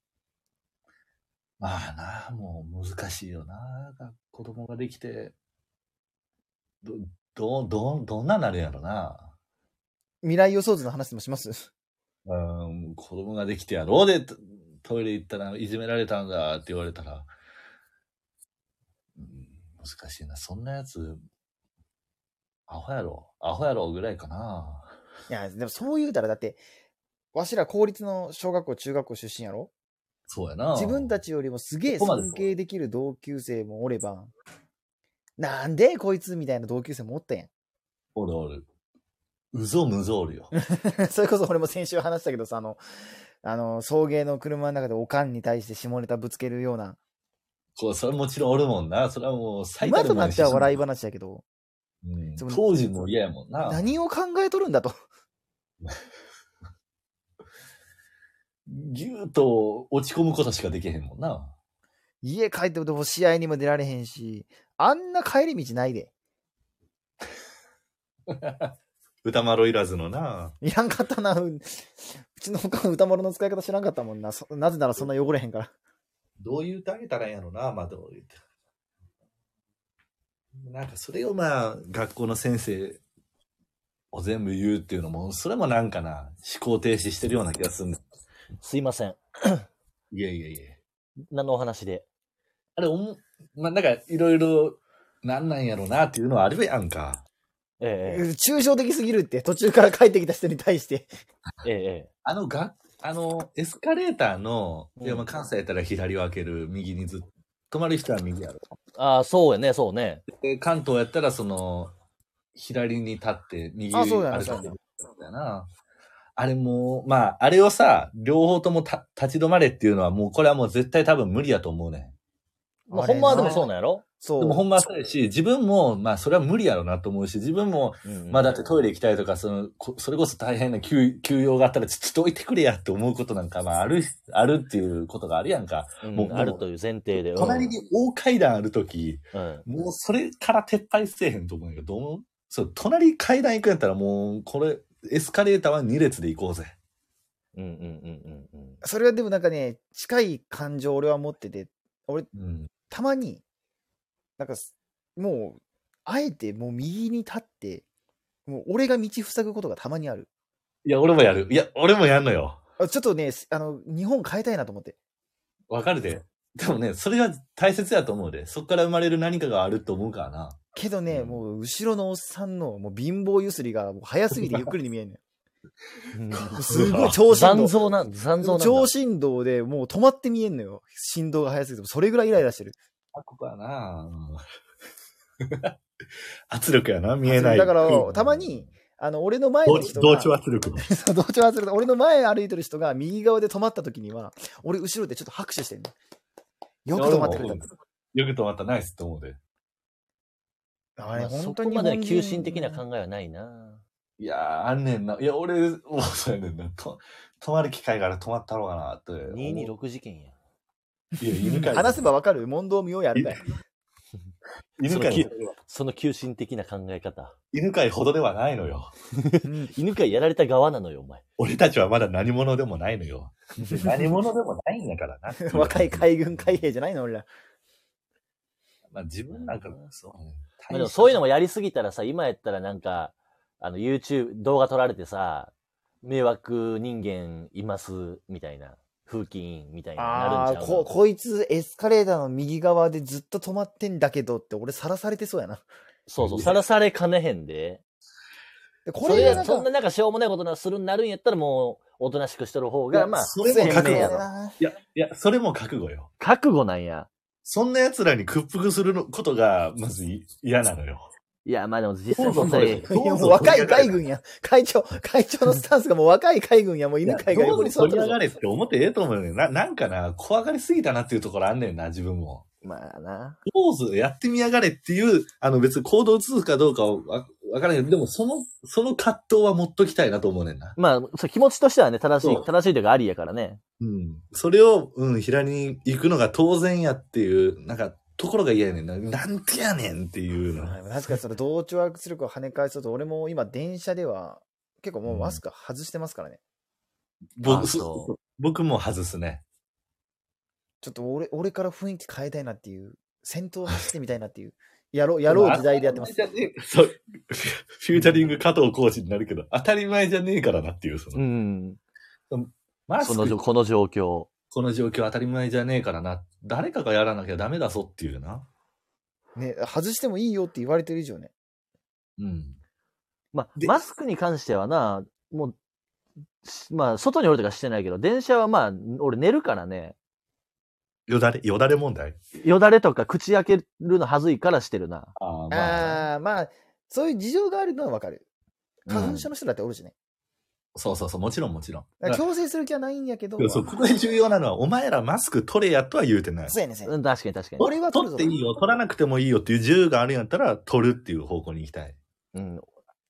Speaker 1: まあな、もう難しいよな。が子供ができて、ど、ど、ど、どんななるやろな。
Speaker 3: 未来予想図の話でもします。
Speaker 1: うん、子供ができてやろうでトトイレ行ったらいじめられたんだって言われたら、うん、難しいな。そんなやつ、アホやろ。アホやろぐらいかな。
Speaker 3: いや、でもそう言うたら、だって、わしら公立の小学校、中学校出身やろ
Speaker 1: そうやな。
Speaker 3: 自分たちよりもすげえ
Speaker 1: そこまで
Speaker 3: 尊敬できる同級生もおれば、なんでこいつみたいな同級生もおったやん。
Speaker 1: おるおる。うぞむぞおるよ。
Speaker 3: それこそ俺も先週話したけどさ、あの、あの、送迎の車の中でおかんに対して下ネタぶつけるような、
Speaker 1: こう、それもちろんおるもんな。それはもう最
Speaker 3: 今
Speaker 1: た
Speaker 3: と
Speaker 1: るも
Speaker 3: なんっ
Speaker 1: や
Speaker 3: ては笑い
Speaker 1: し
Speaker 3: 話だけど、
Speaker 1: うん
Speaker 3: その
Speaker 1: 当時も嫌やもんな。
Speaker 3: 何を考えとるんだと。
Speaker 1: ぎゅーっと落ち込むことしかできへんもんな。
Speaker 3: 家帰っても試合にも出られへんし、あんな帰り道ないで。
Speaker 1: 歌丸いらずのな。
Speaker 3: いらんかったな。うんうちの他の歌丸の使い方知らんかったもんな。そなぜならそんな汚れへんから。
Speaker 1: どういう歌あげたらいいんやろな、まあどういう歌。なんかそれをまあ学校の先生を全部言うっていうのも、それもなんかな、思考停止してるような気がするんだ。
Speaker 2: すいません。
Speaker 1: いやいやいや。
Speaker 2: 何のお話で。
Speaker 1: あれ、おもまあなんかいろいろなんなんやろなっていうのはあるやんか。
Speaker 2: え
Speaker 3: 抽象的すぎるって、途中から帰ってきた人に対して。
Speaker 2: ええええ
Speaker 1: あのが、あの、エスカレーターの、
Speaker 2: うん
Speaker 1: いやまあ関西やったら左を開ける、右にずっと、止まる人は右やろ。
Speaker 2: えああ、そうやね、そうね。
Speaker 1: で関東やったらその左に立って右
Speaker 3: あそうだね
Speaker 1: 歩くみたいなあれもうまああれをさ両方ともた立ち止まれっていうのはもうこれはもう絶対多分無理やと思うね
Speaker 2: まあ、
Speaker 3: あれ
Speaker 2: ほんまはでも
Speaker 3: な
Speaker 2: そうなんやろ
Speaker 3: そ
Speaker 1: ん
Speaker 3: う。
Speaker 1: でもほんまはそうやし自分もまあそれは無理やろうなと思うし自分もまあだってトイレ行きたいとかそのこそれこそ大変な休休養があったらちょっと置いてくれやって思うことなんかまああるあるっていうことがあるやんか
Speaker 2: うん
Speaker 1: もう
Speaker 2: あるという前提で。うん
Speaker 1: 隣に大階段ある時、
Speaker 2: うん。
Speaker 1: もうそれから撤退せえへんと思うんやけど、どう思うそう、隣階段行くんやったらもう、これ、エスカレーターは2列で行こうぜ。
Speaker 2: うんうんうんうんうん。
Speaker 3: それはでもなんかね、近い感情を俺は持ってて、
Speaker 1: うん。
Speaker 3: たまに、なんかす、もう、あえてもう右に立って、もう俺が道塞ぐことがたまにある。
Speaker 1: いや、俺もやる。いや、俺もやんのよ。
Speaker 3: あちょっとね、すあの、日本変えたいなと思って。
Speaker 1: わかるで。でもね、それが大切やと思うで。そっから生まれる何かがあると思うからな。
Speaker 3: けどね、
Speaker 1: うん
Speaker 3: もう後ろのおっさんのもう貧乏ゆすりがもう早すぎてゆっくりに見え んねん。すごい超振
Speaker 2: 残
Speaker 3: 動。
Speaker 2: 像なん、残像なんだ。
Speaker 3: 超振動でもう止まって見えんのよ。振動が早すぎて。それぐらいイライラしてる。
Speaker 1: あ、ここやな。うん 圧力やな、見えない。
Speaker 3: だから
Speaker 1: うん
Speaker 3: たまに、あの、俺の前の
Speaker 1: 同
Speaker 3: 人
Speaker 1: 同
Speaker 3: が、
Speaker 1: 調圧力。
Speaker 3: そう同調圧力俺の前歩いてる人が右側で止まった時には、俺後ろでちょっと拍手してんねんよく止まってくれたんだ。
Speaker 1: よく止まった、ナイスって思うで。
Speaker 3: あれ、
Speaker 2: まあ
Speaker 3: 本
Speaker 2: そ
Speaker 3: 当
Speaker 2: こ
Speaker 3: に
Speaker 2: ま
Speaker 3: 本
Speaker 2: で
Speaker 3: 人。
Speaker 2: は急進的な考えはないな。
Speaker 1: いやー、あんねんな。いや、俺、もうそうやねんな。と止まる機会から止まったろうかなって思う。
Speaker 2: 226事件や。
Speaker 1: いや、犬かい。
Speaker 3: 話せばわかる問答無用やるから。
Speaker 1: 犬飼い、
Speaker 2: その急進的な考え方。
Speaker 1: 犬飼いほどではないのよ。
Speaker 3: うん。
Speaker 2: 犬飼いやられた側なのよ、お前。
Speaker 1: 俺たちはまだ何者でもないのよ。何者でもないんだからな
Speaker 3: 若い海軍海兵じゃないの俺ら。
Speaker 1: まあ自分なんか、そう。
Speaker 2: まあでもそういうの
Speaker 1: も。
Speaker 2: もやりすぎたらさ、今やったらなんか、あの、YouTube、動画撮られてさ、迷惑人間います、みたいな、風紀委員みたいにな
Speaker 3: あ
Speaker 2: るん
Speaker 3: あ
Speaker 2: ち
Speaker 3: ー、
Speaker 2: ゃ
Speaker 3: こ、
Speaker 2: う
Speaker 3: こいつエスカレーターの右側でずっと止まってんだけどって俺さらされてそうやな。
Speaker 2: そうそう、さらされかねへんで。
Speaker 3: でこ
Speaker 2: これ
Speaker 3: れがなん
Speaker 2: そ
Speaker 3: か、
Speaker 2: んななんかしょうもないことなするんなるんやったらもう、おとなしくしてる方
Speaker 1: い
Speaker 2: が、
Speaker 1: や
Speaker 2: まあ、
Speaker 1: それも覚
Speaker 3: せ
Speaker 1: 悟
Speaker 3: ん
Speaker 2: や
Speaker 3: や
Speaker 2: ろ
Speaker 3: な。
Speaker 1: いや、いや、それも覚悟よ。
Speaker 2: 覚悟なんや。
Speaker 1: そんな奴らに屈服するのことが、まずい嫌なのよ。
Speaker 2: いや、まあでも
Speaker 1: ど
Speaker 2: 実際
Speaker 1: うぞ
Speaker 2: 問
Speaker 1: それ
Speaker 2: 題、
Speaker 3: いやもう若い海軍や。会長、会長のスタンスがもう若い海軍や。もう犬飼いが
Speaker 1: ど
Speaker 3: 横
Speaker 1: う
Speaker 3: に
Speaker 1: ぞ
Speaker 3: 座っ
Speaker 1: 取
Speaker 3: て
Speaker 1: り
Speaker 3: る
Speaker 1: 上
Speaker 3: ぞ
Speaker 1: が。れって思ってええと思うよね。な、なんかな、怖がりすぎたなっていうところあんねんな、自分も。
Speaker 2: まあな。
Speaker 1: どうぞやってみやがれっていう、あの別に行動を移すかどうかはわわからないけど、でもその、その葛藤は持っときたいなと思うねんな。
Speaker 2: まあ、そう気持ちとしてはね、正しい
Speaker 1: そ、う
Speaker 2: 正しいというかありやからね。
Speaker 1: うん。それを、うん、左に行くのが当然やっていう、なんか、ところが嫌やねんな。なんてやねんっていうの。
Speaker 3: 確かにその同調圧力を跳ね返そうと、俺も今電車では結構もうマスク外してますからね。
Speaker 1: 僕、
Speaker 2: あそ
Speaker 1: そ僕も外すね。
Speaker 3: ちょっと俺、俺から雰囲気変えたいなっていう、戦闘してみたいなっていう、やろう、やろう時代でやってます。
Speaker 1: 当たり前じゃねえそう。フュフューチャリング加藤浩次になるけど、当たり前じゃねえからなっていう、その。
Speaker 2: うん。
Speaker 1: マ
Speaker 2: そ
Speaker 1: ス
Speaker 2: の状、
Speaker 1: ク、
Speaker 2: この状況。
Speaker 1: この状況当たり前じゃねえからな。誰かがやらなきゃダメだぞっていうな。
Speaker 3: ね、外してもいいよって言われてる以上ね。
Speaker 1: うん。
Speaker 2: まあ、
Speaker 1: で
Speaker 2: マスクに関してはな、もう、しまあ、外におるとかしてないけど、電車はまあ、俺寝るからね、
Speaker 1: よだれ、よだれ問題
Speaker 2: よだれとか口開けるのはずいからしてるな。
Speaker 1: ああ、
Speaker 3: ああー、まあ、そういう事情があるのはわかる。花
Speaker 2: うん
Speaker 3: 粉症の人だっておるしね。
Speaker 1: そうそうそう、もちろんもちろん。
Speaker 3: だから強制する気はないんやけど、
Speaker 1: そうそう、ここで重要なのは、お前らマスク取れやとは言うてない。
Speaker 3: そうやねんそうやね
Speaker 2: うんん、確かに確かに。
Speaker 3: 俺は取
Speaker 1: 取
Speaker 3: る
Speaker 1: っ
Speaker 3: ぞ
Speaker 1: ていいよ、取らなくてもいいよっていう自由があるんやったら、取るっていう方向に行きたい。
Speaker 2: うん、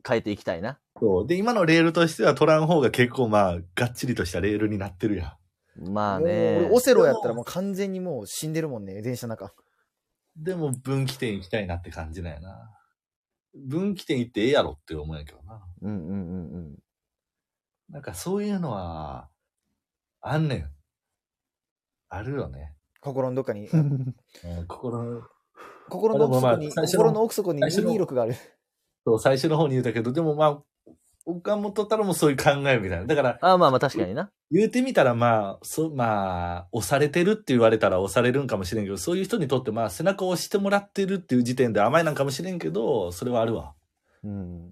Speaker 2: 変えていきたいな。
Speaker 1: そう。で、今のレールとしては取らん方が結構まあ、がっちりとしたレールになってるやん。
Speaker 2: まあ
Speaker 3: もう
Speaker 2: ね
Speaker 3: 俺、オ。セロやったらもう完全にもう死んでるもんね、電車の中。
Speaker 1: でも、分岐点行きたいなって感じだよな。分岐点行ってええやろって思うんやけどな。
Speaker 3: うんうんうんうん。
Speaker 1: なんかそういうのは、あんねん。あるよね。
Speaker 3: 心のどっかに、
Speaker 1: うん心の、
Speaker 3: 心の奥底
Speaker 1: でもま
Speaker 3: に、
Speaker 1: あ最初の
Speaker 3: 心の奥底に
Speaker 1: 最初の
Speaker 3: 226がある。
Speaker 1: そう最初の方に言ったけど、でもまあ、岡本太郎もそういう考えみたいな。だから、
Speaker 2: あまあまあ確かにな。
Speaker 1: 言うてみたらまあ、そまあ、押されてるって言われたら押されるんかもしれんけど、そういう人にとってまあ、背中を押してもらってるっていう時点で甘いなんかもしれんけど、それはあるわ。
Speaker 3: うん。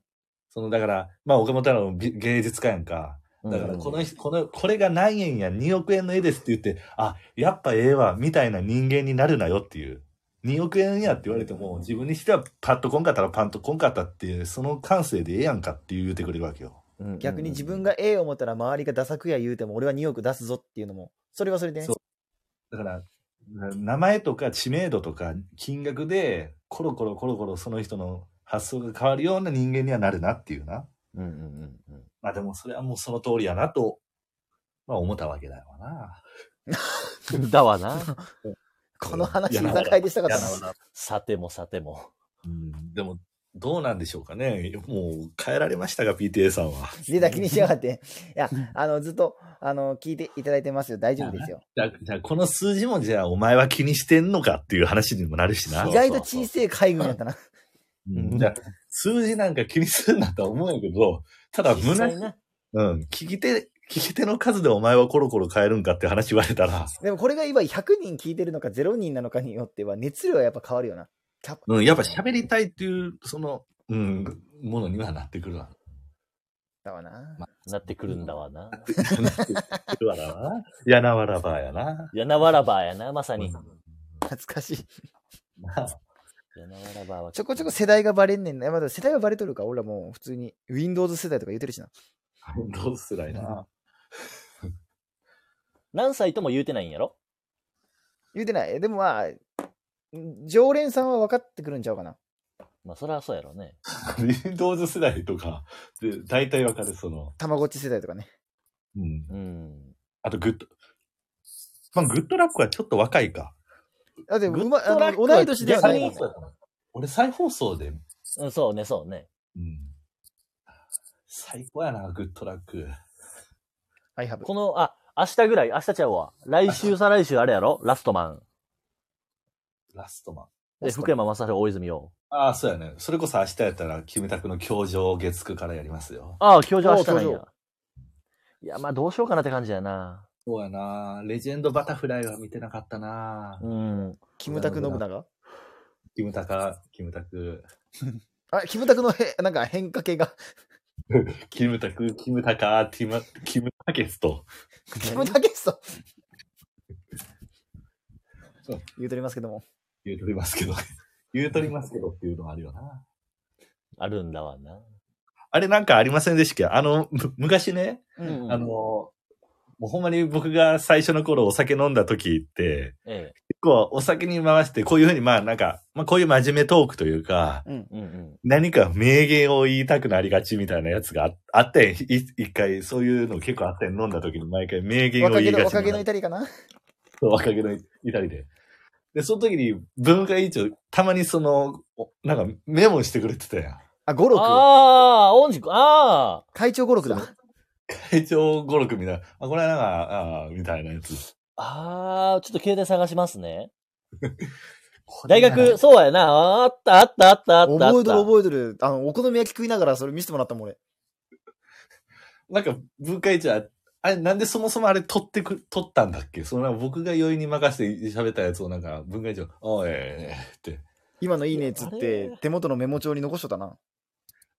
Speaker 1: その、だから、まあ、岡本太郎も美芸術家やんか。だから、この人、この、これが何円や、2億円の絵ですって言って、あ、やっぱええわ、みたいな人間になるなよっていう。2億円やって言われても、自分にしてはパッとこんかったらパンとこんかったっていう、その感性でええやんかって言うてくれるわけよ。
Speaker 3: うん逆に自分が A を思ったら周りがダサくや言うても俺は2億出すぞっていうのも、それはそれでね
Speaker 1: そ。だから、な名前とか知名度とか金額で、コロコロコロコロその人の発想が変わるような人間にはなるなっていうな。
Speaker 3: うんうんうん
Speaker 1: まあでも、それはもうその通りやなと、まあ思ったわけだよな。
Speaker 2: だわな。
Speaker 3: この話、居酒屋でしたかったな。
Speaker 2: さてもさても。
Speaker 1: うんでも、どうなんでしょうかね。もう変えられましたが、PTA さんは。
Speaker 3: 出た気にしやがって。いや、あの、ずっと、あの、聞いていただいてますよ。大丈夫ですよ。
Speaker 1: じゃあ、じゃあこの数字もじゃあ、お前は気にしてんのかっていう話にもなるしな
Speaker 2: そ
Speaker 3: 意
Speaker 2: う。
Speaker 3: 外と小さい海軍やったな。
Speaker 1: うんじゃあ数字なんか気にするんだとは思うんやけど、ただ、
Speaker 2: 実
Speaker 1: 胸
Speaker 2: 際な。
Speaker 1: うん、聞き手、聞き手の数でお前はコロコロ変えるんかって話言われたら、
Speaker 3: でもこれが今100人聞いてるのか0人なのかによっては熱量はやっぱ変わるよな。キャプ
Speaker 1: うん、やっぱ喋りたいっていう、その、うん、ものにはなってくる わ。
Speaker 3: だわな。
Speaker 2: なってくるんだわな。
Speaker 1: なってくるわな。やなわらばやな。
Speaker 2: やなわらばやな、まさ
Speaker 1: う
Speaker 2: に
Speaker 1: ん。
Speaker 3: 懐かしい。
Speaker 1: な
Speaker 2: やなわらばは。
Speaker 3: ちょこちょこ世代がバレんねんな。まだ世代はバレとるか。俺らもう普通に Windows 世代とか言ってるしな。
Speaker 1: どうすらいな。
Speaker 2: 何歳とも言うてないんやろ
Speaker 3: 言うてない。でもまあ、常連さんは分かってくるんちゃうかな。
Speaker 2: まあそりゃそうやろね。
Speaker 1: Windows 世代とか、で、大体わかる、その、
Speaker 3: たまごっち世代とかね。
Speaker 1: うん。
Speaker 2: うん。
Speaker 1: あと、グッド。まあ、グッドラックはちょっと若いか。
Speaker 3: だって、う
Speaker 1: グッ
Speaker 3: ま、
Speaker 2: ドラ
Speaker 3: あ
Speaker 2: ッ
Speaker 3: の、
Speaker 2: クは
Speaker 3: 同い年ではな
Speaker 2: 逆
Speaker 3: い
Speaker 2: に
Speaker 3: もん
Speaker 1: 再放
Speaker 3: ね。
Speaker 1: 送やな俺、再放送で、
Speaker 2: うんそうね、そうね。
Speaker 1: うん。最高やな、グッドラック。
Speaker 3: I have.
Speaker 2: この、あ、明日ぐらい、明日ちゃうわ。来週、再来週あれやろラストマン。
Speaker 1: ラストマン。
Speaker 2: で、福山雅治、大泉洋。
Speaker 1: ああ、そうやね。それこそ明日やったら、キムタクの教場月9からやりますよ。
Speaker 2: ああ、教授明日なん
Speaker 3: おう
Speaker 2: や
Speaker 3: 教。
Speaker 2: いや、まあどうしようかなって感じやな。
Speaker 1: そうやな。レジェンドバタフライは見てなかったな。
Speaker 2: うん。
Speaker 3: キムタク信長
Speaker 1: キムタカ、キムタク、
Speaker 3: あ、キムタクのへ、なんか変化系が。
Speaker 1: キムタク、キムタカ、ティマ、キムタケスと。
Speaker 3: キムタケスト言うとりますけども。
Speaker 1: 言うとりますけど。 言うとりますけどっていうのはあるよな。
Speaker 2: あるんだわな。
Speaker 1: あれなんかありませんでしたっけあの、む昔ね、
Speaker 3: う
Speaker 2: うん
Speaker 1: あの、もうほんまに僕が最初の頃お酒飲んだ時って、
Speaker 2: え
Speaker 1: 結構お酒に回して、こういうふうにまあなんか、まあこういう真面目トークというか、
Speaker 3: うん。
Speaker 2: え。うんうん。
Speaker 1: 何か名言を言いたくなりがちみたいなやつがああって、い一回そういうの結構あって飲んだ時に毎回名言を
Speaker 3: 若
Speaker 1: 言
Speaker 3: 気
Speaker 1: い
Speaker 3: の、
Speaker 1: がち
Speaker 3: 若
Speaker 1: にな
Speaker 3: 気の
Speaker 1: る。
Speaker 3: 至りかな
Speaker 1: そう若気の至りで。で、その時に文化委員長、たまにその、おなんかメモしてくれてたやん。
Speaker 3: あ、五六。
Speaker 2: ああ、音軸、ああ。
Speaker 3: 会長五六だ。
Speaker 1: 会長語録みたいな、あ、これはなんか、ああ、みたいなやつ。
Speaker 2: ああ、ちょっと携帯探しますね。大学、そうやな。あった、あった、あった、あった。あ
Speaker 3: 覚
Speaker 2: っ
Speaker 3: えとる
Speaker 2: た
Speaker 3: 覚えとる。あの、お好み焼き食いながらそれ見せてもらったもん俺。
Speaker 1: なんか、文化委員長、ああれ、なんでそもそもあれ取ってく、取ったんだっけそのなんか僕が余韻に任せて喋ったやつをなんか、文化委員長、おい、って、
Speaker 3: 今のいいねっつっ
Speaker 2: あ
Speaker 3: て
Speaker 2: れ、
Speaker 3: 手元のメモ帳に残しとったな。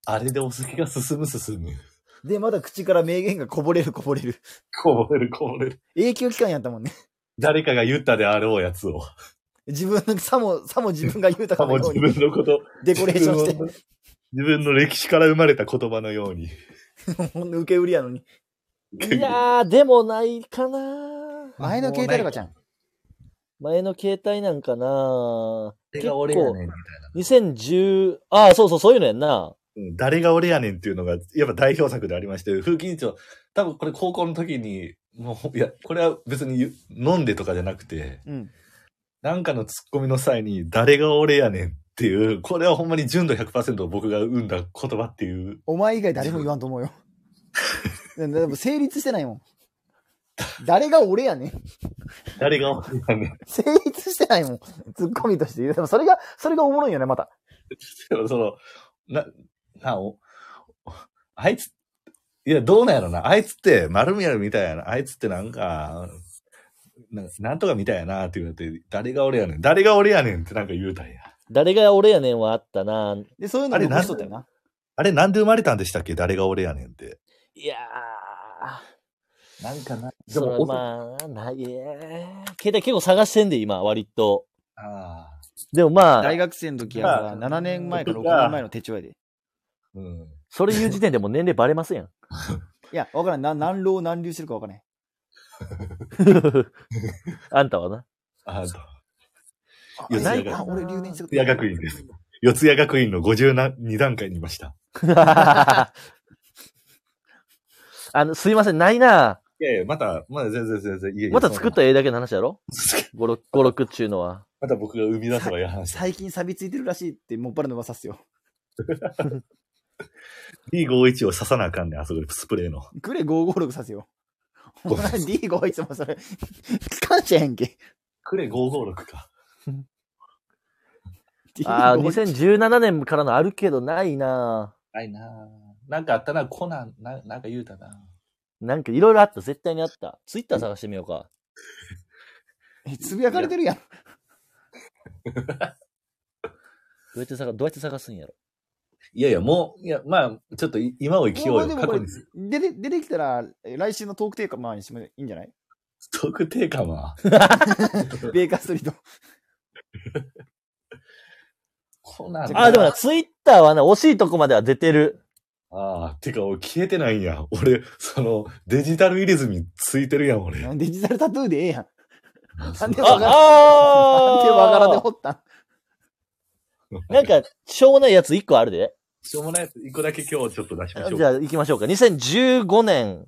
Speaker 1: あれでお酒が進む進む。
Speaker 3: で、まだ口から名言がこぼれるこぼれる。
Speaker 1: こぼれるこぼれる。
Speaker 3: 永久期間やったもんね。
Speaker 1: 誰かが言ったであろうやつを。
Speaker 3: 自分の、さも、さも自分が言うたか
Speaker 1: も
Speaker 3: の
Speaker 1: う
Speaker 3: よう
Speaker 1: 自
Speaker 3: に
Speaker 1: 分のこと。
Speaker 3: デコレーションして
Speaker 1: 自分の自分の歴史から生まれた言葉のように。、
Speaker 3: ほんと受け売りやのに。
Speaker 2: い やー、でもないかな。
Speaker 3: 前の携帯とかちゃん。
Speaker 2: 前の携帯なんかな。
Speaker 1: 誰が俺やねんみたいな。
Speaker 2: 2010、ああ、そうそう、そういうのやんな。
Speaker 1: うん誰が俺やねんっていうのが、やっぱ代表作でありまして、風紀委員長、多分これ高校の時に、もう、いや、これは別にゆ飲んでとかじゃなくて、
Speaker 3: うん。
Speaker 1: なんかのツッコミの際に、誰が俺やねんっっていう、これはほんまに純度100%を僕が生んだ言葉っていう。
Speaker 3: お前以外誰も言わんと思うよ。でも成立してないもん。誰が俺やねん。
Speaker 1: 誰が思ったんだよ
Speaker 3: 成立してないもん。ツッコミとして言う。でもそれが、それがおもろいよね、また。
Speaker 1: で もその、な、なお、あいつ、いや、どうなんやろな。あいつって、丸見えるみたいやな。あいつってなんか、なんかなんとかみたいやなって言われて、誰が俺やねん。誰が俺やねんってなんか言うたんや。
Speaker 2: 誰が俺やねんはあったな。
Speaker 3: で、そういうの
Speaker 1: あれ
Speaker 3: 残しとったよな。
Speaker 1: あれ、なんで生まれたんでしたっけ誰が俺やねんって。
Speaker 2: いや
Speaker 1: なんかな。
Speaker 2: ー、
Speaker 1: で
Speaker 2: で
Speaker 1: も、
Speaker 2: も
Speaker 1: お
Speaker 2: まあ、ないえー携帯結構探してんで、今、割と。
Speaker 1: ああ
Speaker 2: でもまあ
Speaker 3: 大、学生の時やから、
Speaker 1: まあ
Speaker 3: 7年前か6
Speaker 1: 僕が
Speaker 3: 年前の手帳やで。
Speaker 1: うん。
Speaker 2: それ言う時点でもう年齢バ レますやん。
Speaker 3: いや、わからん。な何浪何流してるかわからん。
Speaker 2: あんたはな。
Speaker 1: あと、
Speaker 3: い
Speaker 1: い
Speaker 3: や、
Speaker 1: や
Speaker 3: ない
Speaker 1: なん
Speaker 3: か。
Speaker 1: か
Speaker 3: 俺留年して
Speaker 1: いや学院です。四谷学院の52段階にいました。
Speaker 2: あの、すいません、ないな。
Speaker 1: いやいや、また、まだ全然全然、いやいや
Speaker 2: また作った絵だけの話やろ ?5、6、6っちゅうのは。
Speaker 1: また僕が生み出せばいい話。
Speaker 3: 最近錆びついてるらしいって、もっぱらの噂っすよ。
Speaker 1: D51 を刺さなあかんねん、あそこでスプレーの。
Speaker 3: くれ556させよ。
Speaker 1: ご
Speaker 3: お
Speaker 1: めん
Speaker 3: 前 D5 いつもそれ、感謝やんけ。
Speaker 1: クレ556か。
Speaker 2: ああ、
Speaker 3: D551
Speaker 2: 2017年からのあるけどないな。
Speaker 1: ないなぁなんかあったな、コナン、ななんか言うたな。
Speaker 2: なんかいろいろあった、絶対にあった。ツイッター探してみようか。
Speaker 3: えつぶやかれてるやん。
Speaker 2: どうやって探どうやって探すんやろ。
Speaker 1: いやいや、もう、いや、まあ、ちょっとい今を生きよう
Speaker 3: も
Speaker 1: よ。
Speaker 3: う
Speaker 1: 過去
Speaker 3: これ
Speaker 1: に。
Speaker 3: 出て、出てきたら、え来週のトークテーマにしてもいいんじゃない
Speaker 1: 特定感は。
Speaker 3: ベーカーストリート。
Speaker 1: コナン
Speaker 2: ああ、でも
Speaker 1: あ
Speaker 2: な、ツイッターはな、惜しいとこまでは出てる。
Speaker 1: あー、てか、俺消えてないんや。俺、その、デジタル入れずについてるやん、俺。
Speaker 3: デジタルタトゥーでええやん。なんで
Speaker 2: あ、
Speaker 3: わからん。
Speaker 2: あ
Speaker 3: なんでわからんで掘ったん
Speaker 2: なんか、しょうもないやつ1個あるで。
Speaker 1: しょうもないやつ、一個だけ今日ちょっと出しましょう。
Speaker 2: じゃあ行きましょうか。2015年、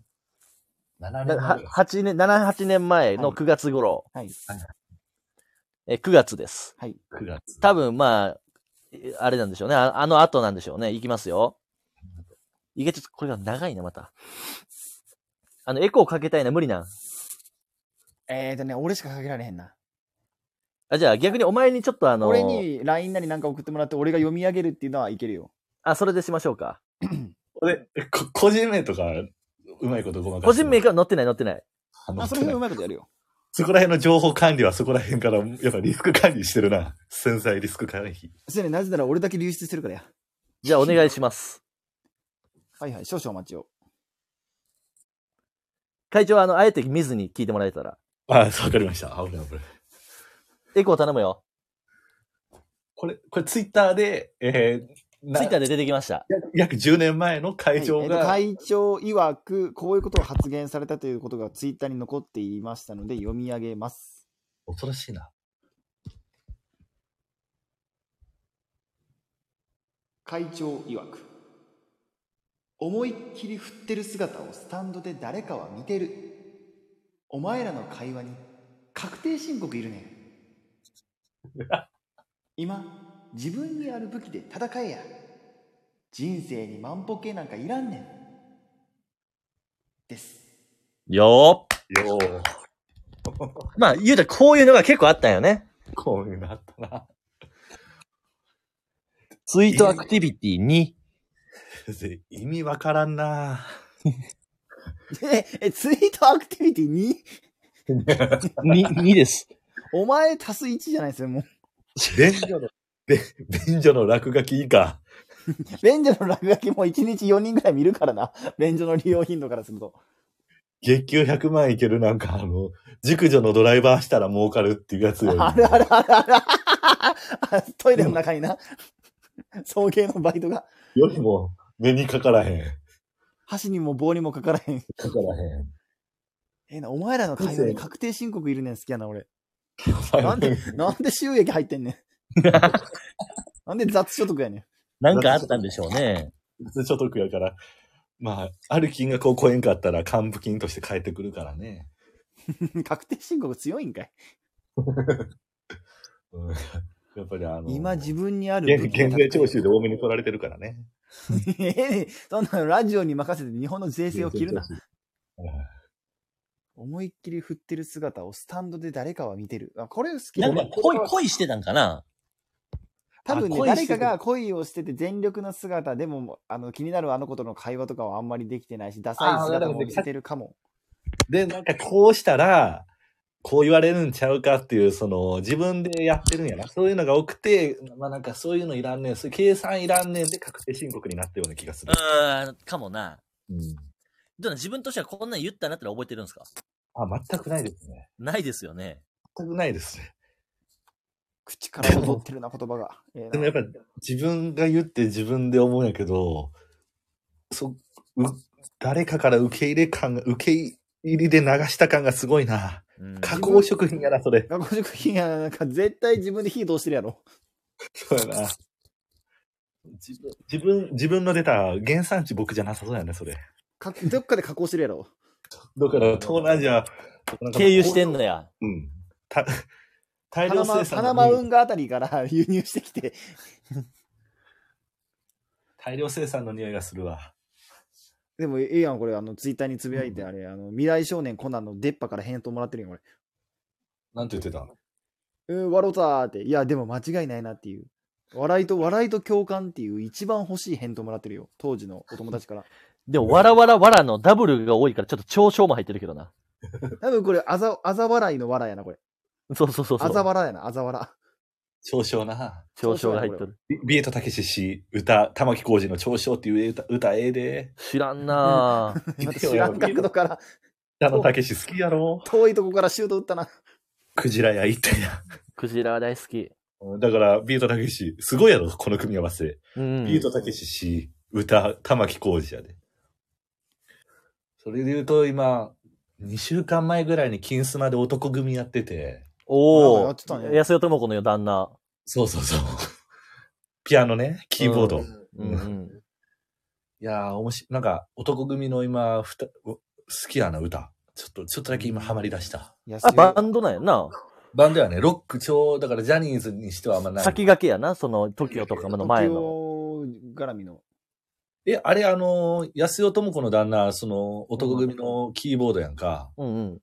Speaker 1: 7年
Speaker 2: な
Speaker 1: 前
Speaker 2: 8年、7、8年前
Speaker 3: は
Speaker 2: の
Speaker 3: い
Speaker 2: 9月頃、
Speaker 3: はい。
Speaker 2: え9月です。
Speaker 3: はい。
Speaker 1: 9月。
Speaker 2: 多分まあ、えあれなんでしょうね。ああの後なんでしょうね。行きますよ。いけ、ちょっとこれが長いな、また。あの、エコーかけたいな、無理なん。
Speaker 3: えーとね、俺しかかけられへんな。
Speaker 2: あ、じゃあ逆にお前にちょっとあの、
Speaker 3: 俺に LINE なりなんか送ってもらって、俺が読み上げるっていうのはいけるよ。
Speaker 2: あ、それでしましょうか。
Speaker 1: 俺、こ個人名とか、うまいことごまか
Speaker 2: 個
Speaker 1: して
Speaker 2: 人名から載ってない載ってない。
Speaker 1: あの
Speaker 3: あ、その辺うまいことやるよ。
Speaker 1: そこら辺の情報管理はそこら辺から、やっぱリスク管理してるな。潜在リスク管理。
Speaker 3: そうやね、なぜなら俺だけ流出してるからや。
Speaker 2: じゃあお願いします。
Speaker 3: はいはい、少々お待ちを。
Speaker 2: 会長はあの、あえて見ずに聞いてもらえたら。
Speaker 1: あ、わかりました。危ない危ない。
Speaker 2: エコー頼むよ。
Speaker 1: これ、これツイッターで、えー、
Speaker 2: ツイッタ
Speaker 1: で
Speaker 2: ーで出てきました。
Speaker 1: 約10年前の会長が、
Speaker 3: はいえっと会長曰く、こういうことを発言されたということがツイッターに残っていましたので、読み上げます。
Speaker 1: 恐ろしいな。
Speaker 3: 会長曰く、思いっきり振ってる姿をスタンドで誰かは見てる。お前らの会話に確定申告いる ね。今、自分にある武器で戦えや。人生に万歩計なんかいらんねん。です。
Speaker 2: よー
Speaker 1: よー、
Speaker 2: まあ、言うたらこういうのが結構あったんよね。
Speaker 1: こういうのあったな。
Speaker 2: ツイートアクティビティ2。
Speaker 1: 先生意味わからん な。
Speaker 3: え、え、ツイートアクティビティ 2?
Speaker 2: 2、2です。
Speaker 3: お前足す1じゃないですよ、もう。
Speaker 1: 便所の、べ便所の落書き以下。
Speaker 3: 便所の落書きも1日4人ぐらい見るからな。便所の利用頻度からすると。
Speaker 1: 月給100万いけるなんか、あの、熟女のドライバーしたら儲かるっていうやつよりも
Speaker 3: あるあるあるある。あ トイレの中にな。送迎のバイトが。
Speaker 1: よりも、目にかからへん。
Speaker 3: 箸にも棒にもかからへん。
Speaker 1: かからへん。
Speaker 3: ええな、お前らの会話に確定申告いるねん好きやな、俺。な
Speaker 1: なんん
Speaker 3: で
Speaker 1: で、
Speaker 3: なんで収益入ってんねん。 なんで雑所得やねん。
Speaker 2: なんかあったんでしょうね。
Speaker 1: 所得やから、まあ、ある金額を超えんかったら、還付金として返ってくるからね。
Speaker 3: 確定申告強いんかい。
Speaker 1: うんやっぱりあの、
Speaker 3: 今自分にある
Speaker 1: 現
Speaker 3: 武器が
Speaker 1: 現税徴収で多めに取られてるからね。
Speaker 3: ええそんなのラジオに任せて日本の税制を切るな。思いっきり振ってる姿をスタンドで誰かは見てる。あこれ好き
Speaker 2: な
Speaker 3: だ
Speaker 2: んか
Speaker 3: ね。
Speaker 2: 恋、恋してたんかな
Speaker 3: 多分ね、
Speaker 2: あ恋
Speaker 3: 誰
Speaker 2: して
Speaker 3: か
Speaker 2: る
Speaker 3: が恋をしてて全力の姿でも、あの、気になるあの子との会話とかはあんまりできてないし、ダサい姿も見せてるかも。
Speaker 1: で、なんかこうしたら、こう言われるんちゃうかっていう、その、自分でやってるんやな。そういうのが多くて、まあなんかそういうのいらんねん、そういう計算いらんねんで確定申告になったような気がす
Speaker 2: う
Speaker 1: る。
Speaker 2: ーん、かもな。
Speaker 1: うん、
Speaker 2: どうなん自分としてはこんなん言ったなってのは覚えてるんですか
Speaker 1: あ、全くないですね。
Speaker 2: ないですよね。
Speaker 1: 全くないですね。
Speaker 3: 口から踊ってるな、言葉が。ええな
Speaker 1: でもやっぱ自分が言って自分で思うんやけど、そ、う、誰かから受け入れ感が、受け入りで流した感がすごいな。
Speaker 2: うん、
Speaker 1: 加工食品やな、それ。
Speaker 3: 学校食品やなんか絶対自分で火通してるやろ。
Speaker 1: そうやな。自分、自分、自分の出た原産地僕じゃなさそうやね、それ。
Speaker 3: かどっかで加工してるやろ。
Speaker 1: だから、東南アジア、なんか
Speaker 2: 経由してんのや。
Speaker 1: うん。た大量
Speaker 3: パナマ
Speaker 1: 生産
Speaker 3: パナ
Speaker 1: な
Speaker 3: マ
Speaker 1: のに、
Speaker 3: 運河あたりから輸入してきて、
Speaker 1: 大量生産の匂いがするわ。
Speaker 3: でもええやん、これ、あの、ツイッターにつぶやいて、あれ、あの、未来少年コナンの出っ歯から返答もらってるよ、俺。
Speaker 1: なんて言ってた
Speaker 3: えー、笑うたーって。いや、でも間違いないなっていう。笑いと、笑いと共感っていう一番欲しい返答もらってるよ。当時のお友達から。
Speaker 2: でも、わらわらわらのダブルが多いから、ちょっと長所も入ってるけどな。
Speaker 3: 多分これ、あざ、あざ笑いの笑いやな、これ。
Speaker 2: そうそうそうそ
Speaker 3: あざ
Speaker 2: う。
Speaker 3: 笑いやな、あざ笑
Speaker 1: 長小な。
Speaker 2: 長所が入っとる。
Speaker 1: ビビエトたけし氏、歌、玉置浩二の長小っていう歌、歌ええで。
Speaker 2: 知らんなぁ。
Speaker 3: い。知らん角度から、
Speaker 1: 北野たけし好きやろ
Speaker 3: 遠いとこからシュート打ったな。
Speaker 1: クジラや行ったや
Speaker 2: クジラは大好き。
Speaker 1: ん。だから、ビートたけし、すごいやろ、この組み合わせ。
Speaker 2: うん。
Speaker 1: ビートたけし氏、歌、玉置浩二やで。それで言うと、今、2週間前ぐらいに金スマで男組やってて、
Speaker 2: お
Speaker 3: や
Speaker 2: お
Speaker 3: っ。てたね
Speaker 2: 安代智子の旦那。
Speaker 1: そうそうそう。ピアノね、キーボード。
Speaker 2: うんうん。
Speaker 1: いやー、おもし、なんか、男組の今、ふた、お好きやな、歌。ちょっと、ちょっとだけ今、ハマり出した。
Speaker 3: 安
Speaker 2: あ、
Speaker 3: 代
Speaker 2: バンドなんやな。
Speaker 1: バンドやね、ロック超、だからジャニーズにしてはあんまない。
Speaker 2: 先駆けやな、その、TOKIO とかの前の。
Speaker 3: 東京絡みの。
Speaker 1: え、あれ、あのー、安代智子の旦那、その、男組のキーボードやんか。
Speaker 2: うんうん。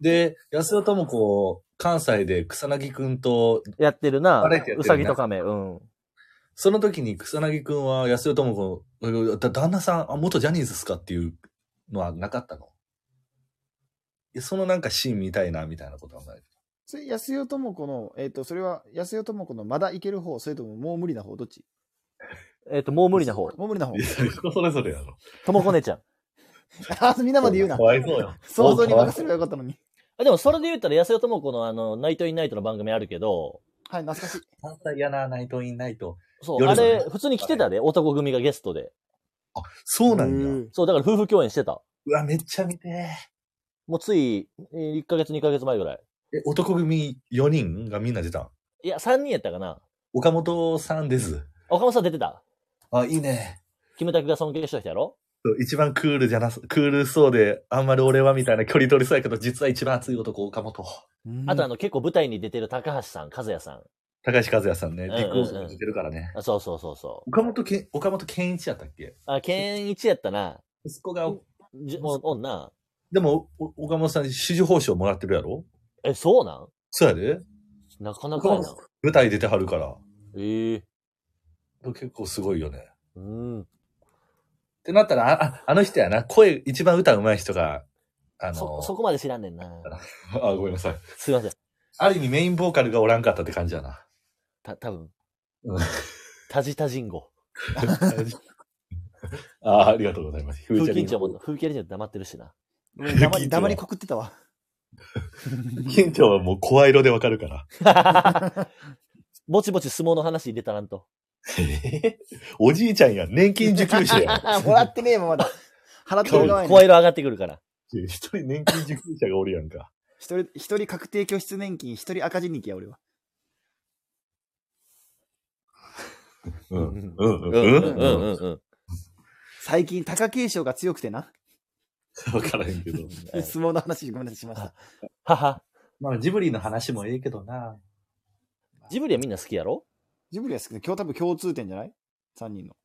Speaker 1: で、安代智子、関西で草薙くんと、
Speaker 2: やってるな
Speaker 1: バラエティや。ってる
Speaker 2: う
Speaker 1: な
Speaker 2: さぎとカメ。うん。
Speaker 1: その時に草薙くんは安代智子の、だ旦那さん、あ、元ジャニーズっすかっていうのはなかったのいやそのなんかシーン見たいな、みたいなことはない。
Speaker 3: それ、安代智子の、えっ、と、それは、安代智子のまだいける方、それとももう無理な方、どっち
Speaker 2: えっと、もう無理な方。
Speaker 3: もう無理な方
Speaker 1: い。や人それぞれやろ。
Speaker 2: ともこ姉ちゃん。
Speaker 3: あ、みんなまで言うな
Speaker 1: か。わいそうよ。
Speaker 3: 想像に任せればよかったのに。
Speaker 2: あでも、それで言ったら、安代智子のあの、ナイトインナイトの番組あるけど、
Speaker 3: はい、懐かしい。
Speaker 1: 反対嫌なナイトインナイト。
Speaker 2: そう、あ
Speaker 1: 夜のね
Speaker 2: れ、普通に来てたで、男組がゲストで。
Speaker 1: あ、そうなんだ。
Speaker 3: だ。
Speaker 2: そう、だから夫婦共演してた。
Speaker 1: うわ、めっちゃ見てえ。
Speaker 2: もうつい、えー1ヶ月、2ヶ月前ぐらい。
Speaker 1: え、男組4人がみんな出たん
Speaker 2: いや、3人やったかな。
Speaker 1: 岡本さんです。
Speaker 2: 岡本さん出てた。
Speaker 1: あ、いいね。
Speaker 2: キムタクが尊敬した人やろ
Speaker 1: そう一番クールじゃな、クールそうで、あんまり俺はみたいな距離取りそうやけど、実は一番熱い男、岡本。
Speaker 2: あとあの、結構舞台に出てる高橋さん、和也さん。
Speaker 1: 高橋和也さんね、
Speaker 2: ん
Speaker 1: ビ
Speaker 2: うんうん
Speaker 1: ッグオフに出てるからね。
Speaker 2: あそうそうそうそう。
Speaker 1: 岡本け、岡本健一やったっけ
Speaker 2: あ、健一やったな。
Speaker 1: 息子が、
Speaker 2: じもう、おんな。
Speaker 1: でも、お岡本さんに支持報酬もらってるやろ
Speaker 2: え、そうなん
Speaker 1: そうやで
Speaker 2: なかなかやな。
Speaker 1: 舞台出てはるから。
Speaker 2: ええ
Speaker 1: 結構すごいよね。
Speaker 2: うん。
Speaker 1: ってなったら、あ、ああの人やな、声、一番歌うまい人が、あの、
Speaker 2: そ、そこまで知らんねんな。
Speaker 1: あ、ごめんなさい。
Speaker 2: すいません。
Speaker 1: ある意味メインボーカルがおらんかったって感じや な。
Speaker 2: た、多分
Speaker 1: うん
Speaker 2: タジタジンゴ。
Speaker 1: あありがとうございます。
Speaker 2: 風景長も、風景長黙ってるしな。
Speaker 1: ん
Speaker 3: 黙 り、黙りこくってたわ。
Speaker 1: 緊張はもう声色でわかるから。
Speaker 2: ぼちぼち相撲の話入れたらんと。
Speaker 1: おじいちゃんやん、年金受給者やん。
Speaker 3: もらってねえもんまだ。払ってる側やね
Speaker 2: 声色上がってくるから。
Speaker 1: 一人年金受給者がおるやんか。
Speaker 3: 一人、一人確定拠出年金、一人赤字人気や、俺は。
Speaker 1: う
Speaker 2: うんん。
Speaker 1: うん。うん。
Speaker 2: う
Speaker 1: うん。うん。
Speaker 2: うんうん。
Speaker 3: 最近、貴景勝が強くてな。
Speaker 1: わからへんけど。
Speaker 2: は
Speaker 3: 相
Speaker 2: い
Speaker 3: 撲の話、ごめんなさい、しました。
Speaker 2: はは。
Speaker 1: まあ、ジブリの話もええけどな。
Speaker 2: ジブリはみんな好きやろ
Speaker 3: ジブリは好きで、今日多分共通点じゃない ?3 人の。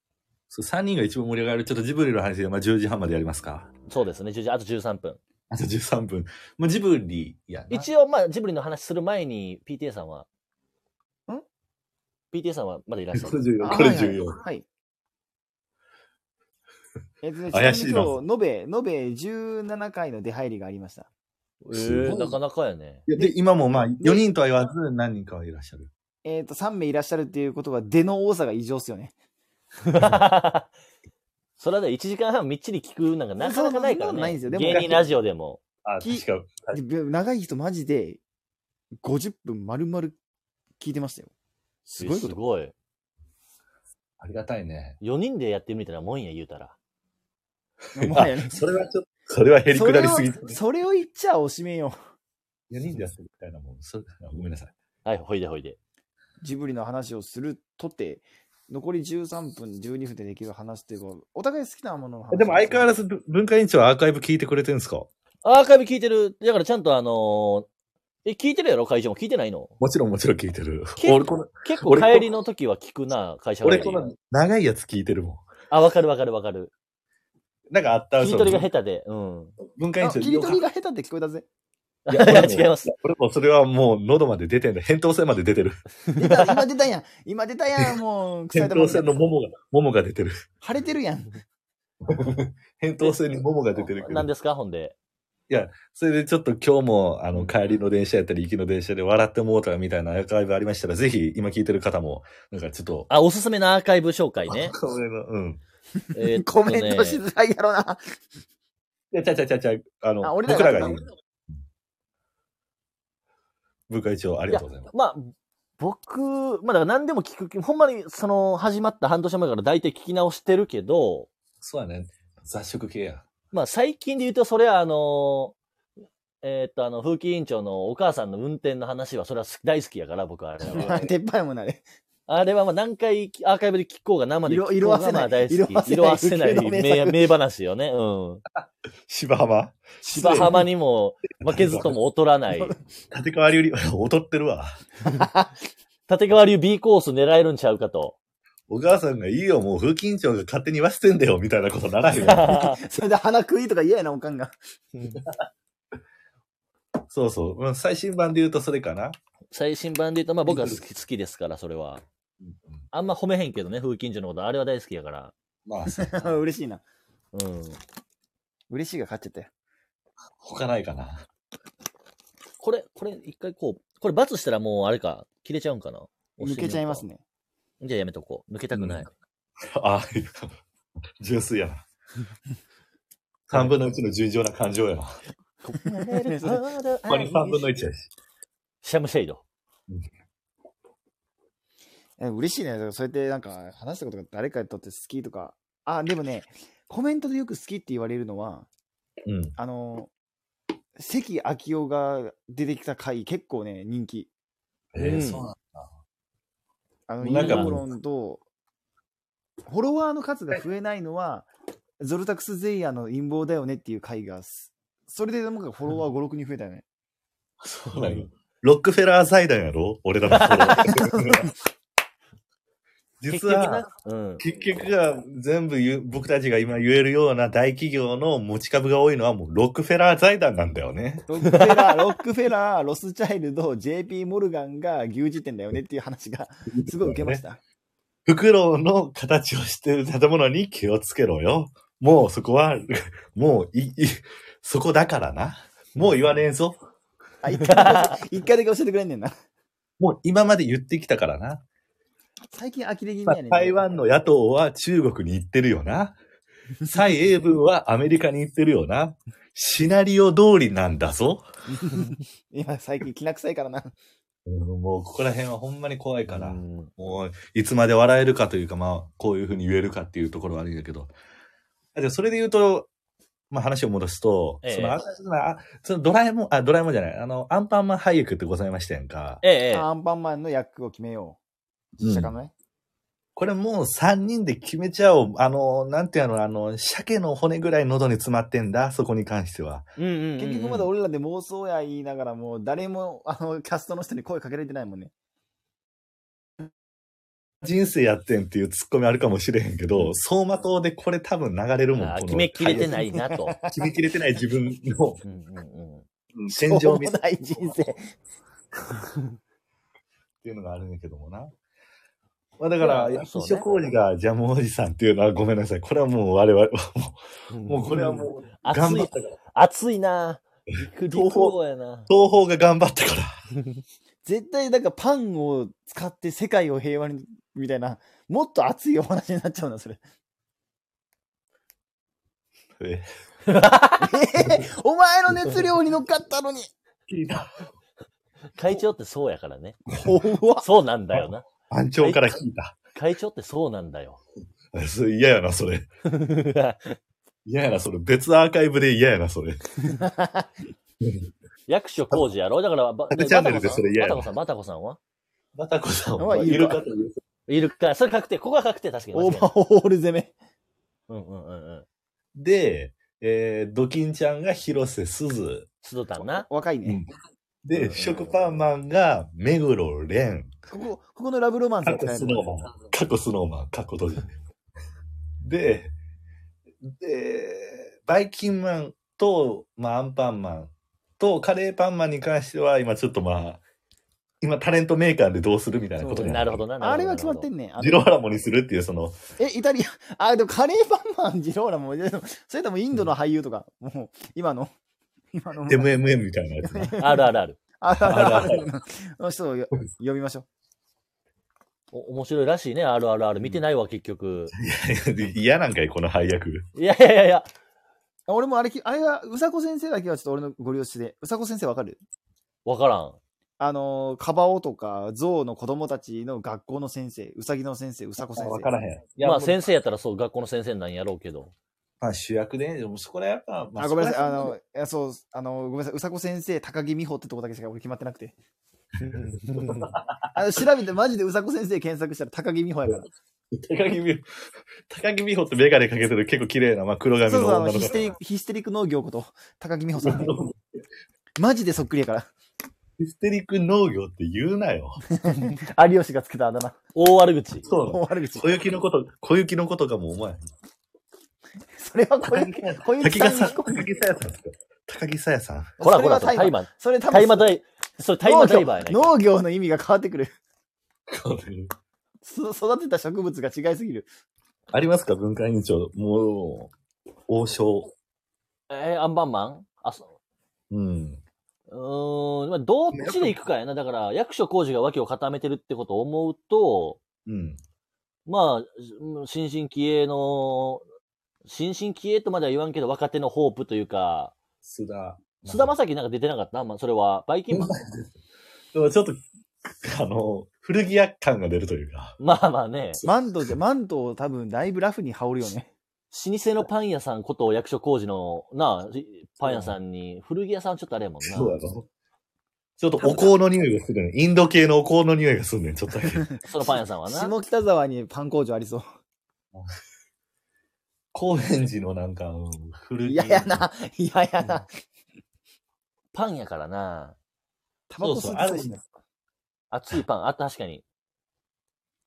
Speaker 1: そう3人が一番盛り上がる、ちょっとジブリの話で、まあ、10時半までやりますか。
Speaker 2: そうですね、10時、あと13分。
Speaker 1: あと13分。まあ、ジブリやな。
Speaker 2: 一応、まあ、ジブリの話する前に、PTA さんは。
Speaker 3: ん
Speaker 2: ?PTA さんはまだいらっしゃ
Speaker 1: これ
Speaker 2: る。
Speaker 1: 重要、これ重
Speaker 3: あ
Speaker 1: 要。
Speaker 3: はいはいはい。えっとね、
Speaker 1: 怪
Speaker 3: 怪
Speaker 1: し
Speaker 3: し
Speaker 1: い
Speaker 3: い
Speaker 1: な
Speaker 3: 今日、延べ、延べ17回の出入りがありました。
Speaker 2: え
Speaker 1: すご
Speaker 2: ー、
Speaker 1: い
Speaker 2: なかなかやね。
Speaker 1: いやで、今もまあ、4人とは言わず、何人かはいらっしゃる。
Speaker 3: えっ、と、3名いらっしゃるっていうことは、出の多さが異常っすよね。
Speaker 2: それは1時間半みっちり聞くなんかなかなかないから
Speaker 3: そうそんなこと
Speaker 2: ね。
Speaker 3: ないんですよでも
Speaker 2: 芸人ラジオでも。
Speaker 1: あ、
Speaker 3: き
Speaker 1: 確か。
Speaker 3: で長い人、マジで、50分丸々聞いてましたよ。すごいこ
Speaker 2: す
Speaker 3: と。
Speaker 2: ごい。
Speaker 1: ありがたいね。
Speaker 2: 4人でやってるみたいなもんや、言うたら。
Speaker 3: もはやね
Speaker 1: あそれはちょっと、それは減り
Speaker 3: そ
Speaker 1: 下
Speaker 3: れ
Speaker 1: り
Speaker 3: を
Speaker 1: すぎ。4、
Speaker 3: それを言っちゃおしめよ。
Speaker 1: 人でやってるみたいなもん。それあごめんなさい。
Speaker 2: はい、ほいでほいで。
Speaker 3: ジブリの話をするとて、残り13分、12分でできる話というか、お互い好きなものの話。
Speaker 1: でも相変わらずぶ文化委員長はアーカイブ聞いてくれてるんですか
Speaker 2: アーカイブ聞いてる。だからちゃんとあのーえ、聞いてるやろ会社も聞いてないの
Speaker 1: もちろんもちろん聞いてる。
Speaker 2: 結構
Speaker 1: 俺この、
Speaker 2: 結構
Speaker 1: 俺
Speaker 2: 帰りの時は聞くな、会社帰
Speaker 1: 俺
Speaker 2: り
Speaker 1: この長いやつ聞いてるもん。
Speaker 2: あ、わかるわかるわかる。
Speaker 1: なんかあった
Speaker 2: 聞き取りが
Speaker 1: その
Speaker 2: 下手で。うん。
Speaker 1: 文化委員
Speaker 3: あ
Speaker 1: 長
Speaker 3: 切り取りが下手って聞こえ たぜ。
Speaker 1: いや
Speaker 2: いや
Speaker 1: 俺も
Speaker 2: 違います。
Speaker 1: 俺もそれはもう喉まで出てん だ。扁桃腺まで出てる。
Speaker 3: 出た、今出たやん。今出たやん、 もう。腐れ
Speaker 1: 扁
Speaker 3: たもん
Speaker 1: 桃
Speaker 3: だ
Speaker 1: 腺の桃が、桃が出てる。
Speaker 3: 腫れてるやん。
Speaker 1: 扁桃腺に桃が出てるけ
Speaker 2: 何
Speaker 1: ど。
Speaker 2: ですかほんで。
Speaker 1: それでちょっと今日も、あの、帰りの電車やったり、行きの電車で笑ってもうたみたいなアーカイブありましたら、ぜひ今聞いてる方も、なんかちょっと、。
Speaker 2: あ、おすすめのアーカイブ紹介ね
Speaker 1: これはうん。
Speaker 2: えーっ
Speaker 3: コ
Speaker 2: と
Speaker 3: メン
Speaker 2: ね
Speaker 3: トしづらいやろな。
Speaker 1: いや、ちゃうちゃうちゃうちゃう、あの、
Speaker 3: あ俺ら
Speaker 1: 僕
Speaker 3: が
Speaker 1: らがいい。部会長、ありがとうございます。
Speaker 2: まあ、僕、まあだから何でも聞く気、ほんまにその始まった半年前から大体聞き直してるけど、
Speaker 1: そうやね。雑食系や。
Speaker 2: まあ最近で言うとそれはあのーえーっとあの、風紀委員長のお母さんの運転の話は、それは好き大好きやから、僕はあれは。
Speaker 3: 鉄板やもんな、あれ。
Speaker 2: あれはまあ何回アーカイブで聞こうが生で聞こうが
Speaker 3: 色色あせない
Speaker 2: まあ大好き
Speaker 3: 色あせない
Speaker 2: 色あせな
Speaker 3: 風景の
Speaker 2: い
Speaker 3: 名
Speaker 2: 名
Speaker 3: 作
Speaker 2: 名話よね。うん。
Speaker 1: 芝浜
Speaker 2: 芝浜にも負けずとも劣らない。
Speaker 1: 立川流り、 劣ってるわ。
Speaker 2: 立川流 B コース狙えるんちゃうか と。
Speaker 1: お母さんがいいよ、もう風紀委員長が勝手に言わせてんだよ、みたいなことならへんわ。
Speaker 3: それで鼻食いとか嫌やな、おかんが。
Speaker 1: そうそう。うん最新版で言うとそれかな。
Speaker 2: 最新版で言うと、まあ僕は好き好きですから、それは。あんま褒めへんけどね、風近所のこと。あれは大好きやから。
Speaker 1: まあ、そう
Speaker 3: 嬉しいな。
Speaker 2: うん。
Speaker 3: 嬉しいが勝っちゃったよ。
Speaker 1: 他ないかな。
Speaker 2: これ、これ、一回こう。これ、罰したらもう、あれか、切れちゃうんかな。
Speaker 3: 抜けちゃいますね。
Speaker 2: じゃあやめとこう。抜けたくない。
Speaker 1: あ、 純粋や な。3分の1の純情な感情やな。
Speaker 2: ここ までほど
Speaker 1: ここに3分の1やし。
Speaker 2: シャムシェイド。
Speaker 3: え嬉しいね。だからそうやってなんか話したことが誰かにとって好きとか。あ、でもね、コメントでよく好きって言われるのは、
Speaker 1: うん。
Speaker 3: あの、関明夫が出てきた回、結構ね、人気。
Speaker 1: え
Speaker 2: う
Speaker 1: ー、
Speaker 2: ん
Speaker 1: そうなんだ
Speaker 3: あの、
Speaker 1: な
Speaker 3: 陰
Speaker 1: んか
Speaker 3: 謀論と、フォロワーの数が増えないのは、ゾルタクス・ゼイヤーの陰謀だよねっていう回がす、それでなんかフォロワー5、6人増えたよね。
Speaker 1: そうなんよロックフェラー財団やろ俺らのフ ォロー実は、
Speaker 2: 結局な、うん。
Speaker 1: 結局が全部言う僕たちが今言えるような大企業の持ち株が多いのはもうロックフェラー財団なんだよね。
Speaker 3: ロックフェ ラー、ロックフェラー、ロスチャイルド、JP モルガンが牛耳ってんだよねっていう話が、すごい受けました。
Speaker 1: フクロウの形をしてる建物に気をつけろよ。もうそこは、もうい、い、そこだからな。もう言わねえぞ。
Speaker 3: あ、一回、一回だけ教えてくれんねんな。
Speaker 1: もう今まで言ってきたからな。
Speaker 3: 最近呆れ気味
Speaker 1: まあ
Speaker 3: やねんな。
Speaker 1: 台湾の野党は中国に行ってるよ な。蔡英文はアメリカに行ってるよな。シナリオ通りなんだぞ。
Speaker 3: 今、最近きな臭いからな。
Speaker 1: うんもうここら辺はほんまに怖いから、
Speaker 2: うん
Speaker 1: もういつまで笑えるかというか、まあこういうふうに言えるかっていうところはあるんだけど。あじゃあそれで言うと、まあ話を戻すと、
Speaker 2: ええ
Speaker 1: そのああそのドラえもん、あ、ドラえもんじゃない、あの、アンパンマン俳優ってございましたやんか。
Speaker 2: ええ、ええ。
Speaker 3: アンパンマンの役を決めよう。実写化のね。
Speaker 1: これもう3人で決めちゃおう。あの、なんていうの、あの、鮭の骨ぐらい喉に詰まってんだ、そこに関しては。
Speaker 2: うんうんうんうん
Speaker 3: 結局まだ俺らで妄想や言いながらも、誰も、あの、キャストの人に声かけられてないもんね。
Speaker 1: 人生やってんっていうツッコミあるかもしれへんけど、走馬灯でこれ多分流れるもん。
Speaker 2: あー
Speaker 1: この
Speaker 2: 決めきれてないなと。
Speaker 1: 決めきれてない自分の
Speaker 2: うんうん うん
Speaker 1: うん
Speaker 3: しょ
Speaker 1: 戦場
Speaker 3: う
Speaker 1: み
Speaker 3: も
Speaker 1: たい
Speaker 3: ない人生。
Speaker 1: っていうのがあるんやけどもな。まあだから、
Speaker 2: いや
Speaker 1: 役
Speaker 2: そうね
Speaker 1: 所工事がジャムおじさんっていうのはごめんなさい。これはもう我々、もうもうこれはもう頑
Speaker 2: 熱
Speaker 1: 張っ
Speaker 2: い
Speaker 1: た、から。
Speaker 2: 熱いな。 陸
Speaker 1: 東
Speaker 2: 陸
Speaker 1: 宝
Speaker 2: 王やな。
Speaker 1: 東方が頑張ったから。
Speaker 3: 絶対なんかパンを使って世界を平和にみたいな、もっと熱いお話になっちゃうんだ、それ。
Speaker 1: え
Speaker 3: お前の熱量に乗っかったのに。
Speaker 1: 聞いた。
Speaker 2: 会長ってそうやからね。
Speaker 3: 怖っ
Speaker 2: そうなんだよな。
Speaker 1: 班長から聞いた。
Speaker 2: 会長ってそうなんだよ。
Speaker 1: それ嫌やな、それ。嫌やな、それ。別アーカイブで嫌やな、それ。
Speaker 2: 役所広司やろだから、ば
Speaker 1: チャンネルでそれ嫌や
Speaker 2: バ
Speaker 1: な
Speaker 2: タコさん、バタコさんは
Speaker 1: またこさん
Speaker 3: まあ
Speaker 1: は、
Speaker 3: い
Speaker 1: い
Speaker 3: る
Speaker 1: る
Speaker 3: か
Speaker 1: かという。
Speaker 2: いるか。それ確定。ここは確定、確かに。
Speaker 3: オーバ
Speaker 2: 確か
Speaker 3: ーホール攻め。
Speaker 2: にうんうんうんうん。
Speaker 1: で、えー、ドキンちゃんが広瀬すず。
Speaker 2: 須藤たんな。
Speaker 3: 若いね。
Speaker 2: うんうんう
Speaker 1: で、
Speaker 2: ん
Speaker 1: 食パンマンが目黒蓮。
Speaker 3: ここ、ここのラブロマンス
Speaker 1: 過
Speaker 3: が
Speaker 1: 去
Speaker 3: 使え
Speaker 1: ス
Speaker 3: る
Speaker 1: ノーマン。過去スノーマン。過去閉じ。で、で、バイキンマンと、まあ、アンパンマンと、カレーパンマンに関しては、今ちょっとまあ、今タレントメーカーでどうするみたいなことにな
Speaker 2: なる
Speaker 1: る。
Speaker 2: ほどな。なるほど
Speaker 3: あれは決まってんね。あの
Speaker 1: ジローラモにするっていう、その、
Speaker 3: え、イタリア、あ、でもカレーパンマン、ジローラも、いやでもそれともインドの俳優とか、もう、今の、今の、
Speaker 1: MMM みたいなやつね。
Speaker 2: あるあるある。
Speaker 3: あるあるあ
Speaker 1: あ
Speaker 3: るあの人をよ呼びましょ
Speaker 2: お面白いらしいね、あるあるある。見てないわ、結局。
Speaker 1: 嫌なん かい、この配役。
Speaker 2: いやいやいやいや。
Speaker 3: う。俺もあれき、あれは、うさこ先生だけはちょっと俺のご利用しで、うさこ先生わかる
Speaker 2: わからん。
Speaker 3: あの、カバオとか、ゾウの子供たちの学校の先生、うさぎの先生、うさこ先生。
Speaker 1: わからへん。いや
Speaker 2: まあ
Speaker 1: もう
Speaker 2: 先生やったらそう、学校の先生なんやろうけど。
Speaker 1: まあ主役で、でもそこらやっぱ、ま
Speaker 3: あ、ごめんなさい。あ
Speaker 1: そこら辺
Speaker 3: の、いや、そう、あの、ごめんなさい。うさこ先生、高木美穂ってとこだけしか俺決まってなく て。あの、調べて、マジでうさこ先生検索したら高木美穂やか
Speaker 1: 高木美穂、高木美穂ってメガネかけてる結構綺麗な、まあ黒
Speaker 3: ら。
Speaker 1: 髪の
Speaker 3: そうそう、あの、
Speaker 1: 女の
Speaker 3: ヒス
Speaker 1: 子。
Speaker 3: テリヒステリック農業こと、高木美穂さ ん。マジでそっくりやか
Speaker 1: ヒステリック農業って言うなよ。
Speaker 3: ら。有吉がつけたあだ名。
Speaker 2: 大悪口。
Speaker 1: そ
Speaker 3: もう悪口。
Speaker 1: 小雪のこと、小雪のことかもお前。
Speaker 3: それは小雪、小雪
Speaker 1: 滝
Speaker 3: さ
Speaker 1: が
Speaker 3: んに
Speaker 1: さ、
Speaker 3: 聞こえ
Speaker 1: 高木さやさんですか高木さやさん。
Speaker 2: こらこら、
Speaker 3: そ
Speaker 2: そ
Speaker 3: れは大
Speaker 2: れタイ
Speaker 3: 麻
Speaker 2: マー。
Speaker 3: それ多
Speaker 2: タイマー
Speaker 3: 分、
Speaker 2: ダイ、それタイマーダイバーやね。
Speaker 3: 農業の意味が変わってくる。そ育てた植物が違いすぎる。
Speaker 1: ありますか文化委員長。もう、王将。
Speaker 2: えー、アンパンマンあ、そ
Speaker 1: うん。
Speaker 2: う。うーん、まあどっちで行くかやな。だから、役所工事が脇を固めてるってことを思うと、
Speaker 1: うん。
Speaker 2: まあ、うん新進気鋭の、新進気鋭とまでは言わんけど、若手のホープというか、
Speaker 1: 須田。
Speaker 2: 須田正樹なんか出てなかったまあ、それは、バイキンマン。
Speaker 1: でもちょっと、あの、古着屋感が出るというか。
Speaker 2: まあまあね。
Speaker 3: マントじゃ、マントを多分、だいぶラフに羽織るよね。
Speaker 2: 老舗のパン屋さんこと役所工事の、なあ、パン屋さんに、古着屋さんちょっとあれやもんな。
Speaker 1: そうだろ。ちょっとお香の匂いがするね。インド系のお香の匂いがするね。ちょっとだけ。
Speaker 2: そのパン屋さんはな。
Speaker 3: 下北沢にパン工場ありそう。
Speaker 1: 高円寺のなんか、うん古着。
Speaker 3: 嫌やや。な、嫌ややな。
Speaker 2: パンやからな。
Speaker 3: タバコ吸ってそうしな
Speaker 2: 熱いパン、あ、確かに。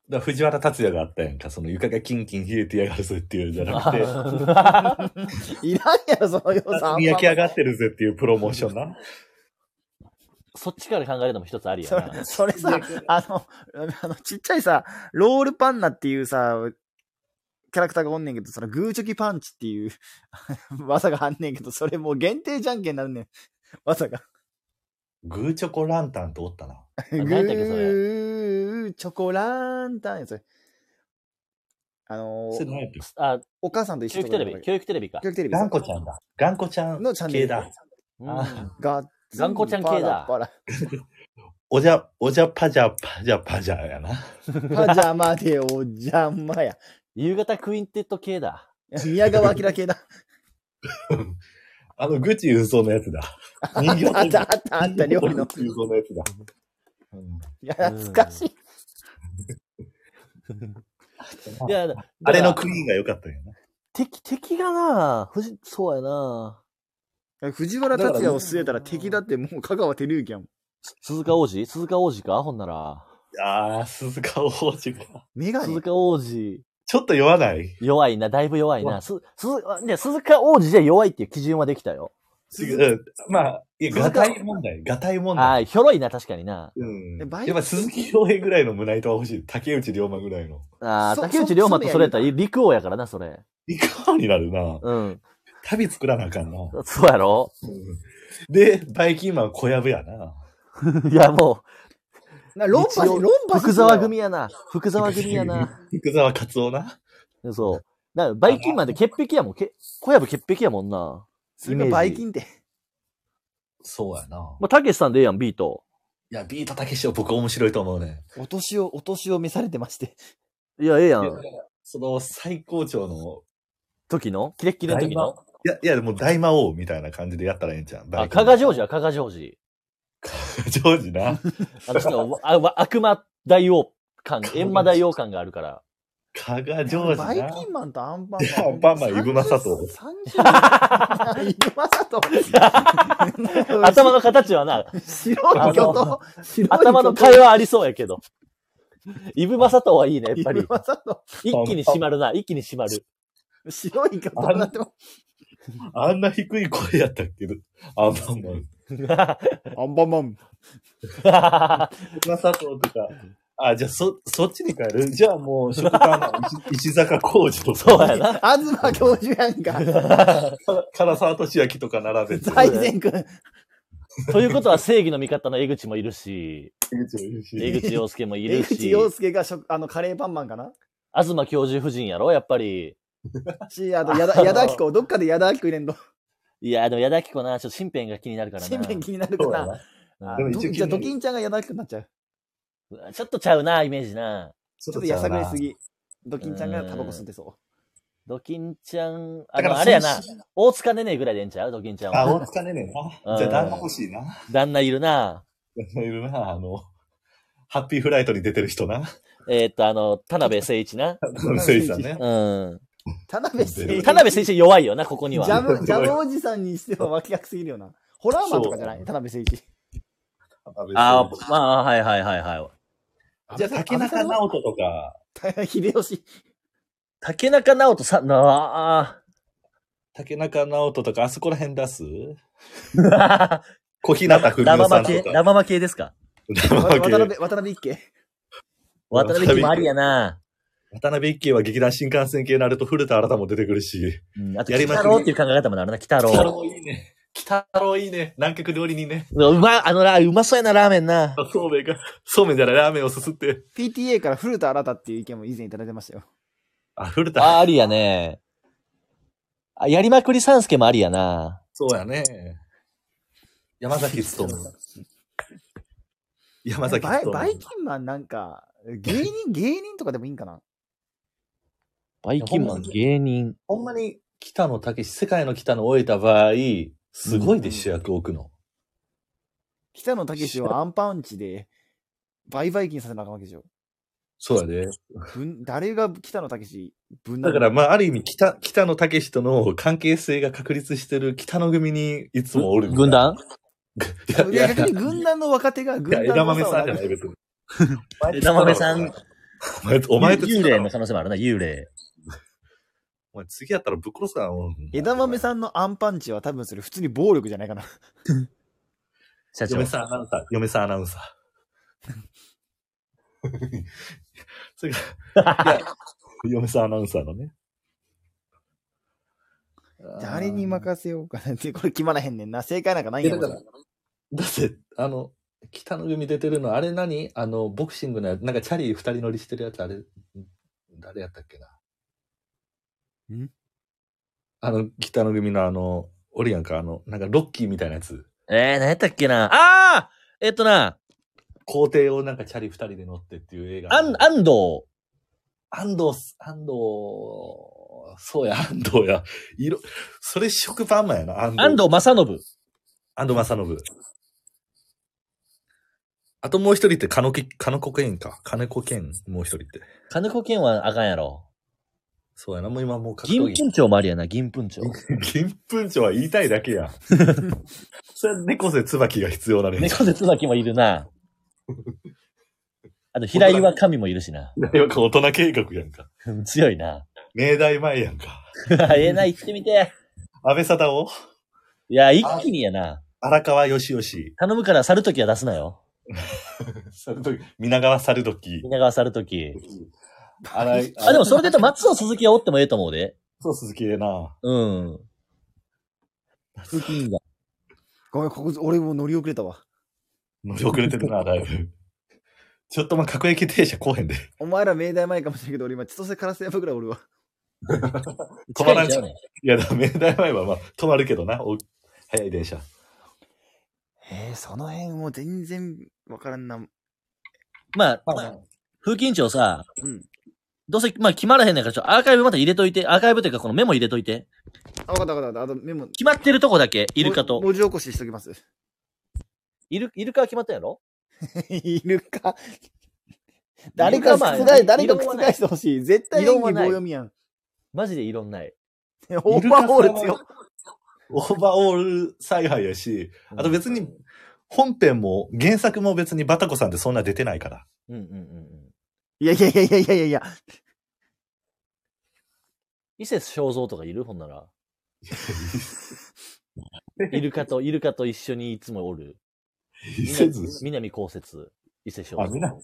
Speaker 1: だから藤原達也があったやんか。その床がキンキン冷えてやがるぜっていうじゃなくて、
Speaker 3: いらんやろ、その要素。
Speaker 1: 焼き上がってるぜっていうプロモーションな。
Speaker 2: そっちから考えるのも一つありや
Speaker 3: そ
Speaker 2: な
Speaker 3: れ、。それさ、あの、あの、ちっちゃいさ、ロールパンナっていうさ、キャラクターがおんねんけど、そのグーチョキパンチっていう 技があんねんけど、それもう限定じゃんけんになるねん。技が。
Speaker 1: グーチョコランタンとおったな。
Speaker 3: グ
Speaker 2: 何やったっけそれ
Speaker 3: ーチョコランタンや、それ。あの
Speaker 1: それ何やったっ
Speaker 2: あ、
Speaker 3: お母さんと一
Speaker 2: 教
Speaker 3: 緒と
Speaker 2: 育
Speaker 3: か
Speaker 2: テ
Speaker 3: で
Speaker 2: レ
Speaker 3: も
Speaker 2: ビ、教育テレビか
Speaker 3: 教。育テ
Speaker 1: け
Speaker 3: レビ。
Speaker 1: ガンコちゃんだ。ガンコちゃん
Speaker 3: のチャンネル
Speaker 1: 系だ。
Speaker 2: うん
Speaker 1: あ
Speaker 3: がっつり
Speaker 2: 頑固ちゃん系だ
Speaker 3: パラ
Speaker 1: おじゃ、おじゃパジャパジャパジャやな。
Speaker 3: パラパジャマでお邪魔や。
Speaker 2: 夕方クインテッド系だ。
Speaker 3: 宮川明系だ。
Speaker 1: あの、グチ輸送のやつだ。人形
Speaker 3: あったあったあった、料理の
Speaker 1: グ。チ輸送のやつだ。うん
Speaker 3: いや懐かしい。
Speaker 2: いや、だから
Speaker 1: あれのクイーンが良かったよな。
Speaker 2: 敵、敵がな、ふじそうやな。
Speaker 3: 藤原達也を据えたら敵だってもう香川照之やもん。
Speaker 2: 鈴鹿王子鈴鹿王子かほんなら。
Speaker 1: ああ、鈴鹿王子か。
Speaker 3: メガネ
Speaker 2: 鈴。鹿王子、
Speaker 1: ちょっと酔わない
Speaker 2: 弱いな、だいぶ弱いうな。す、す、ね、鈴鹿王子じゃ弱いっていう基準はできたよ。
Speaker 1: うんまあ、いや、
Speaker 2: 鈴鹿
Speaker 1: がたい問題、がたい問
Speaker 2: あ
Speaker 1: 題。
Speaker 2: あ、ひょろいな、確かにな。
Speaker 1: うん、
Speaker 3: え
Speaker 1: やっ
Speaker 3: バイ
Speaker 1: ぱ鈴木亮平ぐらいの胸板は欲しい。竹内涼真ぐらいの。
Speaker 2: ああ、
Speaker 3: そ
Speaker 2: 竹内涼真とそれやったら
Speaker 3: そ
Speaker 2: 陸王やからな、それ。
Speaker 1: いかになるな。
Speaker 2: うん。
Speaker 1: 旅作らなあかんな。
Speaker 2: そうやろ
Speaker 1: で、バイキンマンは小籔やな。
Speaker 2: いや、も
Speaker 3: な論破し、
Speaker 2: 一応
Speaker 3: 論破し
Speaker 2: 福沢組やな。福沢組やな。
Speaker 1: 福沢克夫な。
Speaker 2: そう。だからバイキンマンって潔癖やもん。け小籔潔癖やもんな。
Speaker 3: それがバイキンって。
Speaker 1: そうやな。
Speaker 2: まあ、たけしさんでええやん、ビート。
Speaker 1: いや、ビートたけしは僕面白いと思うね。
Speaker 3: お年を、お年を召されてまして。
Speaker 2: いや、ええや
Speaker 1: いやだか。
Speaker 2: ん
Speaker 1: らその最高潮の、
Speaker 2: 時のキレッキレの時の。
Speaker 1: いや、いや、もう大魔王みたいな感じでやったらええんちゃう
Speaker 2: あ、加賀ジョージは加賀ジョージ。
Speaker 1: ジョージな。
Speaker 2: あの人、あわ悪魔大王感、閻魔大王感があるから。
Speaker 1: 加賀ジョージな。
Speaker 3: バイキンマンとアンパン
Speaker 1: いや
Speaker 3: マン。
Speaker 1: アンパンマンイブマサト
Speaker 3: 30イブマサト。
Speaker 2: 頭の形はな、
Speaker 3: 白い巨頭。白い巨頭
Speaker 2: 頭の会話ありそうやけど。イブマサトはいいね、やっぱ
Speaker 3: イ
Speaker 2: り
Speaker 3: ブ。マサト。
Speaker 2: 一気に締まるな、一気に締まる。
Speaker 3: 白い巨頭になってます。
Speaker 1: あんな低い声やったっけど。あ、まあまあ。
Speaker 3: アンパンマン。
Speaker 1: 熊佐藤とか。あ、じゃあ、そ、そっちに変えるじゃあもう、食パンマン、石石 坂浩二とか、
Speaker 2: そうやな。
Speaker 3: 東教授やんか。
Speaker 1: か唐沢俊明とか並 べて。
Speaker 3: 財前君。
Speaker 2: ということは正義の味方の江口もいるし、江口洋介もい
Speaker 3: 江
Speaker 2: る
Speaker 3: 口
Speaker 2: し、
Speaker 3: 洋介が食あのカレーパンマンかな
Speaker 2: 東教授夫人やろ、やっぱり。
Speaker 3: し、 あと矢田、矢田明子。どっかで矢田明子入れんの。
Speaker 2: いや、でも矢田亜希子な、ちょっと身辺が気になるからな。
Speaker 3: 新聞気になるか
Speaker 1: そう
Speaker 3: ら
Speaker 1: や。な。
Speaker 2: うん
Speaker 1: でも
Speaker 3: ど
Speaker 1: 一応
Speaker 3: じゃあドキンちゃんが矢田明子になっちゃう。
Speaker 2: ちょっとちゃうな、イメージな。
Speaker 1: ち
Speaker 3: ちょっとやさぐれす。ぎ。ドキンちゃんがタバコ吸ってそ
Speaker 2: ドキンちゃん、あ
Speaker 1: だか
Speaker 2: の、
Speaker 1: ら、
Speaker 2: あれやな。。大塚ねねえぐらいでええんちゃうドキンちゃん
Speaker 1: あ、
Speaker 2: は。
Speaker 1: 大塚ねねえ
Speaker 2: うん
Speaker 1: な。じゃあ、旦那欲しいな。
Speaker 2: 旦那いるな。
Speaker 1: いるな、あの、ハッピーフライトに出てる人な。
Speaker 2: えーっと、あの、田辺誠一な。
Speaker 1: せいさんね。
Speaker 2: うん。
Speaker 3: う。田辺誠一
Speaker 2: 田辺誠一弱いよな、ここに
Speaker 3: ジ
Speaker 2: は。
Speaker 3: ャ ム、ジャムおじさんにしては脇役すぎるよな。ホラーマンとかじゃない田辺誠一。
Speaker 2: ああ、まあ、はいはいはいはい。
Speaker 1: じゃあ、竹中直人とか、
Speaker 3: た 秀吉。
Speaker 2: 竹中直人さん、な
Speaker 1: 竹中直人とか、あそこら辺出す
Speaker 2: あ。
Speaker 1: 小日向文世さんとか。
Speaker 2: 生マ系生マ系ですか
Speaker 1: 生
Speaker 3: わ
Speaker 1: 負け
Speaker 3: 渡辺、渡辺一家。
Speaker 1: 渡
Speaker 2: 渡
Speaker 1: 辺
Speaker 2: 辺家もありやな。
Speaker 1: 渡辺一家は劇団新幹線系になると古田新太も出てくるし。
Speaker 2: うん、あと、
Speaker 1: やり
Speaker 2: 鬼
Speaker 1: ますね
Speaker 2: 太郎っていう考え方もあるな、鬼太郎。
Speaker 1: いいね。北郎いいね。南極料理人ね。
Speaker 2: うま、あのな、うまそうやな、ラーメンな。
Speaker 1: そうめんが、そうめんじゃない、ラーメンをすすって。
Speaker 3: PTA から古田新太っていう意見も以前いただいてましたよ。
Speaker 1: あ、古田。
Speaker 2: あ、ありやね。あ、やりまくり三助もありやな。
Speaker 1: そうやね。山崎 努。山崎
Speaker 3: バイ
Speaker 1: 努。
Speaker 3: バイキンマンなんか、芸 人、芸人とかでもいいんかな
Speaker 2: バイキンマン芸人。
Speaker 1: ほんまに北野武世界の北野を終えた場合、すごいで主役置くの。
Speaker 3: 北野武をアンパンチで、バイバイキンさせなあかんわけでしょ。
Speaker 1: そうやで。
Speaker 3: ぶん誰が北野武ぶん
Speaker 1: だから、まあ、ある意味、北、北野武との関係性が確立してる北野組にいつもおるみたい
Speaker 2: 軍
Speaker 1: な。
Speaker 2: 団
Speaker 1: い
Speaker 3: い
Speaker 1: や、
Speaker 3: や
Speaker 1: いや
Speaker 3: 逆に軍団の若手が
Speaker 1: い
Speaker 3: 軍
Speaker 1: や、
Speaker 3: 団の
Speaker 1: 枝豆さんじゃ
Speaker 3: 良
Speaker 1: な
Speaker 3: さ
Speaker 1: い、別に。
Speaker 2: 枝豆さん。
Speaker 1: お前と、お前と
Speaker 2: 幽霊の可能性もあるな、幽霊。
Speaker 1: お前次やったらぶっ殺すな、もう
Speaker 3: 枝豆さんのアンパンチは多分それ普通に暴力じゃないかな。
Speaker 2: 社長
Speaker 1: 嫁。さんアナウンサー。嫁さんアナウンサー。 それが、いや嫁さんアナウンサーのね。
Speaker 3: 誰に任せようかなって、これ決まらへんねんな。正解なんかないんやもん
Speaker 1: いやだだって、あの、北の組出てるの、あれ何あの、ボクシングのやつ、なんかチャリ二人乗りしてるやつ、あれ、ん誰やったっけな。
Speaker 3: ん
Speaker 1: あの、北の組のあの、おるやんか、あの、なんかロッキーみたいなやつ。
Speaker 2: えー、何やったっけな。ああえっとな、
Speaker 1: 校庭をなんかチャリ二人で乗ってっていう映画。
Speaker 2: あん、安藤。
Speaker 1: 安藤す、安藤、そうや、安藤や。いろ、それ食パンマンやな、安藤。
Speaker 2: 安藤正信。
Speaker 1: 安藤正信。あともう一人って、金子、金子健か。金子健、もう一人って。
Speaker 2: 金子健はあかんやろ。
Speaker 1: そうやな、もう今もう格闘
Speaker 2: 銀
Speaker 1: 技。
Speaker 2: 粉町もありやな、銀粉町。
Speaker 1: 銀粉町は言いたいだけ や。それは猫背椿が必要なね。
Speaker 2: 猫背椿もいるな。あと、平岩神もいるしな。
Speaker 1: よく大人計画やんか。
Speaker 2: 強いな。
Speaker 1: 明大前やんか。
Speaker 2: ええな、行ってみて。
Speaker 1: 安倍沙汰を
Speaker 2: いや、一気にやな。
Speaker 1: 荒川よしよし。
Speaker 2: 頼むから去るときは出すなよ。
Speaker 1: 猿時皆川猿時。
Speaker 2: 皆川去るとき。
Speaker 1: 荒い。
Speaker 2: あ、でもそれで言うと松尾鈴木はおってもええと思うで。
Speaker 1: そう、鈴木ええな。
Speaker 2: うん。鈴木いいんだ。
Speaker 3: ごめん、ここ、俺も乗り遅れたわ。
Speaker 1: 乗り遅れてるな、だいぶ。ちょっとま、各駅停車来へんで。
Speaker 3: お前ら明大前かもしれんけど、俺今、千歳烏山ぐらいおるわ。
Speaker 1: 止まらん
Speaker 2: 近いじゃね
Speaker 1: いや、でも明大前はまあ、止まるけどな。お早い電車。
Speaker 3: えー、その辺もう全然わからんな。
Speaker 2: まあ、風景長さ、
Speaker 3: うん。
Speaker 2: どうせ、まあ決まらへんねんから、ちょアーカイブまた入れといて、アーカイブというかこのメモ入れといて。
Speaker 3: あ、わかったわかった。あとメモ。
Speaker 2: 決まってるとこだけ、イルカと。
Speaker 3: 文字起こししときます。
Speaker 2: イルイルカは決まったやろ
Speaker 3: イルカ。
Speaker 2: 誰か覆誰か覆して
Speaker 3: ほしい。絶
Speaker 2: 対演技棒読
Speaker 3: みやん。
Speaker 2: マジでいろんない。
Speaker 3: オーバーオール強。
Speaker 1: オーバーオール采配やし、あと別に、本編も、原作も別にバタコさんってそんな出てないから。
Speaker 2: うんうんうんうん。
Speaker 3: いやいやいやいやいやいや。
Speaker 2: 伊勢正蔵とかいるほんな ら。イルカと、イルカと一緒にいつもおる。
Speaker 1: 伊勢寿司。
Speaker 2: 南高節、伊勢正
Speaker 1: あ、
Speaker 2: 蔵。
Speaker 1: みんな、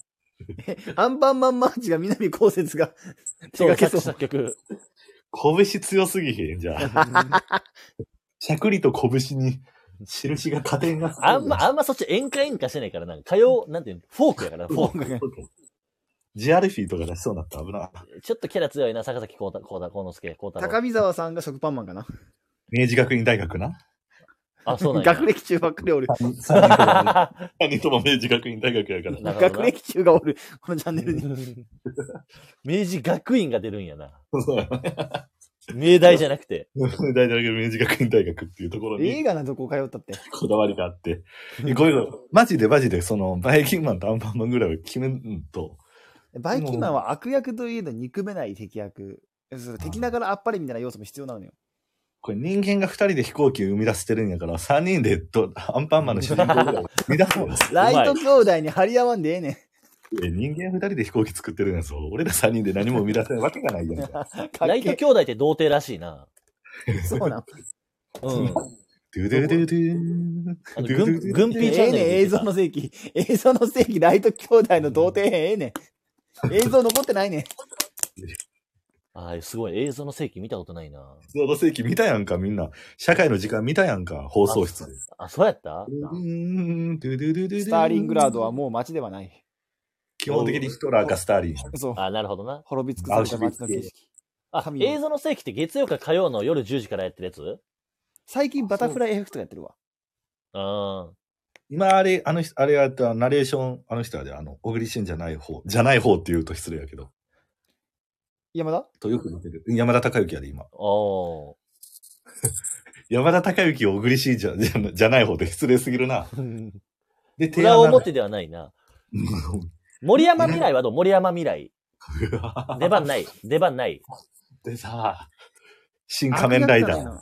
Speaker 3: アンパンマンマーチが南こうせつが手がけそ
Speaker 2: 作
Speaker 3: う
Speaker 2: 詞。作曲。
Speaker 1: 拳強すぎへん、じゃあ。しゃくりと拳に、印が加点が
Speaker 2: あんま、あんまそっち宴会演歌してないから、なんか歌謡、なんていうの、フォークやから、フォーク。
Speaker 1: ジアルフィーとか出しそうになった。危な。
Speaker 2: ちょっとキャラ強いな、坂崎幸太、幸太、幸之助、幸太
Speaker 3: 高
Speaker 2: 郎。
Speaker 3: 見沢さんが食パンマンかな。
Speaker 1: 明治学院大学な。
Speaker 2: あ、そうなんや。
Speaker 3: 学歴中ばっかりおる。
Speaker 1: 3人とも三人とも明治学院大学やから。
Speaker 2: なるほどな
Speaker 3: 学歴中がおる。このチャンネルに。
Speaker 2: 明治学院が出るんやな。
Speaker 1: そうだね。
Speaker 2: 明大じゃなく て。
Speaker 1: 大学、明治学院大学っていうところ
Speaker 3: 映
Speaker 1: に
Speaker 3: 画などこ通ったって。
Speaker 1: こだわりがあって。えこういうの、マジでマジで、その、バイキンマンとアンパンマンぐらいは決めんと。
Speaker 3: バイキンマンは悪役といえど憎めない敵役。そう敵ながらあっぱれみたいな要素も必要なのよ。
Speaker 1: これ人間が二人で飛行機を生み出してるんやから、三人でどアンパンマンの主人公ぐ らい見出そうよ
Speaker 3: ライト兄弟に張り合わんでええねん。
Speaker 1: え人間二人で飛行機作ってるんやぞ。俺ら三人で何も生み出せないわけがないやんか。
Speaker 3: かっ
Speaker 2: ライト
Speaker 3: け
Speaker 2: 兄弟って童貞らしいな。
Speaker 3: えそうなん。
Speaker 2: うん。
Speaker 1: ドゥドゥドゥドゥーン
Speaker 2: あの、
Speaker 1: ドゥドゥドゥドゥ
Speaker 2: 軍
Speaker 1: ーン
Speaker 2: 軍
Speaker 3: え
Speaker 2: 備チャ
Speaker 3: え
Speaker 2: ンネ
Speaker 3: ねん、
Speaker 2: ルで
Speaker 3: 映
Speaker 2: 見てた。
Speaker 3: 像の世紀。映像の世紀、ライト兄弟の童貞編、ええね ん。映像残ってないねん。
Speaker 2: あーすごい。映像の世紀見たことないな。
Speaker 1: 鉄道の世紀見たやんか、みんな。社会の時間見たやんか、放送室で。
Speaker 2: あ、そうやった
Speaker 1: ス
Speaker 3: スターリングラードは
Speaker 1: う。
Speaker 3: もう街ではない。
Speaker 1: 基本的にヒトラーかスターリン。
Speaker 3: そう。
Speaker 2: あ、なるほどな。
Speaker 3: 滅び尽くされた街の景色。
Speaker 2: あ、
Speaker 3: 神よ
Speaker 2: 映像の世紀って月曜か火曜の夜10時からやってるやつ
Speaker 3: 最近バタフライエフェクトやってるわ。
Speaker 2: うん。
Speaker 1: 今、あれ、あの人、あれやった、ナレーション、あの人はで、あの、小栗旬じゃない方、じゃない方って言うと失礼やけど、
Speaker 3: 山田
Speaker 1: とよく似てる。山田孝之やで、今。
Speaker 2: お
Speaker 1: 山田孝之、小栗旬じゃ、 じゃじゃない方で失礼すぎるな。
Speaker 2: ー。
Speaker 1: で、提
Speaker 2: 裏
Speaker 1: 案なんだ
Speaker 2: 表ではないな。森山未来はどう森山未来。 出番ない。出番ない。
Speaker 1: でさ、新仮面ライダー。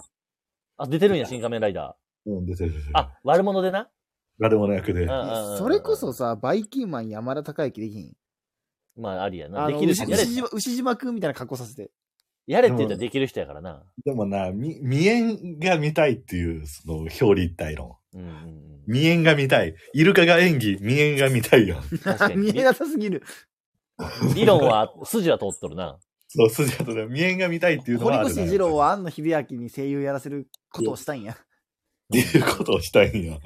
Speaker 2: あ、出てるんや、新仮面ライダ
Speaker 1: うん、出てる。出てる
Speaker 2: ー。、あ、悪者でな。
Speaker 1: 誰もの役で
Speaker 2: うん。うんうん
Speaker 3: それこ。そさ、バイキンマン山田孝之できん。
Speaker 2: まあ、ありやな。
Speaker 3: あ
Speaker 2: で
Speaker 3: の、
Speaker 2: きるし
Speaker 3: 牛、
Speaker 2: やれ、
Speaker 3: 島、牛島くんみたいな格好させて。
Speaker 2: やれって言ったらできる人やからな。
Speaker 1: でもな、み、未演が見たいっていう、その、表裏一体論。
Speaker 2: うんうんうん。
Speaker 1: 未演が見たい。イルカが演技、未演が見たい よ。
Speaker 2: 確かに
Speaker 3: 見え。なさすぎる。
Speaker 2: 理論は、筋は通っとるな。
Speaker 1: そう、筋だとね、未演が見たいっていうのはあ
Speaker 3: 堀
Speaker 1: る
Speaker 3: 越
Speaker 1: な。
Speaker 3: 二郎は庵野秀明に声優やらせることをしたいんや。
Speaker 1: っていうことをしたいんや。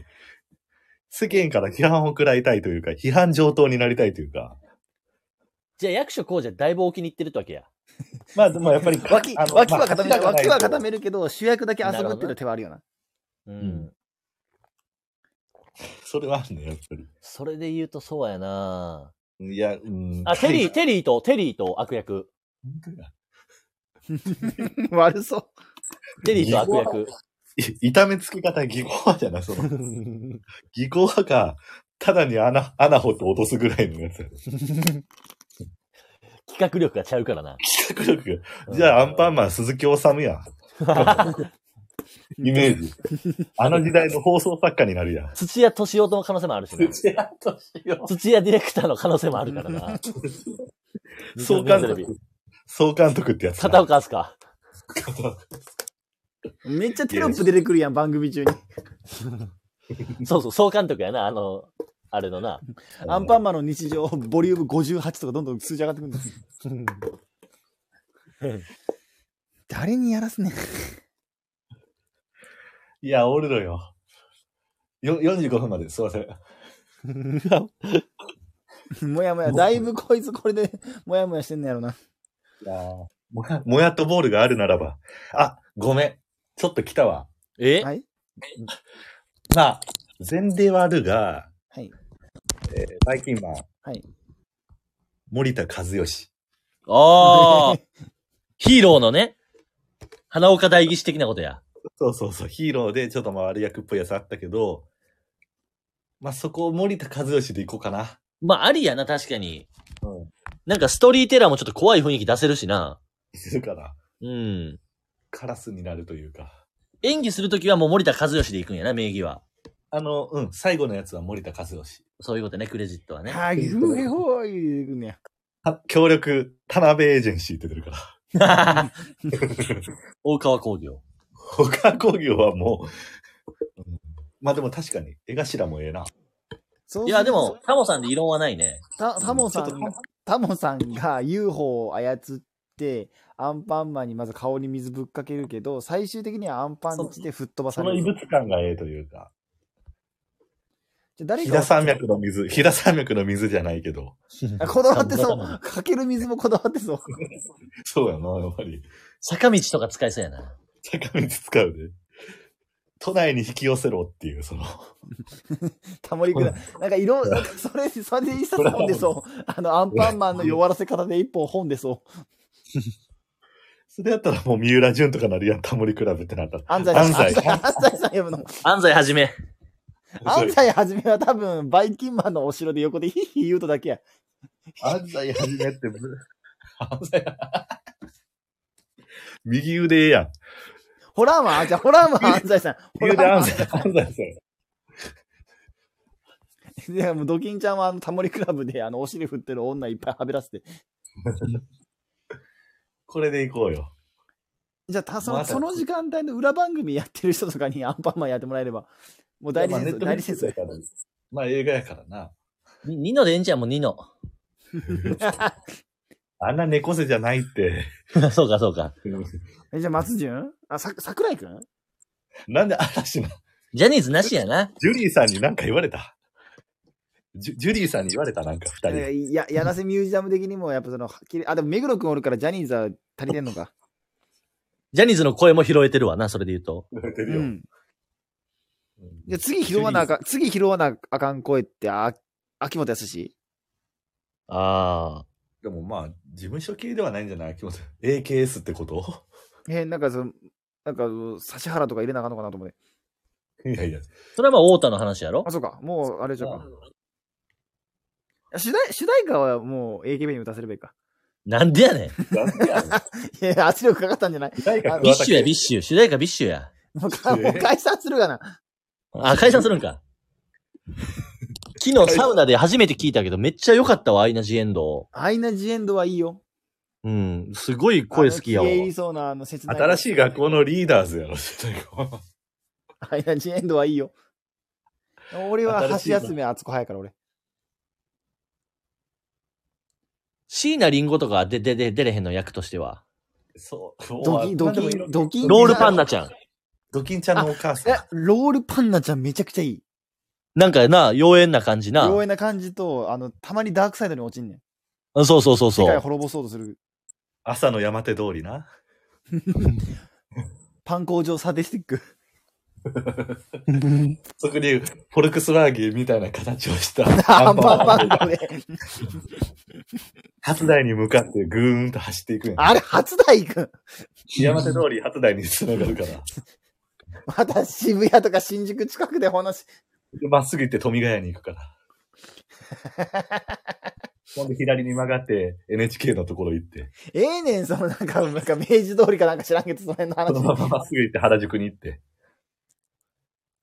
Speaker 1: 世間から批判を食らいたいというか、批判上等になりたいというか。
Speaker 2: じゃあ役所こうじゃだいぶお気に入ってるってわけや。
Speaker 1: まあ、でもやっぱり、
Speaker 3: 脇、
Speaker 1: あの
Speaker 3: 脇は固める、
Speaker 1: まあ
Speaker 3: 脇は固めるけど、主役だけ遊ぶっていう手はあるよな。
Speaker 2: う
Speaker 1: うんん。それはあるね、やっぱり。
Speaker 2: それで言うとそうやない
Speaker 1: や、うん。
Speaker 2: あ、テリー、テリーと、テリーと悪役。
Speaker 1: 本当だ
Speaker 3: 悪そう。
Speaker 2: テリーと悪役。
Speaker 1: い痛めつけ方、技巧派じゃない、その。技巧派か、ただに穴、穴掘って落とすぐらいのやつや。
Speaker 2: 企画力がちゃうからな。
Speaker 1: 企画力が。じゃあ、アンパン
Speaker 2: ン。
Speaker 1: マン、鈴木治やん。イメージ。あの時代の放送作家になるやん。
Speaker 2: 土屋敏夫の可能性もあるし な。
Speaker 1: 土屋敏夫。
Speaker 2: 土屋ディレクターの可能性もあるからな。
Speaker 1: 総監督。総監督ってやつな。
Speaker 2: 片岡すか。
Speaker 3: めっちゃテロップ出てくるやん、番組中に。
Speaker 2: そうそう、総監督やな、あの、あれのな。
Speaker 3: アンパンマンの日常、ボリューム58とかど んどん数字上がってくるんです。誰にやらすねん。
Speaker 1: いや、おるのよ。よ、45分まで、すいません。
Speaker 3: もやもや、だいぶこいつこれで、 もやもやしてんのやろな。
Speaker 1: いやーもや、もやっとボールがあるならば。あ、ごめん。ちょっと来たわ。
Speaker 2: え
Speaker 3: はい。
Speaker 1: まあ、前例はあるが、
Speaker 3: はい。
Speaker 1: えー、バイキンマン。
Speaker 3: はい。
Speaker 1: 森田和義。
Speaker 2: ああ。ヒーローのね、花岡大義士的なことや。
Speaker 1: そうそうそう、ヒーローでちょっとまあ悪役っぽいやつあったけど、まあそこを森田和義でいこうかな。
Speaker 2: まあ、ありやな、確かに。
Speaker 1: うん。
Speaker 2: なんかストーリーテラーもちょっと怖い雰囲気出せるしな。
Speaker 1: するかな。
Speaker 2: うん。
Speaker 1: カラスになるというか。
Speaker 2: 演技するときはもう森田和義で行くんやな、名義は。
Speaker 1: あの、うん、最後のやつは森田和義。
Speaker 2: そういうことね、クレジットはね。
Speaker 3: あー、グーヘホーイ出てくんねや。
Speaker 1: あ協力、田辺エージェンシーって出るから。
Speaker 2: 大川工業。
Speaker 1: 他工業はもう、うんまあでも確かに、絵頭もええな。
Speaker 3: そう
Speaker 2: いや、でも、タモさんで異論はないね。
Speaker 3: た、タモさん
Speaker 1: ちょっと
Speaker 3: が、タモさんが UFO を操って、アンパンマンにまず顔に水ぶっかけるけど、最終的にはアンパンチで吹っ飛ば
Speaker 1: そ
Speaker 3: さ
Speaker 1: の
Speaker 3: れ
Speaker 1: 異
Speaker 3: る。
Speaker 1: 物感がええというか。
Speaker 3: じゃあ誰
Speaker 1: 飛
Speaker 3: が
Speaker 1: 騨山脈の水、飛騨山脈の水じゃないけど。
Speaker 3: あ こだわってそう。かける水もこだわって そう。
Speaker 1: そうやな、やっぱり。
Speaker 2: 坂道とか使いそうやな。
Speaker 1: 坂道使うで。都内に引き寄せろっていう、その。
Speaker 3: タモリくん。なんかいろ、なんかそれ、それで一冊本でそう。あの、アンパンマンの弱らせ方で一本本でそう。
Speaker 1: それやったらもう三浦淳とかなるやん、タモリクラブってなったら。
Speaker 3: 安西さん。
Speaker 1: 安西
Speaker 3: 安西さん読む の。
Speaker 2: 安西はじめ。
Speaker 3: 安西はじめは多分、バイキンマンのお城で横でヒッヒー言うとだけや。
Speaker 1: 安西はじめって、ぶ安西。 右腕やん。
Speaker 3: ホラーマン、あじゃあホラーマン安西さん。ホ
Speaker 1: 右
Speaker 3: ラ
Speaker 1: 腕
Speaker 3: ーマン
Speaker 1: 安西、安西さん。
Speaker 3: いや、もうドキンちゃんはあのタモリクラブであのお尻振ってる女いっぱいはべらせて。
Speaker 1: これでいこうよ。
Speaker 3: じゃあたそ
Speaker 1: ま
Speaker 3: の、
Speaker 1: だ
Speaker 3: その時間帯の裏番組やってる人とかにアンパンマンやってもらえれば、もう代理戦争、代理戦争。
Speaker 1: から。まあ映画やからな。
Speaker 2: にニノでええんちゃんもうニノ。
Speaker 1: あんな猫背じゃないって。
Speaker 2: そうか、そうか。
Speaker 3: えじゃあ松潤あ、さ、桜井くん
Speaker 1: なんで嵐の、
Speaker 2: ジャニーズなしやな。
Speaker 1: ジュリーさんに何か言われたジュジュリーさんに言われたなんか二人。
Speaker 3: いや、やらせミュージアム的にも、やっぱその、は っきりあ、でも目黒くんおるからジャニーズは足りてんのか。
Speaker 2: ジャニーズの声も拾えてるわな、それで言うと。
Speaker 1: 言われてる
Speaker 3: う
Speaker 1: よ
Speaker 3: ん。じゃあ次拾わなあかん、次拾わなあかん声って、あ、秋元康
Speaker 2: ああ。
Speaker 1: でもまあ、事務所系ではないんじゃない気持ち。AKS ってこと
Speaker 3: え、なんかその、なんか、指原とか入れなあかんのかなと思って。
Speaker 1: いやいや。
Speaker 2: それはまあ、太田の話やろ
Speaker 3: あ、そうか。もう、あれじゃうか。主題、主題歌はもう AKB に歌せればいいか。
Speaker 2: なんでやねん。
Speaker 1: なんでやろ
Speaker 3: いやいや、圧力かかったんじゃない
Speaker 1: 誰か
Speaker 3: あ
Speaker 2: ビッ
Speaker 1: 桑田
Speaker 2: シュや、ビッシュ。主題歌ビッシュや。
Speaker 3: もうかもう解散するがな。
Speaker 2: あ、解散するんか。昨日サウナで初めて聞いたけど、めっちゃ良かったわ、アイナ・ジ・エンド。
Speaker 3: アイナ・ジ・エンドはいいよ。
Speaker 2: うん。すごい声好きやわ
Speaker 3: あの。消え入りそうな、あの、切ない。
Speaker 1: 新しい学校のリーダーズやろ、 絶対
Speaker 3: アイナ・ジ・エンドはいいよ。俺は橋休め、あそこ早いから俺。
Speaker 2: 椎名林檎とかで、で、で、出れへんの役としては。
Speaker 1: そう。
Speaker 3: ドキン、ドキン、ドキン。
Speaker 2: ロールパンナちゃん。
Speaker 1: ドキンちゃんのお母
Speaker 3: い
Speaker 1: さん
Speaker 3: や。、ロールパンナちゃんめちゃくちゃいい。
Speaker 2: なんかな、妖艶な感じな。
Speaker 3: 妖艶な感じと、あの、たまにダークサイドに落ちんねん。
Speaker 2: そうそうそ
Speaker 3: 世
Speaker 2: うそ
Speaker 3: 界
Speaker 2: う。
Speaker 3: 滅ぼそうとする。
Speaker 1: 朝の山手通りな。
Speaker 3: パン工場サディスティック。
Speaker 1: そこに、フォルクスワーゲンみたいな形を した
Speaker 3: ア
Speaker 1: ア
Speaker 3: ン
Speaker 1: ン
Speaker 3: パ
Speaker 1: パ
Speaker 3: ン
Speaker 1: ン
Speaker 3: マ
Speaker 1: マ
Speaker 3: ン
Speaker 1: ン
Speaker 3: が
Speaker 1: が
Speaker 3: 俺。
Speaker 1: 初台に向かってぐーんと走っていくんや。
Speaker 3: あれ、初台行くん。
Speaker 1: 山手通り初台に繋がるから。
Speaker 3: また渋谷とか新宿近くで話。
Speaker 1: でまっすぐ行って富ヶ谷に行くから。 ほんで左に曲がって NHK のところ行って、
Speaker 3: ええねん、そのなんか、なんか明治通りかなんか知らんけど、その辺の
Speaker 1: そのま
Speaker 3: 話。
Speaker 1: ままっすぐ行って原宿に行って。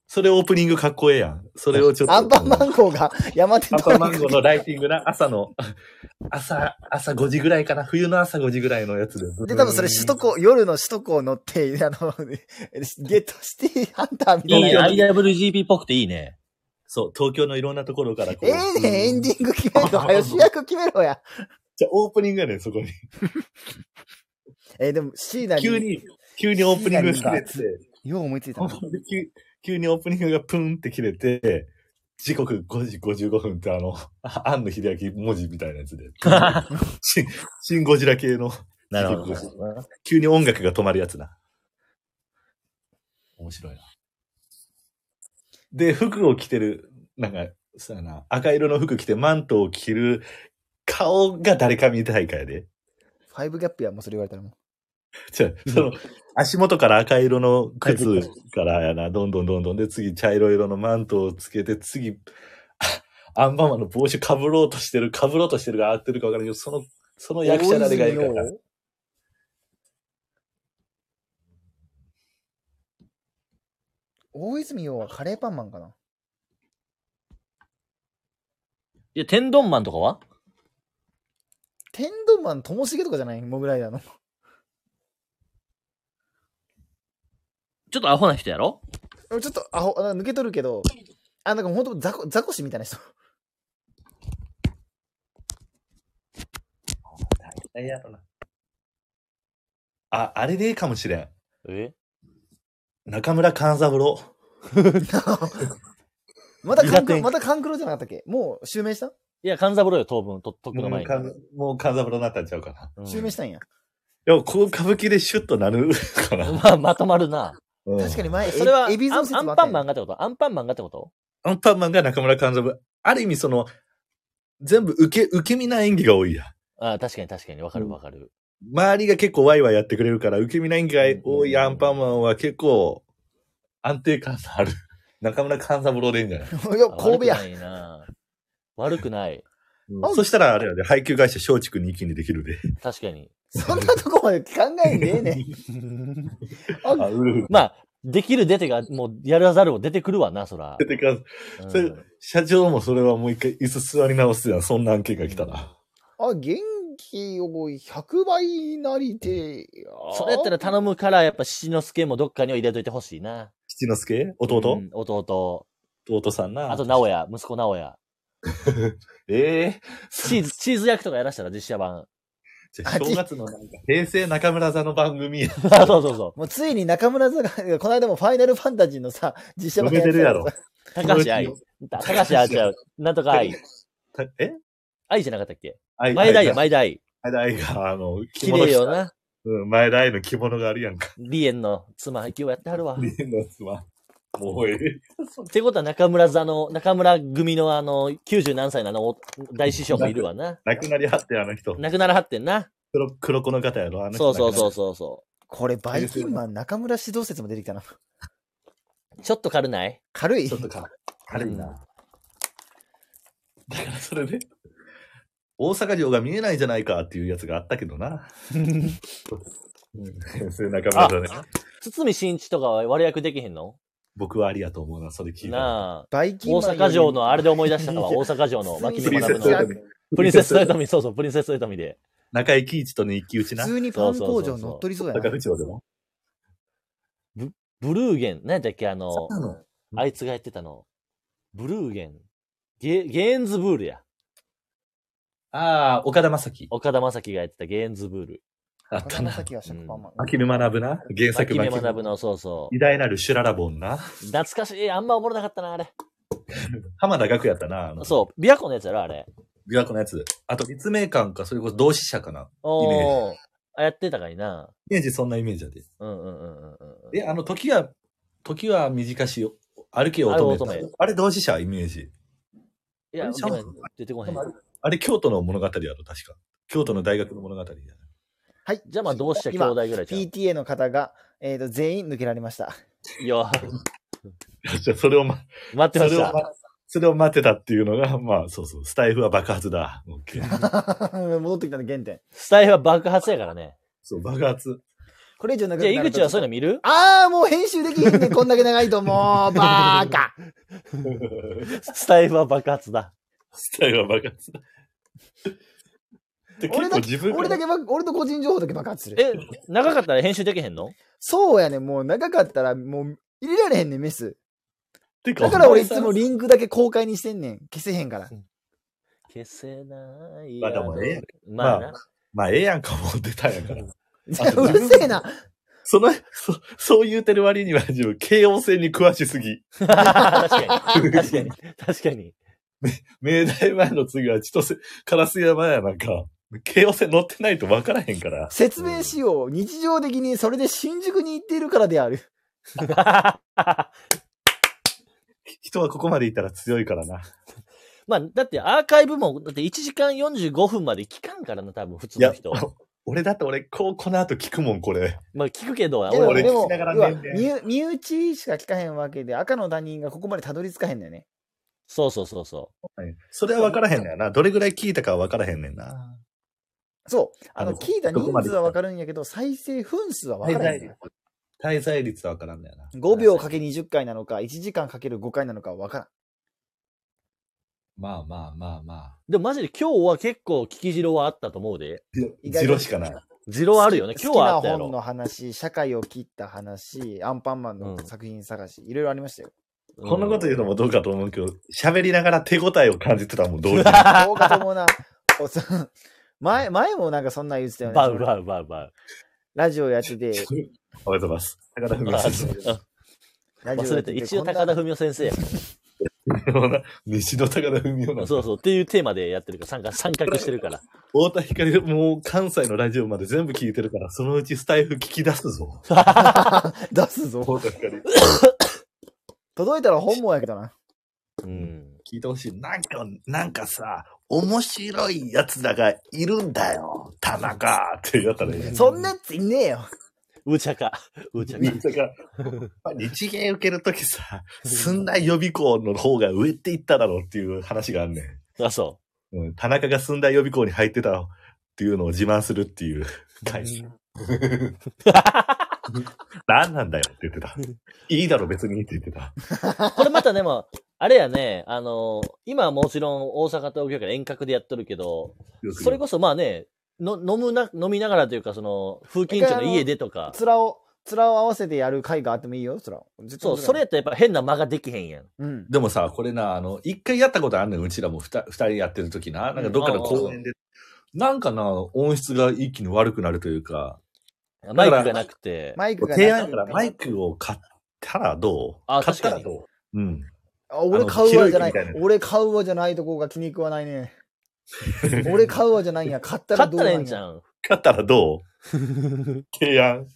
Speaker 1: それオープニングかっこええやん。それをちょっと。
Speaker 3: アンパンマン号が山手
Speaker 1: アン
Speaker 3: と
Speaker 1: パンマンゴーのライティングな、朝の、朝、朝5時ぐらいかな、冬の朝5時ぐらいのやつで。
Speaker 3: で、多分それ首都高、夜の首都高乗って、あの、ゲットシティハンターみたい
Speaker 2: い
Speaker 3: ない
Speaker 2: ね。。IWGP っぽくていいね。
Speaker 1: そう、東京のいろんなところからこう
Speaker 3: ええねん、エンディング決めろ。早主役決めろや。
Speaker 1: じゃあオープニングやねん、そこに。
Speaker 3: えーでも、シーナに。
Speaker 1: 急に、急にオープニングが切れて、
Speaker 4: よう思いついた
Speaker 1: ほん
Speaker 4: な。
Speaker 1: で急急にオープニングがプンって切れて、時刻5時55分ってあの、 あ庵野秀明文字みたいなやつで。シンシンゴジラ系の。
Speaker 2: なるほ
Speaker 1: 時。
Speaker 2: ど
Speaker 1: 刻55分急に音楽が止まるやつな。面白いな。で、服を着てる、なんか、そうやな、赤色の服着てマントを着る顔が誰かみたいかやで。
Speaker 3: ファイブギャップや、もうそれ言われたらも
Speaker 1: じゃあその、足元から赤色の靴からやな、どんどんどんどんで、次茶色色のマントをつけて、次、あアンパンマンの帽子かぶろうとしてる、かぶろうとしてるが合ってるかわからないけど、その、その
Speaker 3: う。
Speaker 1: 役者誰がいいか
Speaker 3: 大
Speaker 1: な
Speaker 3: 泉。洋大泉洋はカレーパンマンかない
Speaker 2: や、天丼マンとかは
Speaker 3: 天丼マンともしげとかじゃないモグライダーの。
Speaker 2: ちょっとアホな人やろ
Speaker 3: ちょっとアホ、あ抜けとるけど、あ、なんかほんとザコ、ザコシみたいな人。
Speaker 1: 誰やろな。あ、あれでいいかもしれん。
Speaker 2: え
Speaker 1: 中村勘三郎。
Speaker 3: またカン
Speaker 1: 苦
Speaker 3: クロ、
Speaker 1: 手
Speaker 3: またカンクロじゃなかったっけもう襲名した
Speaker 2: いや、勘三郎よ、当分、とっとくの
Speaker 1: も
Speaker 2: 前
Speaker 1: う
Speaker 2: に。
Speaker 1: 勘もう勘三郎になったんちゃうかな。
Speaker 2: うん
Speaker 3: 襲名したんや。
Speaker 1: いや、こう歌舞伎でシュッとなるかな。
Speaker 2: まあ、まとまるな。
Speaker 1: 確
Speaker 3: 確かに前、
Speaker 2: それは、ア
Speaker 3: エビゾ
Speaker 2: ン
Speaker 3: 説
Speaker 2: ア
Speaker 3: もあ
Speaker 2: ン
Speaker 3: っ
Speaker 2: パ
Speaker 3: た
Speaker 2: ンマンがってことアンパンマンがってこと
Speaker 1: アンパンマンが中村勘三郎。ある意味その、全部受け、受け身な演技が多いやん。
Speaker 2: ああ確かに確かに、わかるわかる。
Speaker 1: 周りが結構ワイワイやってくれるから、受け身な演技が多い
Speaker 2: うん
Speaker 1: アンパンマンは結構安定感のある。 中村勘三郎でいいんじゃない、
Speaker 3: ん。 いや、神戸や
Speaker 2: 悪。くないな。悪くない。
Speaker 3: ん
Speaker 1: そしたらあれやで、配給会社松竹に一気にできるで。
Speaker 2: 確かに。
Speaker 3: そんなとこまで考えんでええね ん。
Speaker 1: あ、ウルフ。
Speaker 2: まあ、できる出てが、もう、やらざるを出てくるわな、そら。
Speaker 1: てか、
Speaker 2: うん
Speaker 1: それ社長もそれはもう一回椅子座り直すやん。そんな案件が来たら。
Speaker 3: あ、元気を100倍なりてえや、
Speaker 2: それやったら頼むから、やっぱ、七之助もどっかには入れといてほしいな。
Speaker 1: 七之助弟、
Speaker 2: うん弟。
Speaker 1: 弟さんな。
Speaker 2: あと、直哉、息子直哉。
Speaker 1: ええ
Speaker 2: チーズ、チーズ役とかやらしたら、実写版。
Speaker 1: じゃあ正月のなんか、平成中村座の番組やん。
Speaker 2: あそうそ うそう。
Speaker 3: もうついに中村座が、 この間もファイナルファンタジーのさ、実写版
Speaker 1: 読めてるやろ
Speaker 3: やつさ
Speaker 2: 高橋愛。高橋愛ちゃう。なんとか愛。
Speaker 1: え
Speaker 2: 愛じゃなかったっけ
Speaker 1: 前
Speaker 2: 前田愛や、前田愛。
Speaker 1: 前田愛が、あの、
Speaker 2: 綺麗よ
Speaker 1: 着
Speaker 2: な。
Speaker 1: 物着たうん、前田愛の着物があるやんか。
Speaker 2: リエンの妻、今日やっては るわ。っ
Speaker 1: のやつは。もうええ。
Speaker 2: てことは中村座の、中村組のあの、90何歳のあの、お大師匠もいるわな。
Speaker 1: 亡くなりはって、あの人。
Speaker 2: 亡くならはってんな。
Speaker 1: 黒、黒子の方やろ、あの
Speaker 2: そ
Speaker 1: 人。
Speaker 2: うそうそう
Speaker 1: う。
Speaker 2: そうそ
Speaker 3: これ、バイキンマン中村指導説も出てきたな。
Speaker 2: う。ちょっと軽ない
Speaker 3: 軽い
Speaker 1: ちょっとか、軽いな。だからそれで、大阪城が見えないじゃないかっていうやつがあったけど な。うん平成中村座ね。
Speaker 2: 堤真一とかは悪役できへんの
Speaker 1: 僕はありやと思うな、それ聞いた。
Speaker 2: なあ。
Speaker 3: バイキン
Speaker 2: 大
Speaker 3: マンより。
Speaker 2: 阪城のあれで思い出した のは、
Speaker 3: いや
Speaker 2: 大阪城の
Speaker 3: 普
Speaker 2: 脇
Speaker 3: 通
Speaker 1: プ
Speaker 3: に
Speaker 1: リ
Speaker 2: 見
Speaker 1: ンセ
Speaker 2: 学ぶ
Speaker 1: ス
Speaker 2: の。
Speaker 1: 豊臣。
Speaker 2: プリンセス豊臣、そうそう、プリンセス豊臣で。
Speaker 1: 中井貴一との一騎打ちな
Speaker 3: 普。通にファン工場乗っ取りそうやな。
Speaker 1: 高部長でも。
Speaker 2: ブルーゲン、何やったっけあの、
Speaker 1: なの
Speaker 2: あいつがやってたの。ブルーゲン。ゲ、ゲーンズブールや。
Speaker 1: ああ、岡田将生。
Speaker 2: 岡田将生がやってたゲーンズブール。
Speaker 1: あっ
Speaker 3: 中
Speaker 1: た
Speaker 3: 村
Speaker 1: な。
Speaker 3: 先は食パンマン。
Speaker 1: マキル学ぶな。原作
Speaker 2: 牧
Speaker 1: マ
Speaker 2: 目
Speaker 1: キル
Speaker 2: 学ぶの、そうそう。
Speaker 1: 偉大なるシュララボンな。
Speaker 2: 懐かしい。あんまおもろなかったな、あれ。
Speaker 1: 浜田学やったな。あの
Speaker 2: そう、琵琶湖のやつやろ、あれ。
Speaker 1: 琵琶湖のやつ。あと立命館か、それこそ同志社かな。
Speaker 2: おー。あやってたかいな。
Speaker 1: イメージそんなイメージだで。
Speaker 2: うんうんうんうんうん。
Speaker 1: え、あの、時は、時は短しよ、歩けよ乙
Speaker 2: あ
Speaker 1: 女。あれ
Speaker 2: れ乙
Speaker 1: 同志社イメージ。
Speaker 2: いや、
Speaker 1: あれちゃうの
Speaker 2: ごめん出てこへん。
Speaker 1: あれ京都の物語やろ、確か。京都の大学の 物語や。
Speaker 3: はい。
Speaker 2: じゃあまあ、どうして兄弟ぐらいちゃ
Speaker 3: PTA の方が、えーと、全員抜けられま した。
Speaker 2: う。いや、
Speaker 1: じゃあそれを、ま、
Speaker 2: 待って
Speaker 1: そ
Speaker 2: ま
Speaker 1: れ
Speaker 2: し
Speaker 1: を
Speaker 2: た。
Speaker 1: ま、それを待ってたっていうのが、まあ、そうそう、スタイフは爆発だ。オッ ケー
Speaker 3: 戻ってきたの原点。
Speaker 2: スタイルは爆発やからね。
Speaker 1: そう、爆発。
Speaker 3: これ以上長く
Speaker 2: じゃ
Speaker 3: な
Speaker 2: あ、
Speaker 3: ると
Speaker 2: 井口はそういうの見る
Speaker 3: ああ、もう編集できひん ね。こんだけ長いと、もう、バーカ。
Speaker 2: スタイルは爆 発だ。
Speaker 1: スタイルは爆発 だ。で結
Speaker 3: 俺
Speaker 1: 構
Speaker 3: だ
Speaker 1: 自分
Speaker 3: 俺だけば、俺の個人情報だけ爆発する。
Speaker 2: え、長かったら編集できへんの
Speaker 3: そうやね。もう長かったら、もう、入れられへんねん、メス。
Speaker 1: てか
Speaker 3: だから俺いつもリンクだけ公開にしてんねん。消せへん から。
Speaker 2: 消せない。
Speaker 1: まあでもええやん
Speaker 2: まあな
Speaker 1: ままあ、ええやんか、もう出たんやから。
Speaker 3: じ
Speaker 1: と
Speaker 3: ゃ あう
Speaker 1: 自分
Speaker 3: るせえな。
Speaker 1: その、そ、そう言うてる割には自分、慶応戦に詳しすぎ。
Speaker 2: 確かに。確かに。確かに。
Speaker 1: 明大前の次は千歳、烏山やなんか、京王線乗ってないと分からへんから。
Speaker 3: 説明しよう。日常的にそれで新宿に行っているからである。
Speaker 1: 人はここまでいたら強いからな。
Speaker 2: まあ、だってアーカイブも、だって1時間45分まで聞かんからな、多分普通
Speaker 1: い
Speaker 2: の
Speaker 1: や
Speaker 2: 人。、
Speaker 1: 俺だって俺、こう、この後聞くもん、これ。
Speaker 2: まあ聞くけど、
Speaker 3: で
Speaker 2: 俺
Speaker 3: も、
Speaker 1: 俺
Speaker 3: でも
Speaker 1: 聞きながら
Speaker 3: 要は
Speaker 1: ね
Speaker 3: 身内身内しか聞かへんわけで、赤の他人がここまでたどり着かへんだよね。
Speaker 2: そうそうそうそ
Speaker 1: それは分からへんのやな。どれぐらい聞いたかは分からへんねんな。
Speaker 3: そう。あ
Speaker 1: あ
Speaker 3: の、
Speaker 1: の
Speaker 3: 聞いた人
Speaker 1: ここまで
Speaker 3: 数はわかるんやけど、再生分数はわか
Speaker 1: 滞
Speaker 3: ら
Speaker 1: 在
Speaker 3: へんのよ
Speaker 1: 率。。滞在率は分からんだよな。
Speaker 3: 5秒かけ20回なのか、1時間かける5回なのかわからん。
Speaker 1: まあまあまあまあ。
Speaker 2: う。でもマジで今日は結構聞き白はあったと思うで。
Speaker 3: 意外
Speaker 1: ジ
Speaker 3: と
Speaker 1: ロしかない。
Speaker 2: ジロあるよね。今日はあ
Speaker 3: 好
Speaker 2: っ
Speaker 3: き
Speaker 2: た
Speaker 3: な
Speaker 2: や
Speaker 3: 本
Speaker 2: ろ。
Speaker 3: の話、社会を切った話、アンパンマンの作品探し、いろいろありましたよ。
Speaker 1: こんなこと言うのもどうかと思うけど、喋りながら手応えを感じてたもん、同時に。
Speaker 3: 動画ともな、 おそ前、前もなんかそんなん言ってたよね。
Speaker 2: バウバウバウバウ。
Speaker 3: ラジオやってて、
Speaker 1: おめでとうございます。高田文夫先生。
Speaker 3: ラジオ
Speaker 2: 忘
Speaker 3: や
Speaker 2: れ、
Speaker 3: ってて
Speaker 2: 一応高田文夫先生やか
Speaker 1: 西の高田文夫な
Speaker 2: ら。
Speaker 1: ん
Speaker 2: そうそう。っていうテーマでやってるから、参加、参画してるから。
Speaker 1: 太田光もう関西のラジオまで全部聞いてるから、そのうちスタイフ聞き出すぞ。
Speaker 3: 出すぞ。
Speaker 1: 太田光。
Speaker 3: 届いたら本望やけどな。
Speaker 2: うん。
Speaker 1: 聞いてほしい。なんか、なんかさ、面白いやつらがいるんだよ。田中ってやったらいい。
Speaker 3: そんなやついねえよ。
Speaker 2: うちゃか。うちゃか。
Speaker 1: だからまあ日芸受けるときさ、寸大予備校の方が上っていっただろうっていう話があんねん。
Speaker 2: あ、そ
Speaker 1: うん、田中が寸大予備校に入ってたっていうのを自慢するっていう回。 何なんだよって言ってた。いいだろ別にって言ってた。
Speaker 2: う。これまたでも、あれやね、あの、今はもちろん大阪東京から遠隔でやっとるけど、それこそまあね、の飲むな、飲みながらというか、その、風景長の家でとか、
Speaker 3: 面を、面を合わせてやる回があってもいいよ、面を。絶対
Speaker 2: そう、
Speaker 3: 面
Speaker 2: そ
Speaker 3: 白
Speaker 2: れ
Speaker 3: い
Speaker 2: やったらやっぱ変な間ができへんやん。
Speaker 3: うん。
Speaker 1: でもさ、これな、あの、一回やったことあんねん、うちらも二二人やってる時な。なんかどっかの公園で。なんかな、音質が一気に悪くなるというか。
Speaker 2: マイクがなくて。
Speaker 3: マイクが
Speaker 1: 提案からマ
Speaker 3: イ
Speaker 1: イクを買ったらどう
Speaker 2: あ
Speaker 1: 買ったら
Speaker 2: 確か
Speaker 1: どううん。
Speaker 3: 俺買うわじゃな
Speaker 1: あのひろゆきみ
Speaker 3: い
Speaker 1: たいな。やつ
Speaker 3: 俺買うわじゃないとこが気に食わないね。 俺買うわじゃないんや。買ったら
Speaker 2: 買っ
Speaker 3: ど
Speaker 2: た
Speaker 3: うな
Speaker 2: らええ
Speaker 3: ん
Speaker 2: んじ
Speaker 3: や。
Speaker 2: ゃん。
Speaker 1: 買ったらど う提案。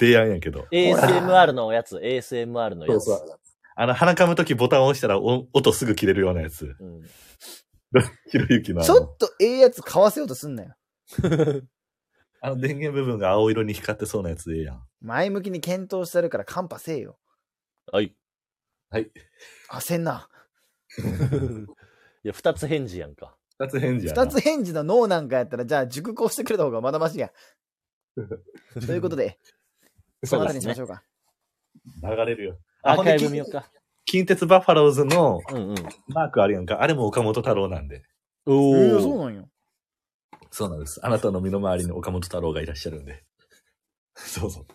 Speaker 1: 提案やけど。
Speaker 2: ASMR のやつ、ASMR のやつ。
Speaker 1: そうあの、鼻かむときボタンを押したらお音すぐ切れるようなやつ。
Speaker 2: うん
Speaker 1: ひろゆきのあ
Speaker 3: ちょ
Speaker 1: の
Speaker 3: っとええやつ買わせようとすんなよ。
Speaker 1: あの電源部分が青色に光ってそうなやつでええやん。
Speaker 3: 前向きに検討してるからカンパせえよ。
Speaker 2: はい。
Speaker 3: 焦んな。
Speaker 2: いや、二つ返事やんか。
Speaker 1: 二つ返事やな。
Speaker 3: 二つ返事の脳なんかやったら、じゃあ熟考してくれた方がまだま しや。ということで、そのあたりにしましょうか。
Speaker 1: 流れるよ。
Speaker 2: アーカイ
Speaker 1: ほ
Speaker 2: ブ
Speaker 1: ん
Speaker 2: 見
Speaker 1: で
Speaker 2: ようか。
Speaker 1: 近鉄バッファローズの
Speaker 2: うんうん。
Speaker 1: マークあるやんか。あれも岡本太郎なんで。
Speaker 2: お
Speaker 3: ええそうなんよ。
Speaker 1: そうなんです。あなたの身の回りに岡本太郎がいらっしゃるんで。 そうそう。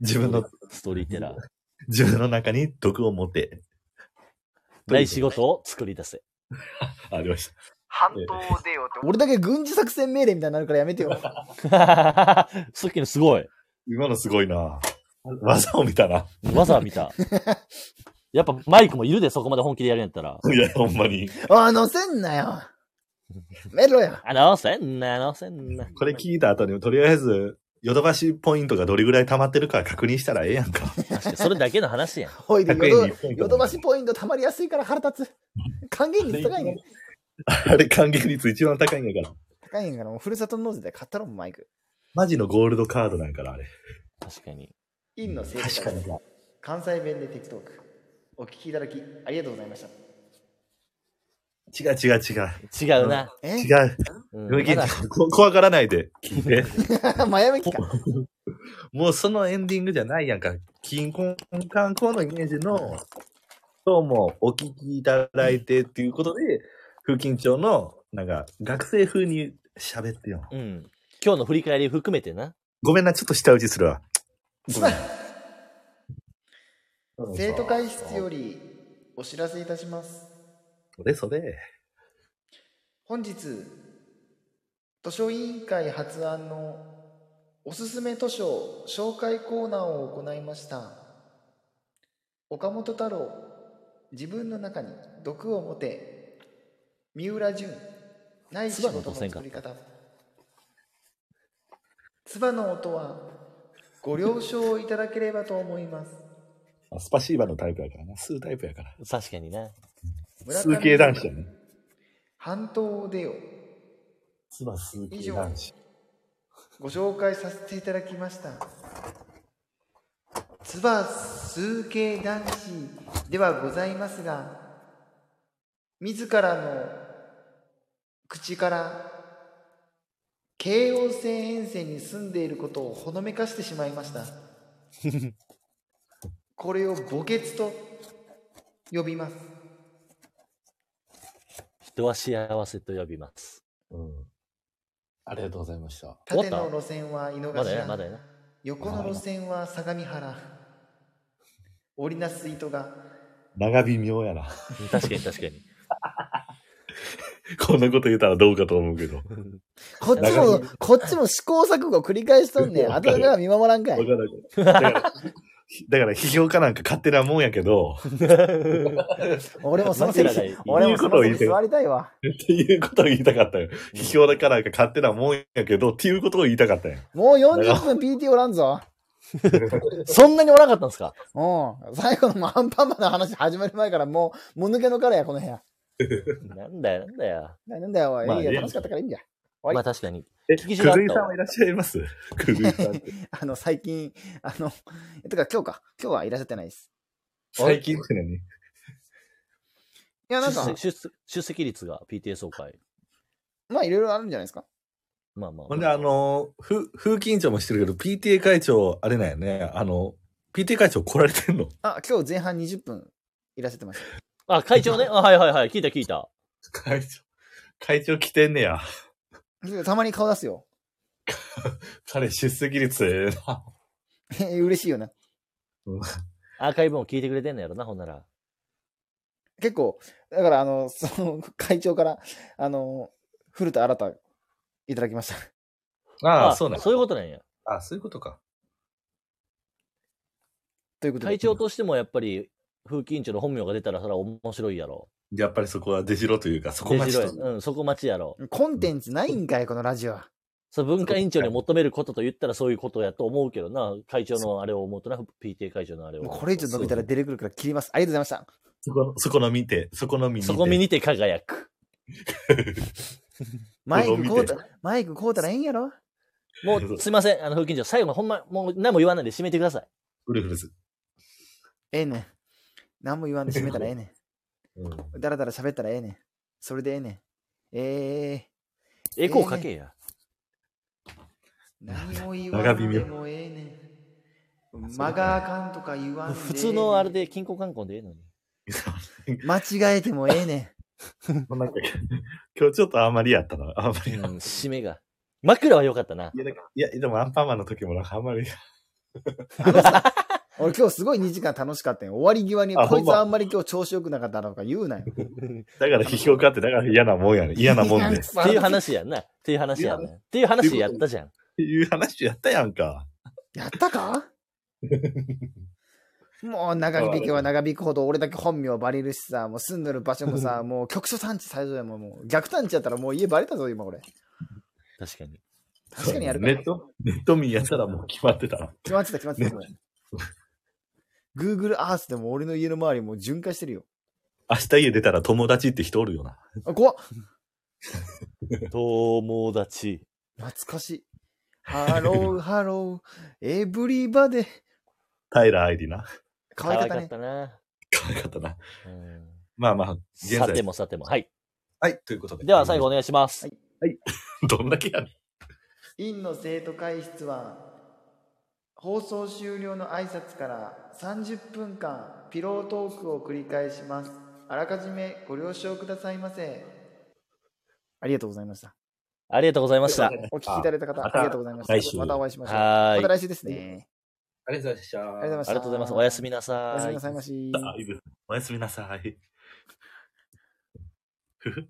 Speaker 1: 自分の、
Speaker 2: ストーリーテラー。
Speaker 1: 自分の中に毒を持って。
Speaker 2: 大仕事を作り出せ。
Speaker 1: ありました。
Speaker 5: 半島を出ようって
Speaker 3: 俺だけ軍事作戦命令みたいになるからやめ てよ。
Speaker 2: さっきのすごい。
Speaker 1: 今のすごいな技を見たな。
Speaker 2: 技見 た。やっぱマイクもいるで、そこまで本気でやるんやったら。
Speaker 1: いや、ほんまに。
Speaker 3: あ、乗せん なよ。めろよ。
Speaker 2: あ、直せんな、直せんな。
Speaker 1: これ聞いた後にも、とりあえず、ヨドバシポイントがどれぐらい溜まってるか確認したらええやんか。
Speaker 2: 確かにそれだけの話やん。
Speaker 3: ほいで、
Speaker 1: 100円に1ポイント
Speaker 3: ヨドバシポイント溜まりやすいから腹立つ。還元率高いねん。
Speaker 1: あれ還元率一番高いんやから。
Speaker 3: 高いんやから、もうふるさと納税で買ったろ、マイク。
Speaker 1: マジのゴールドカードなんから、あれ。
Speaker 2: 確かに。
Speaker 3: インのせい
Speaker 1: 確かに。
Speaker 3: 関西弁でティックトーク。お聞きいただき、ありがとうございました。
Speaker 1: 違う違う違う。
Speaker 2: 違うな。
Speaker 3: え
Speaker 1: 違う。
Speaker 2: うん
Speaker 1: 麦
Speaker 2: まだ
Speaker 1: こ怖がらないで聞いて。
Speaker 3: 前向きか。
Speaker 1: もうそのエンディングじゃないやんか。キンコンカンコンのイメージの、どうもお聞きいただいてっていうことで、風緊張の、なんか、学生風に喋ってよ。
Speaker 2: うん。今日の振り返り含めてな。
Speaker 1: ごめんな、ちょっと下打ちするわ。
Speaker 3: 生徒会室よりお知らせいたします。
Speaker 1: それそれ。
Speaker 3: 本日、図書委員会発案のおすすめ図書紹介コーナーを行いました。岡本太郎、自分の中に毒を持て、三浦淳、ない仕事の作り方。唾の音はご了承いただければと思います。
Speaker 1: スパシーバのタイプやからな。スータイプやから。
Speaker 2: 確かにな。
Speaker 1: スー系男子やね。
Speaker 3: 半島を出よ
Speaker 1: スバスー系男子。
Speaker 3: ご紹介させていただきましたつば数形男子ではございますが自らの口から京王線沿線に住んでいることをほのめかしてしまいました これを墓穴と呼びます
Speaker 2: 人は幸せと呼びます。
Speaker 1: うん。ありがとうございました。
Speaker 2: 終わっ
Speaker 3: 縦
Speaker 2: た
Speaker 3: の路線は井の
Speaker 2: ま
Speaker 3: 頭、
Speaker 2: だや、まだやな。
Speaker 3: 横の路線は相模原織りなす糸が
Speaker 1: 長微妙やな。
Speaker 2: うん確かに確かに。
Speaker 1: こんなこと言ったらどうかと思うけど。わか
Speaker 4: こっちも、こっちも試行錯誤繰り返しとんねん。後から見守らんかい。
Speaker 1: らない。だから、 だから批評家なんか勝手なもんやけど、
Speaker 4: 俺もその
Speaker 2: マジで
Speaker 4: 席
Speaker 2: ない、
Speaker 4: 俺もその席座りたいわ。
Speaker 1: っていうことを言いたかったよ。批評家なんか勝手なもんやけど、っていうことを言いたかったよ。
Speaker 4: もう40分 PT おらんぞ。
Speaker 2: そんなにおらなかったんですか
Speaker 4: うん。最後のもうアンパンマンの話始まる前からもう、もぬけのからや、この部屋。
Speaker 2: なんだよ、なんだよ。
Speaker 4: なんだよ、おい。
Speaker 1: まあ
Speaker 4: いいよ
Speaker 1: いいや
Speaker 4: 楽しかったからいいんじゃ。はい
Speaker 2: まあ確かに。
Speaker 1: え、
Speaker 2: 聞
Speaker 1: く
Speaker 2: き
Speaker 1: ずい
Speaker 2: しな
Speaker 1: さ
Speaker 2: かったわ
Speaker 1: んはいらっしゃいますくずいさんって。
Speaker 4: あの、最近、あの、 えてか今日か。今日はいらっしゃってないです。
Speaker 1: 最近って何
Speaker 4: いや、なんか
Speaker 2: 出、席出出席率が PTA 総会。
Speaker 4: まあいろいろあるんじゃないですか。
Speaker 2: まあまあ、
Speaker 1: ほんで、あの、ふ、風緊張もしてるけど、PTA 会長、あれなんやね。あの、PTA 会長来られてんの
Speaker 4: あ、今日前半20分いらっしゃってまし
Speaker 2: あ、会長ね。あ、はいはいはい。聞いた聞いた。
Speaker 1: 会長、会長来てんねや。
Speaker 4: た。たまに顔出すよ。
Speaker 1: 彼出席率ええな。
Speaker 4: 嬉しいよな。
Speaker 2: アーカイブも聞いてくれてんのやろな、ほんなら。
Speaker 4: 結構、だからあの、その会長から、あの、古田新太いただきました。
Speaker 1: ああ、そうなんや
Speaker 2: そういうことなんや。
Speaker 1: あ、そういうことか。
Speaker 4: ということで。
Speaker 2: 会長としてもやっぱり、風紀委員長の本名が出たら、それは面白いやろ。
Speaker 1: やっぱりそこは出城というか、そこ
Speaker 2: 面
Speaker 1: がちょ
Speaker 2: 白
Speaker 1: っ
Speaker 2: い。
Speaker 1: と
Speaker 2: うん、そこ待ちやろ。
Speaker 4: コンテンツないんかい、このラジオは。
Speaker 2: そう文化委員長に求めることと言ったらそういうことやと思うけどな、会長のあれを思うとな、PTA 会長のあれを
Speaker 4: も
Speaker 2: 思う
Speaker 4: う
Speaker 2: と。
Speaker 4: これ以上伸びたら出てくるから切ります。ありがとうございまし
Speaker 1: そこの、そこの見て、そこの見にて。
Speaker 2: そこ見にて輝く。
Speaker 4: た。マイ
Speaker 1: これ
Speaker 4: ク
Speaker 1: 伸
Speaker 4: こう
Speaker 1: びて
Speaker 4: た、マイクこうたらええんやろ
Speaker 2: もう、すいません、あの、風紀委員長、最後までほんま、もう何も言わないで締めてください。
Speaker 1: ウルフルズ。
Speaker 4: ええねん。何も言わんで締めたらええね
Speaker 1: うん。
Speaker 4: ん。だらだら喋ったらええねん。それでええねん。え
Speaker 2: エコーかけや。
Speaker 3: 何も言
Speaker 1: 長
Speaker 3: わん
Speaker 1: 微
Speaker 3: で
Speaker 1: 妙
Speaker 3: もええねん。間があかんとか言わんでええねん。
Speaker 2: 普通のあれで、均衡観光でええのに。
Speaker 4: え間違えてもええねん。
Speaker 1: なんか、今日ちょっとあんまりやったな。あんまりや
Speaker 2: うん、締めが。枕は良かったな。
Speaker 1: いや、なんかいや、でもアンパンマンの時もなんかあんまり。
Speaker 4: 俺今日すごい2時間楽しかったよ。終わり際に、
Speaker 1: あ
Speaker 4: こ
Speaker 1: ほ
Speaker 4: い
Speaker 1: ん
Speaker 4: つ
Speaker 1: ま
Speaker 4: あんまり今日調子良くなかったなとか言うなよ。
Speaker 1: だから批評家って、だから嫌なもんやね。嫌なもんで。っ
Speaker 2: っていう話やんな。っていう話やんな。っていう話やったじゃん。
Speaker 1: ていう話やったやんか。
Speaker 4: やったかもう長引けば長引くほど俺だけ本名バレるしさ、もう住んでる場所もさ、もう局所探知最初でもんもう逆探知やったらもう家バレたぞ今俺。
Speaker 2: 確かに。
Speaker 4: 確かにやるか
Speaker 1: ネット、ネット民やったらもう決まってたな。
Speaker 4: 決まってた決まってた。もう Google Earth でも俺の家の周りもう巡回してるよ。
Speaker 1: 明日家出たら友達って人おるよな。
Speaker 4: あ、怖っ
Speaker 2: 友達。
Speaker 4: 懐かしい。ハローハロー、エブリバデ。
Speaker 1: 平愛理な。
Speaker 4: 可愛かった
Speaker 2: か
Speaker 4: ね
Speaker 2: っ。たな。
Speaker 1: 可愛かったな。
Speaker 2: うん
Speaker 1: まあまあ、現
Speaker 2: さて
Speaker 1: 在。
Speaker 2: もさても。はい。
Speaker 1: はい、ということで。
Speaker 2: では 最後お。願いします。
Speaker 1: どんだけやねん。
Speaker 3: 院の生徒会室は放送終了の挨拶から30分間ピロートークを繰り返します。あらかじめご了承くださいませ。
Speaker 4: ありがとうございました。
Speaker 2: ありがとうございました。
Speaker 4: お聞きいただいた方、
Speaker 5: ま
Speaker 4: あ
Speaker 5: た
Speaker 4: りがとうございました。
Speaker 5: 来週
Speaker 4: またお会いしましょう。
Speaker 2: はーい
Speaker 4: また来週ですね。
Speaker 5: ありがとうございました。
Speaker 4: ありがとうございまし
Speaker 2: あ
Speaker 4: た。
Speaker 2: りがとうございます。おやすみ
Speaker 4: お
Speaker 2: な
Speaker 4: や
Speaker 2: さ
Speaker 4: す
Speaker 2: ー
Speaker 4: み
Speaker 2: い
Speaker 4: な。さいまし。
Speaker 1: あいいですねおやすみなさい。ふふ。